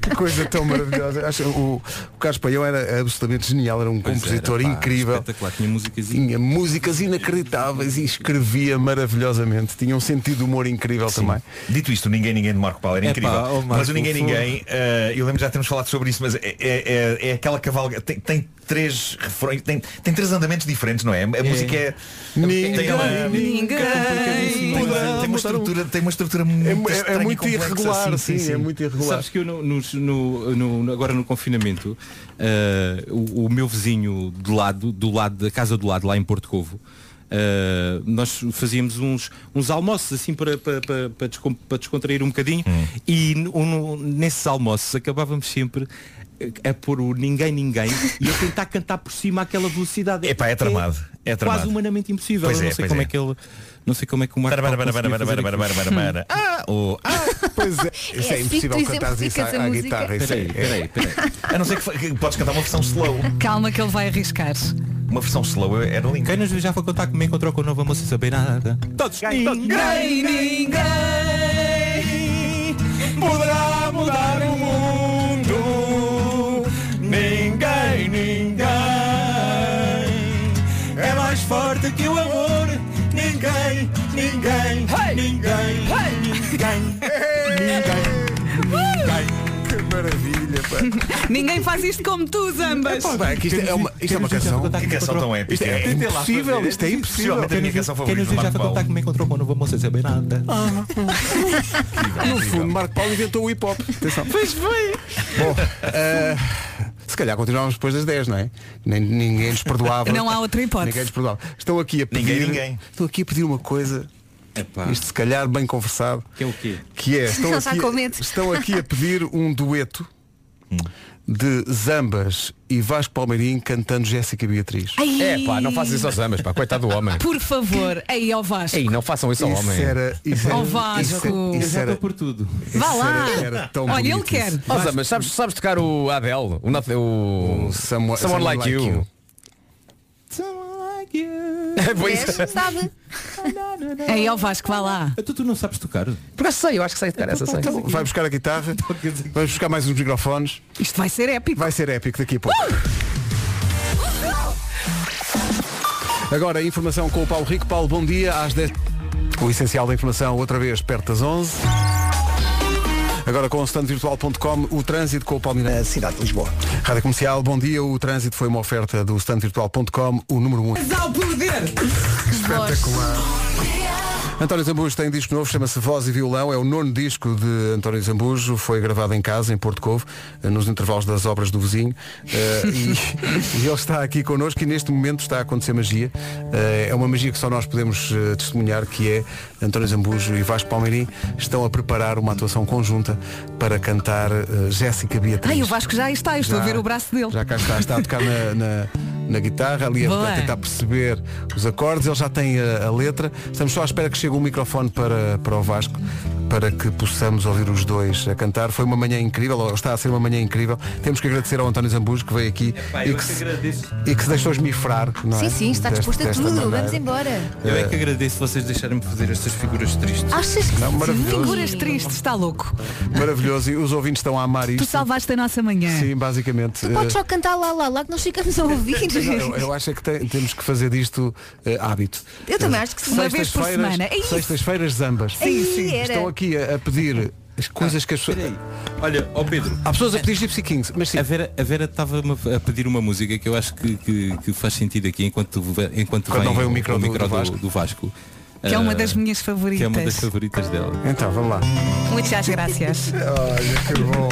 [SPEAKER 1] Que coisa tão maravilhosa. Acho, o, o Carlos Paião era absolutamente genial, era um
[SPEAKER 16] Pois
[SPEAKER 1] compositor
[SPEAKER 16] era, pá,
[SPEAKER 1] incrível.
[SPEAKER 16] Espetacular, tinha músicas
[SPEAKER 1] Tinha músicas inacreditáveis e escrevia maravilhosamente. Tinha um sentido de humor incrível também.
[SPEAKER 13] Dito isto, o ninguém ninguém de Marco Paulo era
[SPEAKER 16] Epá,
[SPEAKER 13] incrível.
[SPEAKER 16] oh, Marco,
[SPEAKER 13] mas o ninguém
[SPEAKER 16] por
[SPEAKER 13] ninguém, eh, eu lembro já termos falado sobre isso, mas é, é, é- é aquela cavalga. Tem, tem três refrões, tem, tem três andamentos diferentes, não é? A música é. tem uma, tem uma- tem uma estrutura, tem uma estrutura muito
[SPEAKER 1] É mu- é- é
[SPEAKER 13] estranha e
[SPEAKER 1] muito
[SPEAKER 13] complexa,
[SPEAKER 1] irregular,
[SPEAKER 13] sim,
[SPEAKER 1] sim,
[SPEAKER 13] sim,
[SPEAKER 1] é
[SPEAKER 13] sim.
[SPEAKER 1] muito irregular.
[SPEAKER 16] assim, Sabes que eu no, nos- no- no- agora no confinamento, eh, o, o meu vizinho de lado, do lado da casa do lado, lá em Porto Covo, eh, nós fazíamos uns, uns almoços assim para, para, para,
[SPEAKER 13] Hum.
[SPEAKER 16] para descom- para descontrair um bocadinho e no- no- nesses almoços acabávamos sempre
[SPEAKER 15] a pôr o ninguém ninguém e a tentar cantar por cima àquela velocidade.
[SPEAKER 13] Epá, é tramado, é tramado.
[SPEAKER 15] Quase humanamente impossível.
[SPEAKER 13] Pois
[SPEAKER 15] Eu
[SPEAKER 13] é,
[SPEAKER 15] não sei
[SPEAKER 13] pois
[SPEAKER 15] como
[SPEAKER 13] é.
[SPEAKER 15] é. que ele. Não sei como é que o Marco
[SPEAKER 13] Bara, bara,
[SPEAKER 15] Paulo
[SPEAKER 13] bara,
[SPEAKER 15] conseguiu
[SPEAKER 13] bara,
[SPEAKER 15] fazer
[SPEAKER 13] bara,
[SPEAKER 15] aquilo.
[SPEAKER 13] bara, bara, Ah, o ah,
[SPEAKER 1] Pois é. Isso é,
[SPEAKER 7] É assim que tu
[SPEAKER 1] impossível cantar isso
[SPEAKER 7] exemplificas
[SPEAKER 1] à,
[SPEAKER 7] a
[SPEAKER 1] à
[SPEAKER 7] música.
[SPEAKER 1] guitarra. isso
[SPEAKER 13] Peraí,
[SPEAKER 1] é-
[SPEAKER 13] peraí, peraí. A não ser que, fa- que podes cantar uma versão slow.
[SPEAKER 3] Calma que ele vai arriscar.
[SPEAKER 13] Uma versão slow
[SPEAKER 1] é-
[SPEAKER 13] era linda.
[SPEAKER 15] Quem nos viu já foi contar comigo, encontrou com o novo amor sem saber nada. Todos
[SPEAKER 4] Ninguém, ninguém poderá mudar o mundo. Ninguém, ninguém é mais forte que o amor. Ninguém, ninguém, ninguém, ninguém, ninguém.
[SPEAKER 1] Que maravilha, pá.
[SPEAKER 3] Ninguém faz isto como tu, Zambas.
[SPEAKER 1] Pá, que isto é uma, isto é uma canção.
[SPEAKER 13] Que canção tão épica.
[SPEAKER 1] Isto é impossível, isto é impossível.
[SPEAKER 13] Possivelmente a minha canção
[SPEAKER 15] Quem
[SPEAKER 13] favorita
[SPEAKER 15] nos
[SPEAKER 13] do
[SPEAKER 15] viu já
[SPEAKER 13] Marco
[SPEAKER 15] foi
[SPEAKER 13] Paulo.
[SPEAKER 15] contar comigo, encontrou com o novo amor sem saber nada.
[SPEAKER 1] No fundo, Marco Paulo inventou o hip hop. Atenção.
[SPEAKER 4] Pois foi.
[SPEAKER 1] Bom, eh, se calhar continuávamos depois das 10, não é? Nem, ninguém nos perdoava.
[SPEAKER 3] Não há outra hipótese.
[SPEAKER 1] Ninguém nos perdoava. Estão aqui a pedir.
[SPEAKER 13] Ninguém, ninguém.
[SPEAKER 1] Estão aqui a pedir uma coisa. Isto se calhar bem conversado.
[SPEAKER 15] Que é o quê?
[SPEAKER 1] Que é, estão
[SPEAKER 7] Ele está
[SPEAKER 1] aqui,
[SPEAKER 7] com medo.
[SPEAKER 1] estão aqui a pedir um dueto de Zambas e Vasco Palmeirim cantando Jéssica Beatriz.
[SPEAKER 3] Ai.
[SPEAKER 5] É pá, não façam isso aos ambas, pá, coitado do homem.
[SPEAKER 3] Por favor, aí ao Vasco.
[SPEAKER 5] Ei, não façam isso ao
[SPEAKER 1] Isso
[SPEAKER 5] homem.
[SPEAKER 1] era- isso era-
[SPEAKER 3] Ó Vasco.
[SPEAKER 1] isso
[SPEAKER 15] Já
[SPEAKER 1] era-
[SPEAKER 15] estou por tudo.
[SPEAKER 3] Vá
[SPEAKER 1] isso
[SPEAKER 3] lá.
[SPEAKER 1] era- era tão
[SPEAKER 3] Olha, ele
[SPEAKER 1] bonito
[SPEAKER 3] quer.
[SPEAKER 1] isso.
[SPEAKER 5] Ó, Zambas, sabes, sabes tocar o Adele? O, not- o...
[SPEAKER 1] Someone-
[SPEAKER 5] Someone, like,
[SPEAKER 1] Someone Like
[SPEAKER 5] You. É, pois.
[SPEAKER 7] Vês? Sabe?
[SPEAKER 3] Aí ao Vasco, vá lá.
[SPEAKER 15] Ah, Tu, tu não sabes tocar?
[SPEAKER 5] Porque eu sei, eu acho que sei tocar essa, sei.
[SPEAKER 1] Então, vai buscar a guitarra, vamos buscar mais uns microfones.
[SPEAKER 3] Isto vai ser épico.
[SPEAKER 1] Vai ser épico daqui a pouco. Agora, informação com o Paulo Rico. Paulo, bom dia. Às 10... O essencial da informação, outra vez, perto das 11. Agora com o standvirtual.com, o trânsito com o Paulo Miranda.
[SPEAKER 2] A cidade de Lisboa.
[SPEAKER 1] Rádio Comercial, bom dia. O trânsito foi uma oferta do standvirtual.com, o número 1. Um.
[SPEAKER 3] ao poder.
[SPEAKER 1] Espetacular. António Zambujo tem disco novo, chama-se Voz e Violão, é o nono disco de António Zambujo, foi gravado em casa, em Porto Covo, eh, nos intervalos das obras do vizinho, Eh, e, e ele está aqui connosco e neste momento está a acontecer magia, Eh, é uma magia que só nós podemos eh, testemunhar, que é António Zambujo e Vasco Palmeirim estão a preparar uma atuação conjunta para cantar eh, Jéssica Beatriz.
[SPEAKER 3] Ai, o Vasco já aí está, eu estou a
[SPEAKER 1] Já-
[SPEAKER 3] ver o braço
[SPEAKER 7] Então.
[SPEAKER 3] dele.
[SPEAKER 1] Já cá está, está a tocar na, na- na guitarra, ali a,
[SPEAKER 3] Boa.
[SPEAKER 1] a tentar perceber os acordes, ele já tem a, a letra. Estamos só à espera que chegue um microfone para, para o Vasco, para que possamos ouvir os dois a cantar. Foi uma manhã incrível, ou está a ser uma manhã incrível. Temos que agradecer ao António Zambujo que veio aqui
[SPEAKER 15] é
[SPEAKER 1] e, que se, e que se deixou esmifrar. Não
[SPEAKER 7] Sim,
[SPEAKER 1] é?
[SPEAKER 7] sim, está
[SPEAKER 1] Deste-
[SPEAKER 7] disposto a
[SPEAKER 1] desta
[SPEAKER 7] tudo.
[SPEAKER 1] maneira.
[SPEAKER 7] Vamos embora.
[SPEAKER 15] Eu é que agradeço vocês deixarem-me fazer estas figuras tristes.
[SPEAKER 7] Achas que
[SPEAKER 1] Não, maravilhoso.
[SPEAKER 3] Figuras tristes, está louco.
[SPEAKER 1] Maravilhoso. E os ouvintes estão a amar
[SPEAKER 3] Tu
[SPEAKER 1] isto.
[SPEAKER 3] salvaste a nossa manhã.
[SPEAKER 1] Sim, basicamente. eh,
[SPEAKER 7] tu podes só cantar lá, lá, lá, que nós ficamos a ouvir.
[SPEAKER 1] Eu, eu acho é que tem- temos que fazer disto eh, hábito.
[SPEAKER 7] Eu também acho que sim.
[SPEAKER 3] Uma vez por
[SPEAKER 1] Sextas-feiras-
[SPEAKER 3] semana. É isso.
[SPEAKER 1] Sextas-feiras zambas.
[SPEAKER 7] Sim, sim. era.
[SPEAKER 1] Estão aqui a, a pedir as coisas que as pessoas.
[SPEAKER 15] Peraí. Olha, ó Pedro,
[SPEAKER 1] Há pessoas a pedir Gypsy Kings, mas sim.
[SPEAKER 15] a Vera a Vera estava-me a pedir uma música que eu acho que, que- que faz sentido aqui enquanto, ve- enquanto
[SPEAKER 1] Quando não vem o micro do- do
[SPEAKER 15] do,
[SPEAKER 1] Vasco.
[SPEAKER 15] do Vasco.
[SPEAKER 3] Que é uma
[SPEAKER 15] Ah,
[SPEAKER 1] Eh,
[SPEAKER 3] das minhas favoritas.
[SPEAKER 15] que é uma das favoritas dela.
[SPEAKER 1] Então, vamos lá.
[SPEAKER 3] Muitas graças.
[SPEAKER 1] Olha que bom.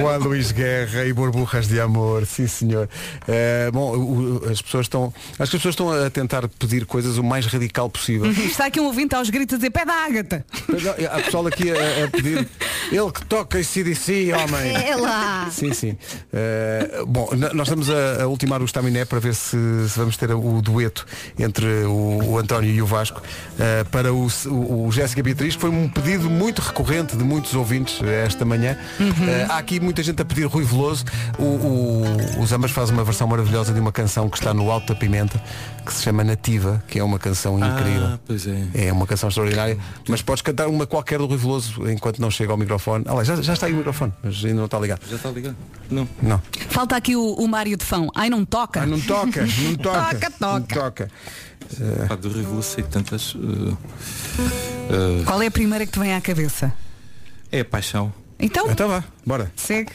[SPEAKER 1] Juan Luís Guerra e Borburras de Amor, sim senhor. Eh, bom, o- o- as pessoas estão. Acho que as pessoas estão a tentar pedir coisas o mais radical possível.
[SPEAKER 3] Está aqui um ouvinte aos gritos a dizer pé da Ágata.
[SPEAKER 1] Mas, ó, Há pessoal aqui a, a pedir. Ele que toca em CDC, homem.
[SPEAKER 7] É lá.
[SPEAKER 1] Sim, sim. Eh, bom, n- nós estamos a, a ultimar o estaminé para ver se, se vamos ter o dueto entre o, o António e o Vasco eh, para o, o, o Jéssica Beatriz, que foi um pedido muito recorrente de muitos ouvintes eh, esta manhã.
[SPEAKER 7] Uhum.
[SPEAKER 1] Eh, há aqui muita gente a pedir Rui Veloso. O, o- os ambas fazem uma versão maravilhosa de uma canção que está no Alto da Pimenta, que se chama Nativa, que é uma canção incrível.
[SPEAKER 15] Ah, pois é.
[SPEAKER 1] É uma canção extraordinária, mas podes cantar uma qualquer do Rui Veloso enquanto não chega ao microfone. Ah, lá, já, já está aí o microfone, mas ainda não está ligado.
[SPEAKER 15] Já está ligado? Não.
[SPEAKER 1] Não.
[SPEAKER 3] Falta aqui o, o Mário de Fão. Ai, não toca.
[SPEAKER 1] Ah, não toca, não toca.
[SPEAKER 3] Toca,
[SPEAKER 1] Não
[SPEAKER 3] toca.
[SPEAKER 1] toca.
[SPEAKER 15] Pá, Ah, do Revolução sei tantas. uh, uh,
[SPEAKER 3] Qual é a primeira que te vem à cabeça?
[SPEAKER 15] é a paixão.
[SPEAKER 3] Então,
[SPEAKER 1] Então vá, bora.
[SPEAKER 3] segue.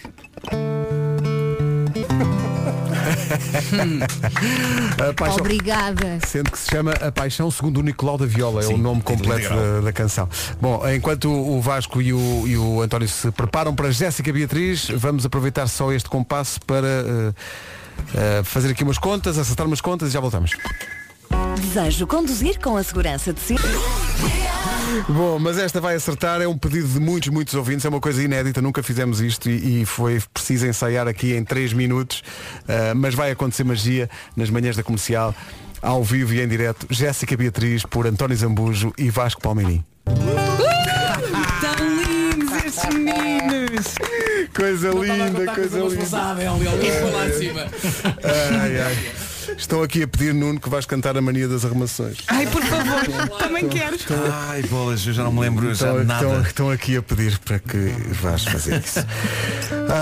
[SPEAKER 1] A paixão.
[SPEAKER 7] Obrigada.
[SPEAKER 1] Sendo que se chama A Paixão segundo o Nicolau da Viola, é o nome completo
[SPEAKER 13] integral.
[SPEAKER 1] da, da canção. Bom, enquanto o Vasco e o, e o António se preparam para Jéssica Beatriz, vamos aproveitar só este compasso para eh, eh, fazer aqui umas contas, acertar umas contas e já voltamos.
[SPEAKER 20] Desejo conduzir com a segurança de si.
[SPEAKER 1] Bom, mas esta vai acertar, é um pedido de muitos, muitos ouvintes, é uma coisa inédita, nunca fizemos isto e, e foi preciso ensaiar aqui em 3 minutos, ah, mas vai acontecer magia nas manhãs da comercial, ao vivo e em direto, Jéssica Beatriz por António Zambujo e Vasco Palmeirim.
[SPEAKER 3] Tão lindos Tá estes meninos!
[SPEAKER 1] Ah, Coisa linda, coisa linda.
[SPEAKER 5] então,
[SPEAKER 1] Ai, ai. Estão aqui a pedir, Nuno, que vais cantar a mania das arrumações.
[SPEAKER 3] Ai, por favor, também quero.
[SPEAKER 1] Tá.
[SPEAKER 13] Ai, bolas, eu já não me lembro já
[SPEAKER 1] Estão,
[SPEAKER 13] de nada.
[SPEAKER 1] estão- estão aqui a pedir para que vás fazer isso.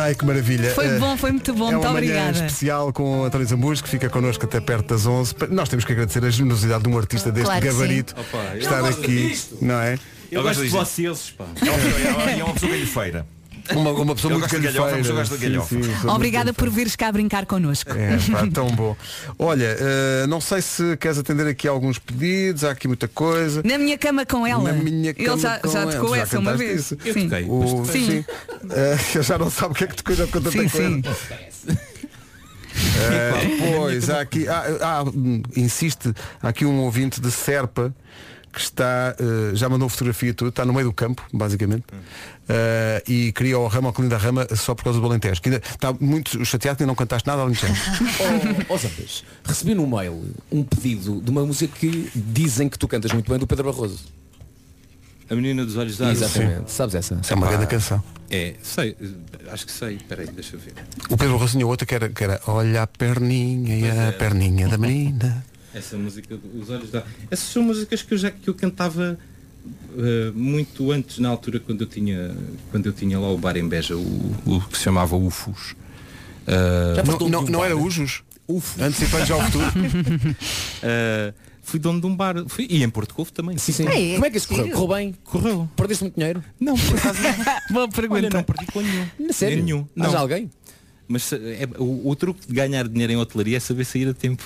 [SPEAKER 1] Ai, que maravilha.
[SPEAKER 3] Foi
[SPEAKER 1] Eh,
[SPEAKER 3] bom, foi muito bom,
[SPEAKER 1] é
[SPEAKER 3] muito
[SPEAKER 1] uma manhã
[SPEAKER 3] obrigada.
[SPEAKER 1] especial com o António Zambujo, que fica connosco até perto das 11. Nós temos que agradecer a generosidade de um artista deste
[SPEAKER 3] Claro que
[SPEAKER 1] gabarito
[SPEAKER 3] sim. Opa, eu
[SPEAKER 1] estar
[SPEAKER 3] gosto
[SPEAKER 1] aqui,
[SPEAKER 3] disto.
[SPEAKER 1] não é?
[SPEAKER 13] Eu gosto de vocês, pá. É uma pessoa- é uma pessoa galhofeira.
[SPEAKER 1] Uma, uma pessoa
[SPEAKER 13] Eu
[SPEAKER 1] muito
[SPEAKER 13] gosto de galhofa,
[SPEAKER 1] galhofeira.
[SPEAKER 13] uma pessoa gosta de
[SPEAKER 1] Sim,
[SPEAKER 13] galhofa.
[SPEAKER 1] sim, sou muito
[SPEAKER 3] Obrigada por vires cá brincar connosco.
[SPEAKER 1] É, pá, tão bom. Olha, eh, não sei se queres atender aqui a alguns pedidos, há aqui muita coisa.
[SPEAKER 3] Na minha cama com é ela.
[SPEAKER 1] Na minha cama
[SPEAKER 3] Ele já,
[SPEAKER 1] com
[SPEAKER 3] já
[SPEAKER 1] ela.
[SPEAKER 3] tocou
[SPEAKER 1] Já
[SPEAKER 3] essa uma
[SPEAKER 1] cantaste
[SPEAKER 3] vez.
[SPEAKER 1] isso?
[SPEAKER 3] Sim.
[SPEAKER 1] O-
[SPEAKER 3] Sim.
[SPEAKER 1] sim. Eh, já não sabe o que é que tocou, já tocou tanta
[SPEAKER 3] Sim,
[SPEAKER 1] coisa.
[SPEAKER 3] sim.
[SPEAKER 1] Eh, pois, há aqui, há- há, hum, insiste, há aqui um ouvinte de Serpa que está, eh, já mandou fotografia e tudo, está no meio do campo, basicamente, eh, e queria o ramo ao colina da rama só por causa do Alentejo. Que ainda está muito chateado que não cantaste nada ao Alentejo.
[SPEAKER 5] Ó oh, recebi no mail um pedido de uma música que dizem que tu cantas muito bem do Pedro Barroso.
[SPEAKER 15] A menina dos olhos da água.
[SPEAKER 5] Exatamente. Sabes essa?
[SPEAKER 1] Isso é uma grande canção.
[SPEAKER 15] É, sei, eh, acho que sei, peraí, deixa eu ver.
[SPEAKER 1] O Pedro Barroso tinha outra que era, que era Olha a perninha e a perninha da menina.
[SPEAKER 15] Essa música, os olhos da Essas são músicas que eu já que eu cantava eh, muito antes, na altura, quando eu tinha, quando eu tinha lá o bar em Beja, o, o que se chamava UFOS. Eh,
[SPEAKER 1] Não, não, não
[SPEAKER 5] né?
[SPEAKER 1] era Ujos?
[SPEAKER 15] Ufos.
[SPEAKER 1] Antecipando já o futuro.
[SPEAKER 15] Eh, fui dono de um bar. Fui, e em Porto Covo também.
[SPEAKER 5] Sim, sim.
[SPEAKER 15] Ei,
[SPEAKER 5] Como é que isso correu?
[SPEAKER 15] sério?
[SPEAKER 5] Correu bem?
[SPEAKER 15] Correu.
[SPEAKER 5] Perdeste muito dinheiro?
[SPEAKER 15] Não, por acaso
[SPEAKER 3] Boa pergunta.
[SPEAKER 15] Olha, não perdi com nenhum.
[SPEAKER 5] Na sério?
[SPEAKER 15] Nem nenhum.
[SPEAKER 5] Mas há alguém?
[SPEAKER 15] Mas se- é- o, o truque de ganhar dinheiro em hotelaria é saber sair a tempo.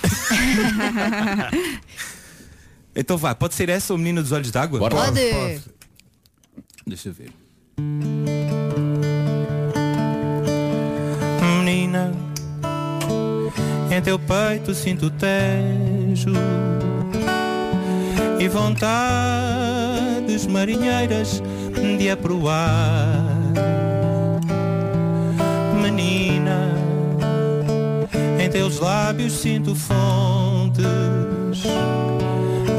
[SPEAKER 15] então vá, pode ser essa ou Menina dos Olhos d'Água?
[SPEAKER 5] Bora lá. Pode.
[SPEAKER 15] Deixa eu ver. Menina, em teu peito sinto tejo e vontades marinheiras de aproar. Menina, em teus lábios sinto fontes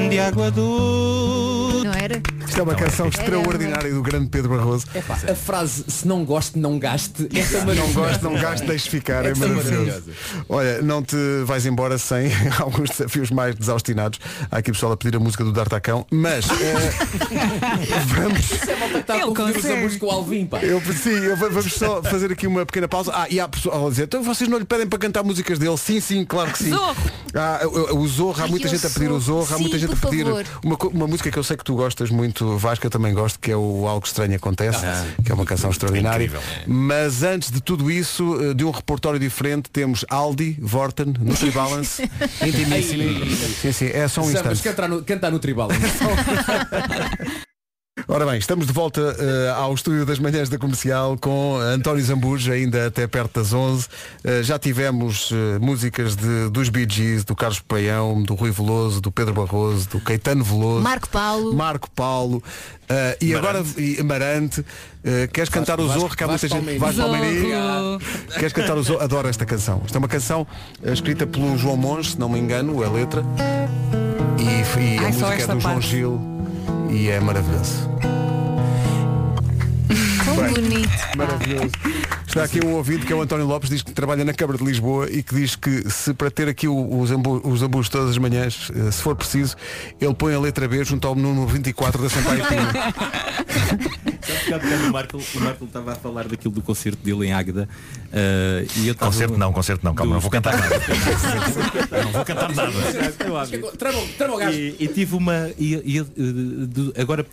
[SPEAKER 15] de água doce.
[SPEAKER 7] Não era?
[SPEAKER 1] Isto é uma canção extraordinária do grande Pedro Barroso.
[SPEAKER 5] Epá, a frase se não gosto, não gaste. Essa é
[SPEAKER 1] Não
[SPEAKER 5] maravilhosa.
[SPEAKER 1] gosto, não gasto, deixe ficar. É
[SPEAKER 5] Essa é
[SPEAKER 1] maravilhoso.
[SPEAKER 5] maravilhosa.
[SPEAKER 1] Olha, não te vais embora sem alguns desafios mais desaustinados. Há aqui pessoal a pedir a música do D'Artacão, mas
[SPEAKER 5] Ah,
[SPEAKER 1] eh, vamos.
[SPEAKER 5] Isso é malta que está
[SPEAKER 3] Ele
[SPEAKER 5] a confundir os
[SPEAKER 3] consegue.
[SPEAKER 5] amores com o Alvin, pá.
[SPEAKER 1] Eu, sim, eu- vamos só fazer aqui uma pequena pausa. Ah, e há pessoal a dizer, então vocês não lhe pedem para cantar músicas dele? Sim, sim, claro que sim.
[SPEAKER 3] Zorro.
[SPEAKER 1] Ah, o- o Zorro, há
[SPEAKER 7] Ai,
[SPEAKER 1] muita
[SPEAKER 7] eu
[SPEAKER 1] gente a
[SPEAKER 7] sou-
[SPEAKER 1] pedir o Zorro, há
[SPEAKER 7] Sim,
[SPEAKER 1] muita gente a
[SPEAKER 7] por
[SPEAKER 1] pedir
[SPEAKER 7] favor.
[SPEAKER 1] uma, co- uma música que eu sei que tu gostas muito, Vasco, eu também gosto, que é o Algo Estranho Acontece, que é uma canção extraordinária.
[SPEAKER 13] Ah, incrível, é.
[SPEAKER 1] Mas antes de tudo isso, eh, de um repertório diferente, temos Aldi, Vorten, Nutribalance, Intimissimi. Sim, sim, é só um
[SPEAKER 5] Sabes
[SPEAKER 1] instante.
[SPEAKER 5] cantar no, cantar no tribal.
[SPEAKER 1] Ora bem, estamos de volta eh, ao estúdio das manhãs da comercial com António Zambujo, ainda até perto das 11. Eh, já tivemos eh, músicas de, dos Bee Gees, do Carlos Paião, do Rui Veloso, do Pedro Barroso, do Caetano Veloso,
[SPEAKER 7] Marco Paulo.
[SPEAKER 1] Marco Paulo eh, e agora e Amarante. Eh, queres cantar o
[SPEAKER 5] Vasco-
[SPEAKER 1] Zorro? Que há muita
[SPEAKER 5] Vasco
[SPEAKER 1] gente.
[SPEAKER 5] Palmeirinho.
[SPEAKER 1] Vasco Palmeirinho.
[SPEAKER 3] Zorro.
[SPEAKER 1] Queres cantar o Zorro? Adoro esta canção. Esta é uma canção eh, escrita pelo João Monge, se não me engano, é a letra. E, e a
[SPEAKER 3] Ai, só
[SPEAKER 1] música é
[SPEAKER 3] esta
[SPEAKER 1] do João
[SPEAKER 3] parte.
[SPEAKER 1] Gil e é maravilhoso.
[SPEAKER 7] Tão bonito.
[SPEAKER 1] Maravilhoso. Está aqui um ouvido que é o António Lopes, diz que trabalha na Câmara de Lisboa e que diz que se para ter aqui o- os, ambu, os ambus todas as manhãs, eh, se for preciso, ele põe a letra B junto ao número 24 da Sampaio Pina.
[SPEAKER 15] Há bocado o Marco o Marco estava a falar daquilo do concerto dele em Águeda eh, e eu estava-
[SPEAKER 13] Concerto não, concerto não, calma,
[SPEAKER 15] Do-
[SPEAKER 13] não vou cantar nada. não vou cantar nada.
[SPEAKER 5] Trama o gajo.
[SPEAKER 15] E, e tive uma. E, e, eh, do- agora,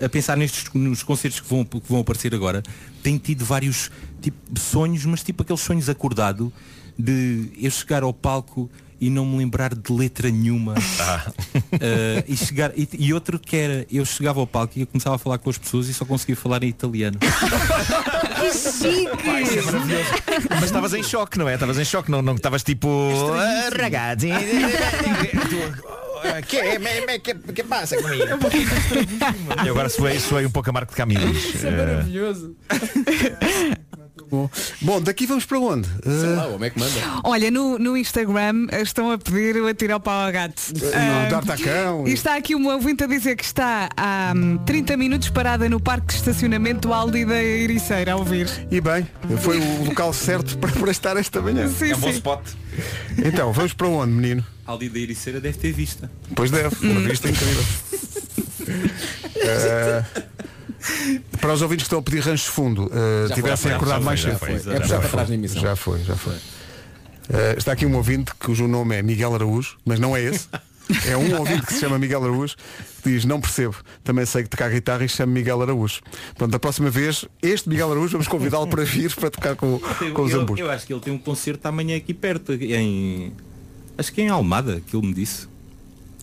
[SPEAKER 15] a pensar nestes nos concertos que vão, que vão aparecer agora, tenho tido vários tipo, sonhos, mas tipo aqueles sonhos acordado de eu chegar ao palco e não me lembrar de letra nenhuma. Eh, e, chegar, e, e outro que era, eu chegava ao palco e eu começava a falar com as pessoas e só conseguia falar em italiano.
[SPEAKER 7] Que chique.
[SPEAKER 13] Mas tá- estavas é? em choque, não é? Estavas em choque, não não- estavas tipo. "Ah, Ragazzi. Tu,
[SPEAKER 21] ah, que é? Me- me- Que, que passa comigo?
[SPEAKER 13] E agora soei, soei um pouco a Marco de Caminhos.
[SPEAKER 1] é
[SPEAKER 13] Eh,
[SPEAKER 21] maravilhoso.
[SPEAKER 1] Bom, Bom, daqui vamos para onde? Eh, Sei
[SPEAKER 5] lá, o homem é que manda.
[SPEAKER 3] Olha, no, no Instagram eh, estão a pedir o atirar ao pau ao gato.
[SPEAKER 1] Eh,
[SPEAKER 3] Ah,
[SPEAKER 1] o D'Artacão.
[SPEAKER 3] E está aqui uma ouvinte a dizer que está há hum, 30 minutos parada no parque de estacionamento do Aldi da Ericeira a ouvir.
[SPEAKER 1] E bem, foi o local certo para, para estar esta manhã.
[SPEAKER 3] Sim, É um bom sim.
[SPEAKER 15] spot.
[SPEAKER 1] Então, vamos para onde, menino?
[SPEAKER 15] Aldi da Ericeira deve ter vista.
[SPEAKER 1] Pois deve, uma vista incrível. Eh, para os ouvintes que estão a pedir rancho fundo, eh,
[SPEAKER 5] Já foi,
[SPEAKER 1] tivessem
[SPEAKER 5] já foi,
[SPEAKER 1] acordado
[SPEAKER 5] já
[SPEAKER 1] mais
[SPEAKER 5] foi, já
[SPEAKER 1] cedo.
[SPEAKER 5] foi, já É puxar foi. para trás na emissão.
[SPEAKER 1] Já foi, já foi. Eh, está aqui um ouvinte cujo nome é Miguel Araújo, mas não é esse. É um ouvinte que se chama Miguel Araújo que diz, não percebo, também sei que tocar guitarra e chamo Miguel Araújo. Portanto, da próxima vez, este Miguel Araújo vamos convidá-lo para vir para tocar com, com os
[SPEAKER 15] eu,
[SPEAKER 1] ambos.
[SPEAKER 15] eu acho que ele tem um concerto amanhã aqui perto, em. Acho que é em Almada, que ele me disse.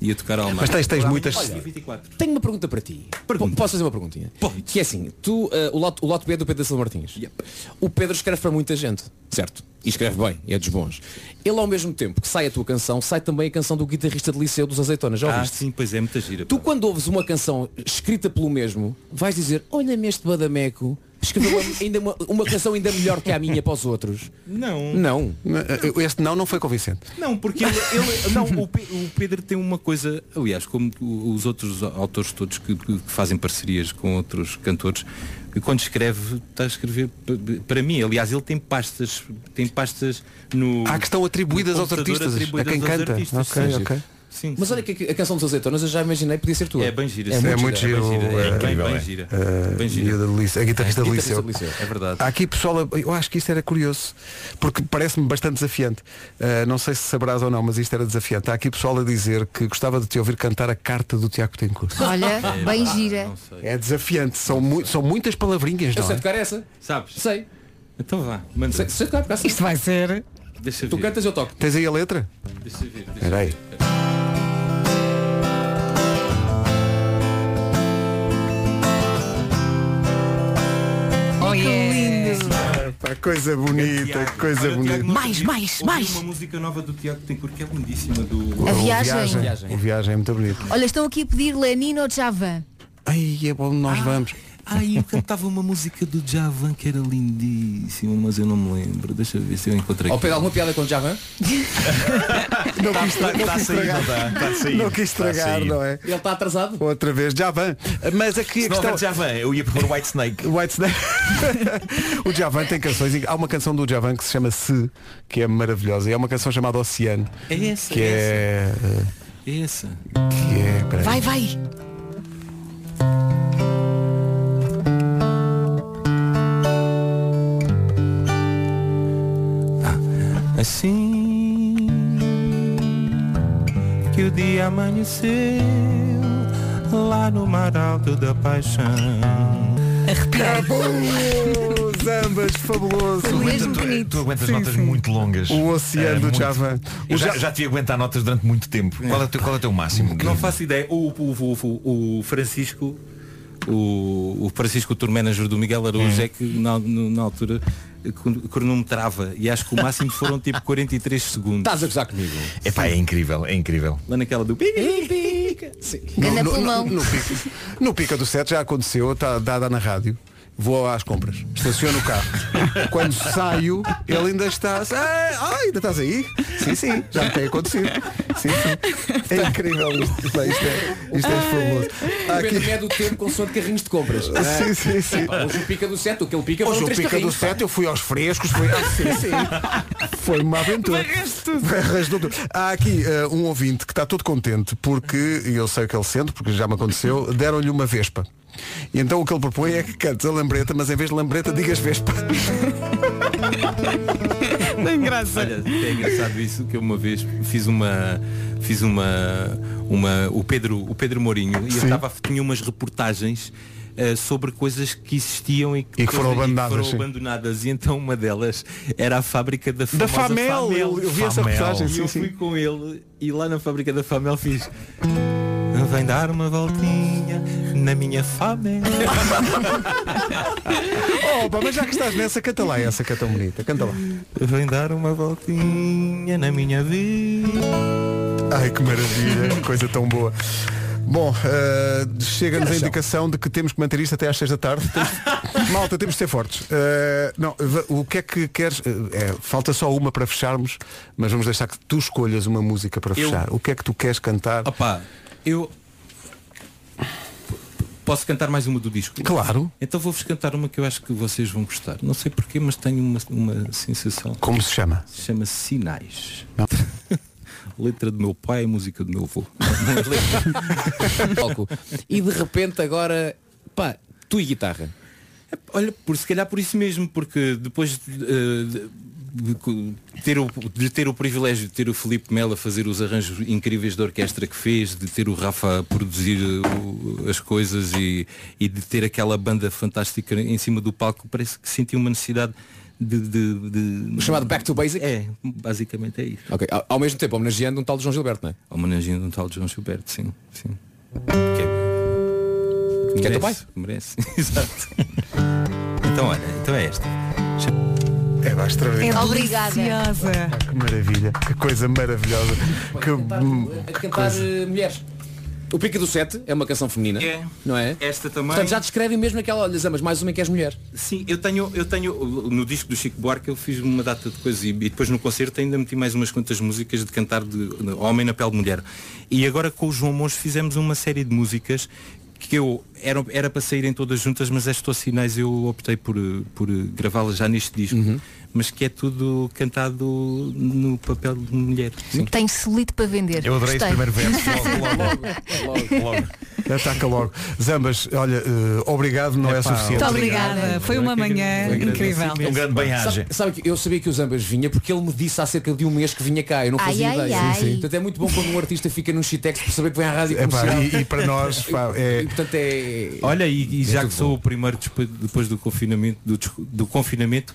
[SPEAKER 15] Ia tocar a Almada.
[SPEAKER 5] Mas tens- tens muitas-
[SPEAKER 15] Olha, 24.
[SPEAKER 5] Tenho uma pergunta para ti. P- Posso fazer uma perguntinha? Que é assim, tu, eh, o, lote, o lote B é do Pedro Silva Martins. O Pedro escreve para muita gente, certo? E escreve bem, é dos bons. Ele ao mesmo tempo que sai a tua canção, sai também a canção do guitarrista de Liceu dos Azeitonas, já
[SPEAKER 15] Ah,
[SPEAKER 5] ouviste?
[SPEAKER 15] sim, pois é, muita gira.
[SPEAKER 5] Tu quando ouves uma canção escrita pelo mesmo, vais dizer, olha-me este badameco, escreveu a- ainda uma, uma canção ainda melhor que a minha para os outros.
[SPEAKER 15] Não.
[SPEAKER 5] Não.
[SPEAKER 1] Este não não foi convincente.
[SPEAKER 15] Não, porque ele, ele- não, o, Pe- o Pedro tem uma coisa, aliás, como o- os outros autores todos que, que fazem parcerias com outros cantores, e quando escreve, está a escrever p- para mim. Aliás, ele tem pastas, tem pastas no.
[SPEAKER 1] Ah, que estão atribuídas
[SPEAKER 15] no
[SPEAKER 1] aos
[SPEAKER 15] computador
[SPEAKER 1] artistas,
[SPEAKER 15] atribuídas
[SPEAKER 1] a quem
[SPEAKER 15] aos
[SPEAKER 1] canta.
[SPEAKER 15] artistas,
[SPEAKER 1] Ok,
[SPEAKER 15] sim, sim.
[SPEAKER 1] ok.
[SPEAKER 15] Sim,
[SPEAKER 5] Mas olha que a- a canção dos azeitonas eu já imaginei podia ser tua.
[SPEAKER 15] É bem gira,
[SPEAKER 1] É,
[SPEAKER 15] sim.
[SPEAKER 1] muito giro.
[SPEAKER 15] é
[SPEAKER 1] eh,
[SPEAKER 15] incrível, bem
[SPEAKER 1] eh,
[SPEAKER 15] gira.
[SPEAKER 1] eh,
[SPEAKER 15] Bem gira.
[SPEAKER 1] miúda do Liceu, A guitarrista do
[SPEAKER 15] Guitarrista
[SPEAKER 1] Liceu.
[SPEAKER 15] do Liceu, é verdade.
[SPEAKER 1] Há Aqui, pessoal, eu acho que isto era curioso, porque parece-me bastante desafiante. Eh, não sei se sabrás ou não, mas isto era desafiante. Há aqui pessoal a dizer que gostava de te ouvir cantar a carta do Tiago Tencourt.
[SPEAKER 15] É
[SPEAKER 7] Olha, bem gira.
[SPEAKER 1] É desafiante. São, mu- são muitas palavrinhas,
[SPEAKER 5] Eu
[SPEAKER 1] não
[SPEAKER 5] sei
[SPEAKER 1] é?
[SPEAKER 5] tocar essa.
[SPEAKER 15] Então Sabes?
[SPEAKER 5] Sei.
[SPEAKER 15] Então vá, manda.
[SPEAKER 5] Sei, sei tocar por acaso.
[SPEAKER 3] Isto vai ser.
[SPEAKER 15] Deixa
[SPEAKER 5] Tu
[SPEAKER 15] ver.
[SPEAKER 5] cantas, eu toco.
[SPEAKER 1] Tens aí a letra?
[SPEAKER 15] Deixa ver.
[SPEAKER 1] Espera aí.
[SPEAKER 3] Oh, yeah.
[SPEAKER 1] Ah, pá, coisa bonita,
[SPEAKER 15] Tiago.
[SPEAKER 1] coisa
[SPEAKER 15] Olha, Tiago,
[SPEAKER 1] bonita.
[SPEAKER 15] não ouvi- ouvi Uma música nova do Tiago Tencourt que é lindíssima do.
[SPEAKER 7] A viagem.
[SPEAKER 1] O viagem, o viagem é muito bonito.
[SPEAKER 7] Olha, estão aqui a pedir Lenino Java.
[SPEAKER 1] Ai, é bom, nós vamos.
[SPEAKER 15] Ah, Ai, eu cantava uma música do Javan que era lindíssima, mas eu não me lembro. Deixa eu ver se eu encontro aqui.
[SPEAKER 5] Ou pega alguma piada com o Javan?
[SPEAKER 1] Não
[SPEAKER 15] Tá-
[SPEAKER 1] quis
[SPEAKER 15] tá- tá
[SPEAKER 1] não quis
[SPEAKER 15] a sair,
[SPEAKER 1] estragar.
[SPEAKER 15] não tá? Tá a sair.
[SPEAKER 1] Não quis
[SPEAKER 15] Tá a
[SPEAKER 1] estragar,
[SPEAKER 15] sair.
[SPEAKER 1] não é?
[SPEAKER 5] Ele está atrasado?
[SPEAKER 1] Outra vez, já van. Mas aqui
[SPEAKER 13] Se não
[SPEAKER 1] a questão.
[SPEAKER 13] houver Javan, eu ia pôr White Snake.
[SPEAKER 1] White Snake. o Javan tem canções. Há uma canção do Javan que se chama Se, que é maravilhosa. E é uma canção chamada Oceano.
[SPEAKER 15] É essa,
[SPEAKER 1] Que
[SPEAKER 15] é
[SPEAKER 1] é.
[SPEAKER 15] É essa.
[SPEAKER 1] Que é. peraí.
[SPEAKER 7] Vai, vai.
[SPEAKER 15] Assim que o dia amanheceu lá no mar alto da paixão.
[SPEAKER 1] Cabos, ambas, fabuloso.
[SPEAKER 13] Tu aguentas, tu, tu aguentas notas muito longas.
[SPEAKER 1] O oceano
[SPEAKER 13] Eh,
[SPEAKER 1] do
[SPEAKER 13] muito.
[SPEAKER 1] Javan.
[SPEAKER 13] Eu
[SPEAKER 1] O
[SPEAKER 13] já,
[SPEAKER 1] Ja-
[SPEAKER 13] já te ia aguentar notas durante muito tempo. Qual é o teu, qual é o teu máximo?
[SPEAKER 15] Não faço ideia. O, o, o, o Francisco, o, o Francisco Turmenager do Miguel Araújo é que na, no- na altura eh, cron- cronometrava e acho que o máximo foram tipo 43 segundos.
[SPEAKER 5] Estás a gozar comigo.
[SPEAKER 13] Epá, é incrível, é incrível.
[SPEAKER 15] Lá naquela do
[SPEAKER 1] No,
[SPEAKER 7] Ganda
[SPEAKER 1] no-
[SPEAKER 7] pulmão.
[SPEAKER 1] no- no pica, no pica do set já aconteceu, está dada na rádio. Vou às compras, estaciono o carro. Quando saio, ele ainda está. Ah, ainda estás aí? Sim, sim, já me tem acontecido. Sim, sim. É incrível isto. Bem, Isto é, isto é fabuloso. Há
[SPEAKER 5] Aqui.
[SPEAKER 1] aqui-
[SPEAKER 5] mede o tempo com som de carrinhos de compras. não é?
[SPEAKER 1] Sim, sim, sim.
[SPEAKER 5] Pá, Hoje o pica do 7, o que ele pica
[SPEAKER 1] Hoje
[SPEAKER 5] foram
[SPEAKER 1] o
[SPEAKER 5] três
[SPEAKER 1] pica do
[SPEAKER 5] carrinhos. pá.
[SPEAKER 1] set, eu fui aos frescos, foi, Ah, sim, sim. foi uma aventura. Barras do tudo. Há aqui eh, um ouvinte que está todo contente porque, e eu sei o que ele sente, porque já me aconteceu, deram-lhe uma vespa. E então o que ele propõe é que cantes a lambreta, mas em vez de lambreta digas vespa.
[SPEAKER 15] Tem graça. Olha, é engraçado isso que eu uma vez fiz uma fiz uma uma o Pedro o Pedro Mourinho e eu estava tinha umas reportagens eh, sobre coisas que existiam e que,
[SPEAKER 1] E que foram
[SPEAKER 15] coisas-
[SPEAKER 1] abandonadas,
[SPEAKER 15] foram
[SPEAKER 1] sim.
[SPEAKER 15] abandonadas. e então uma delas era a fábrica da famosa
[SPEAKER 1] Famel, eu- eu vi essa reportagem,
[SPEAKER 15] E
[SPEAKER 1] sim,
[SPEAKER 15] eu
[SPEAKER 1] sim.
[SPEAKER 15] fui com ele e lá na fábrica da Famel fiz Vem dar uma voltinha na minha Famel.
[SPEAKER 1] Oh, pá, mas já que estás nessa, canta lá essa que é tão bonita. Canta lá.
[SPEAKER 15] Vem dar uma voltinha na minha vida.
[SPEAKER 1] Ai, que maravilha, coisa tão boa. Bom, eh, chega-nos a indicação de que temos que manter isto até às 6 da tarde. Temos- Malta, temos de ser fortes. Eh, não, va- o que é que queres? Eh, é, falta só uma para fecharmos, mas vamos deixar que tu escolhas uma música para
[SPEAKER 15] Eu-
[SPEAKER 1] fechar. O que é que tu queres cantar?
[SPEAKER 15] Opa, eu. Posso cantar mais uma do disco?
[SPEAKER 1] Claro.
[SPEAKER 15] Então vou-vos cantar uma que eu acho que vocês vão gostar. Não sei porquê, mas tenho uma, uma sensação.
[SPEAKER 1] Como se chama?
[SPEAKER 15] Chama Sinais. Letra do meu pai, música do meu avô.
[SPEAKER 5] Palco. e de repente agora, pá, tu e guitarra.
[SPEAKER 15] Olha, por se calhar por isso mesmo, porque depois eh, de, de- de ter o, de ter o privilégio de ter o Filipe Melo a fazer os arranjos incríveis da orquestra que fez, de ter o Rafa a produzir eh, o- as coisas e, e de ter aquela banda fantástica em cima do palco, parece que senti uma necessidade de, de, de...
[SPEAKER 5] Chamado Back to Basic?
[SPEAKER 15] É, basicamente é isso.
[SPEAKER 5] Ok, ao, ao mesmo tempo, homenageando um tal de João Gilberto, não é?
[SPEAKER 15] Homenageando um tal de João Gilberto, sim. sim.
[SPEAKER 5] Que é teu
[SPEAKER 15] Merece, Merece, exato. então olha, então é esta.
[SPEAKER 1] É, vai extraordinário.
[SPEAKER 7] Obrigada.
[SPEAKER 3] Deliciosa.
[SPEAKER 1] Que maravilha, que coisa maravilhosa. Que, hum,
[SPEAKER 5] A cantar eh, mulheres. O Pica do Sete é uma canção feminina.
[SPEAKER 15] É.
[SPEAKER 5] Não é?
[SPEAKER 15] Esta também.
[SPEAKER 5] Portanto, já descrevem mesmo aquela, olha, Zamas, mais uma em que és mulher.
[SPEAKER 15] Sim, eu tenho, eu tenho no disco do Chico Buarque eu fiz uma data de coisas e, e depois no concerto ainda meti mais umas quantas músicas de cantar de, de homem na pele de mulher. E agora com o João Monge fizemos uma série de músicas que eu era, era para saírem todas juntas, mas estas sinais eu optei por, eh, por eh, gravá-las já neste disco.
[SPEAKER 1] Uhum.
[SPEAKER 15] Mas que é tudo cantado no papel de mulher.
[SPEAKER 7] Tem solito para vender. Gostei.
[SPEAKER 1] Ataca logo. Zambas, olha, eh, obrigado, não é, suficiente.
[SPEAKER 3] Muito obrigada. Foi uma
[SPEAKER 5] é
[SPEAKER 3] manhã É
[SPEAKER 1] É
[SPEAKER 3] incrível.
[SPEAKER 1] um
[SPEAKER 5] Um Sabe, sabe que eu sabia que o Zambas vinha porque ele me disse há cerca de um mês que vinha cá. Eu não
[SPEAKER 7] Ai,
[SPEAKER 5] fazia
[SPEAKER 7] ai,
[SPEAKER 5] ideia.
[SPEAKER 7] ai. Sim, sim.
[SPEAKER 5] Portanto, é muito bom quando um artista fica num shitex por saber que vem à rádio
[SPEAKER 1] Epá,
[SPEAKER 5] comercial.
[SPEAKER 1] e- e para nós, pá, é-
[SPEAKER 5] E, portanto, é...
[SPEAKER 15] Olha, e, e já
[SPEAKER 5] muito
[SPEAKER 15] que sou o primeiro despo- depois do confinamento, do, desco- do confinamento,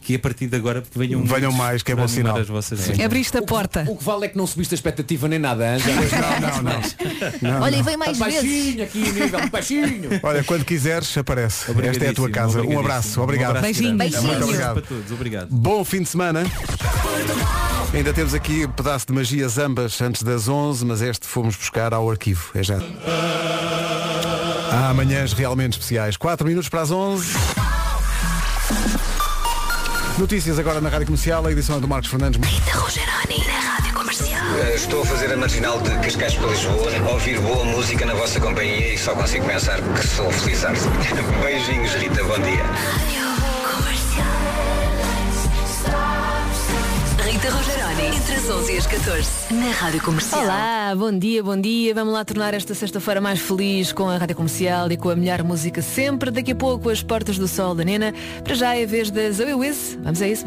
[SPEAKER 15] que a partir de agora venham,
[SPEAKER 1] Venham
[SPEAKER 15] muitos
[SPEAKER 1] mais, que é
[SPEAKER 15] para
[SPEAKER 1] bom
[SPEAKER 15] animar
[SPEAKER 1] sinal.
[SPEAKER 15] As vossas
[SPEAKER 5] Sim.
[SPEAKER 15] vidas.
[SPEAKER 3] Abriste a porta.
[SPEAKER 5] O que vale é que não subiste a expectativa nem nada, Anja.
[SPEAKER 1] Não, não, não. Não,
[SPEAKER 7] Olha, e
[SPEAKER 1] não.
[SPEAKER 7] vem mais vezes.
[SPEAKER 5] Tá Baixinho aqui, nível tá baixinho.
[SPEAKER 1] Olha, quando quiseres, aparece. Esta é a tua casa. Um abraço, obrigado.
[SPEAKER 15] Beijinho,
[SPEAKER 7] Beijinhos.
[SPEAKER 1] Muito
[SPEAKER 15] para
[SPEAKER 1] obrigado.
[SPEAKER 15] todos, obrigado.
[SPEAKER 1] Bom fim de semana. Ainda temos aqui um pedaço de magia zambas antes das 11, mas este fomos buscar ao arquivo. É já. Há amanhãs realmente especiais. 4 minutos para as 11. Notícias agora na Rádio Comercial, a edição é do Marcos Fernandes.
[SPEAKER 8] Eh, Estou a fazer a marginal de Cascais para Lisboa, a ouvir boa música na vossa companhia e só consigo pensar que sou felizardo. Beijinhos, Rita, bom dia.
[SPEAKER 22] Rita Rogeroni, entre as 11 e as 14, na Rádio Comercial.
[SPEAKER 19] Olá, bom dia, bom dia. Vamos lá tornar esta sexta-feira mais feliz com a Rádio Comercial e com a melhor música sempre. Daqui a pouco, as Portas do Sol da Nena. Para já é a vez da Zoe Wiz. Vamos a isso.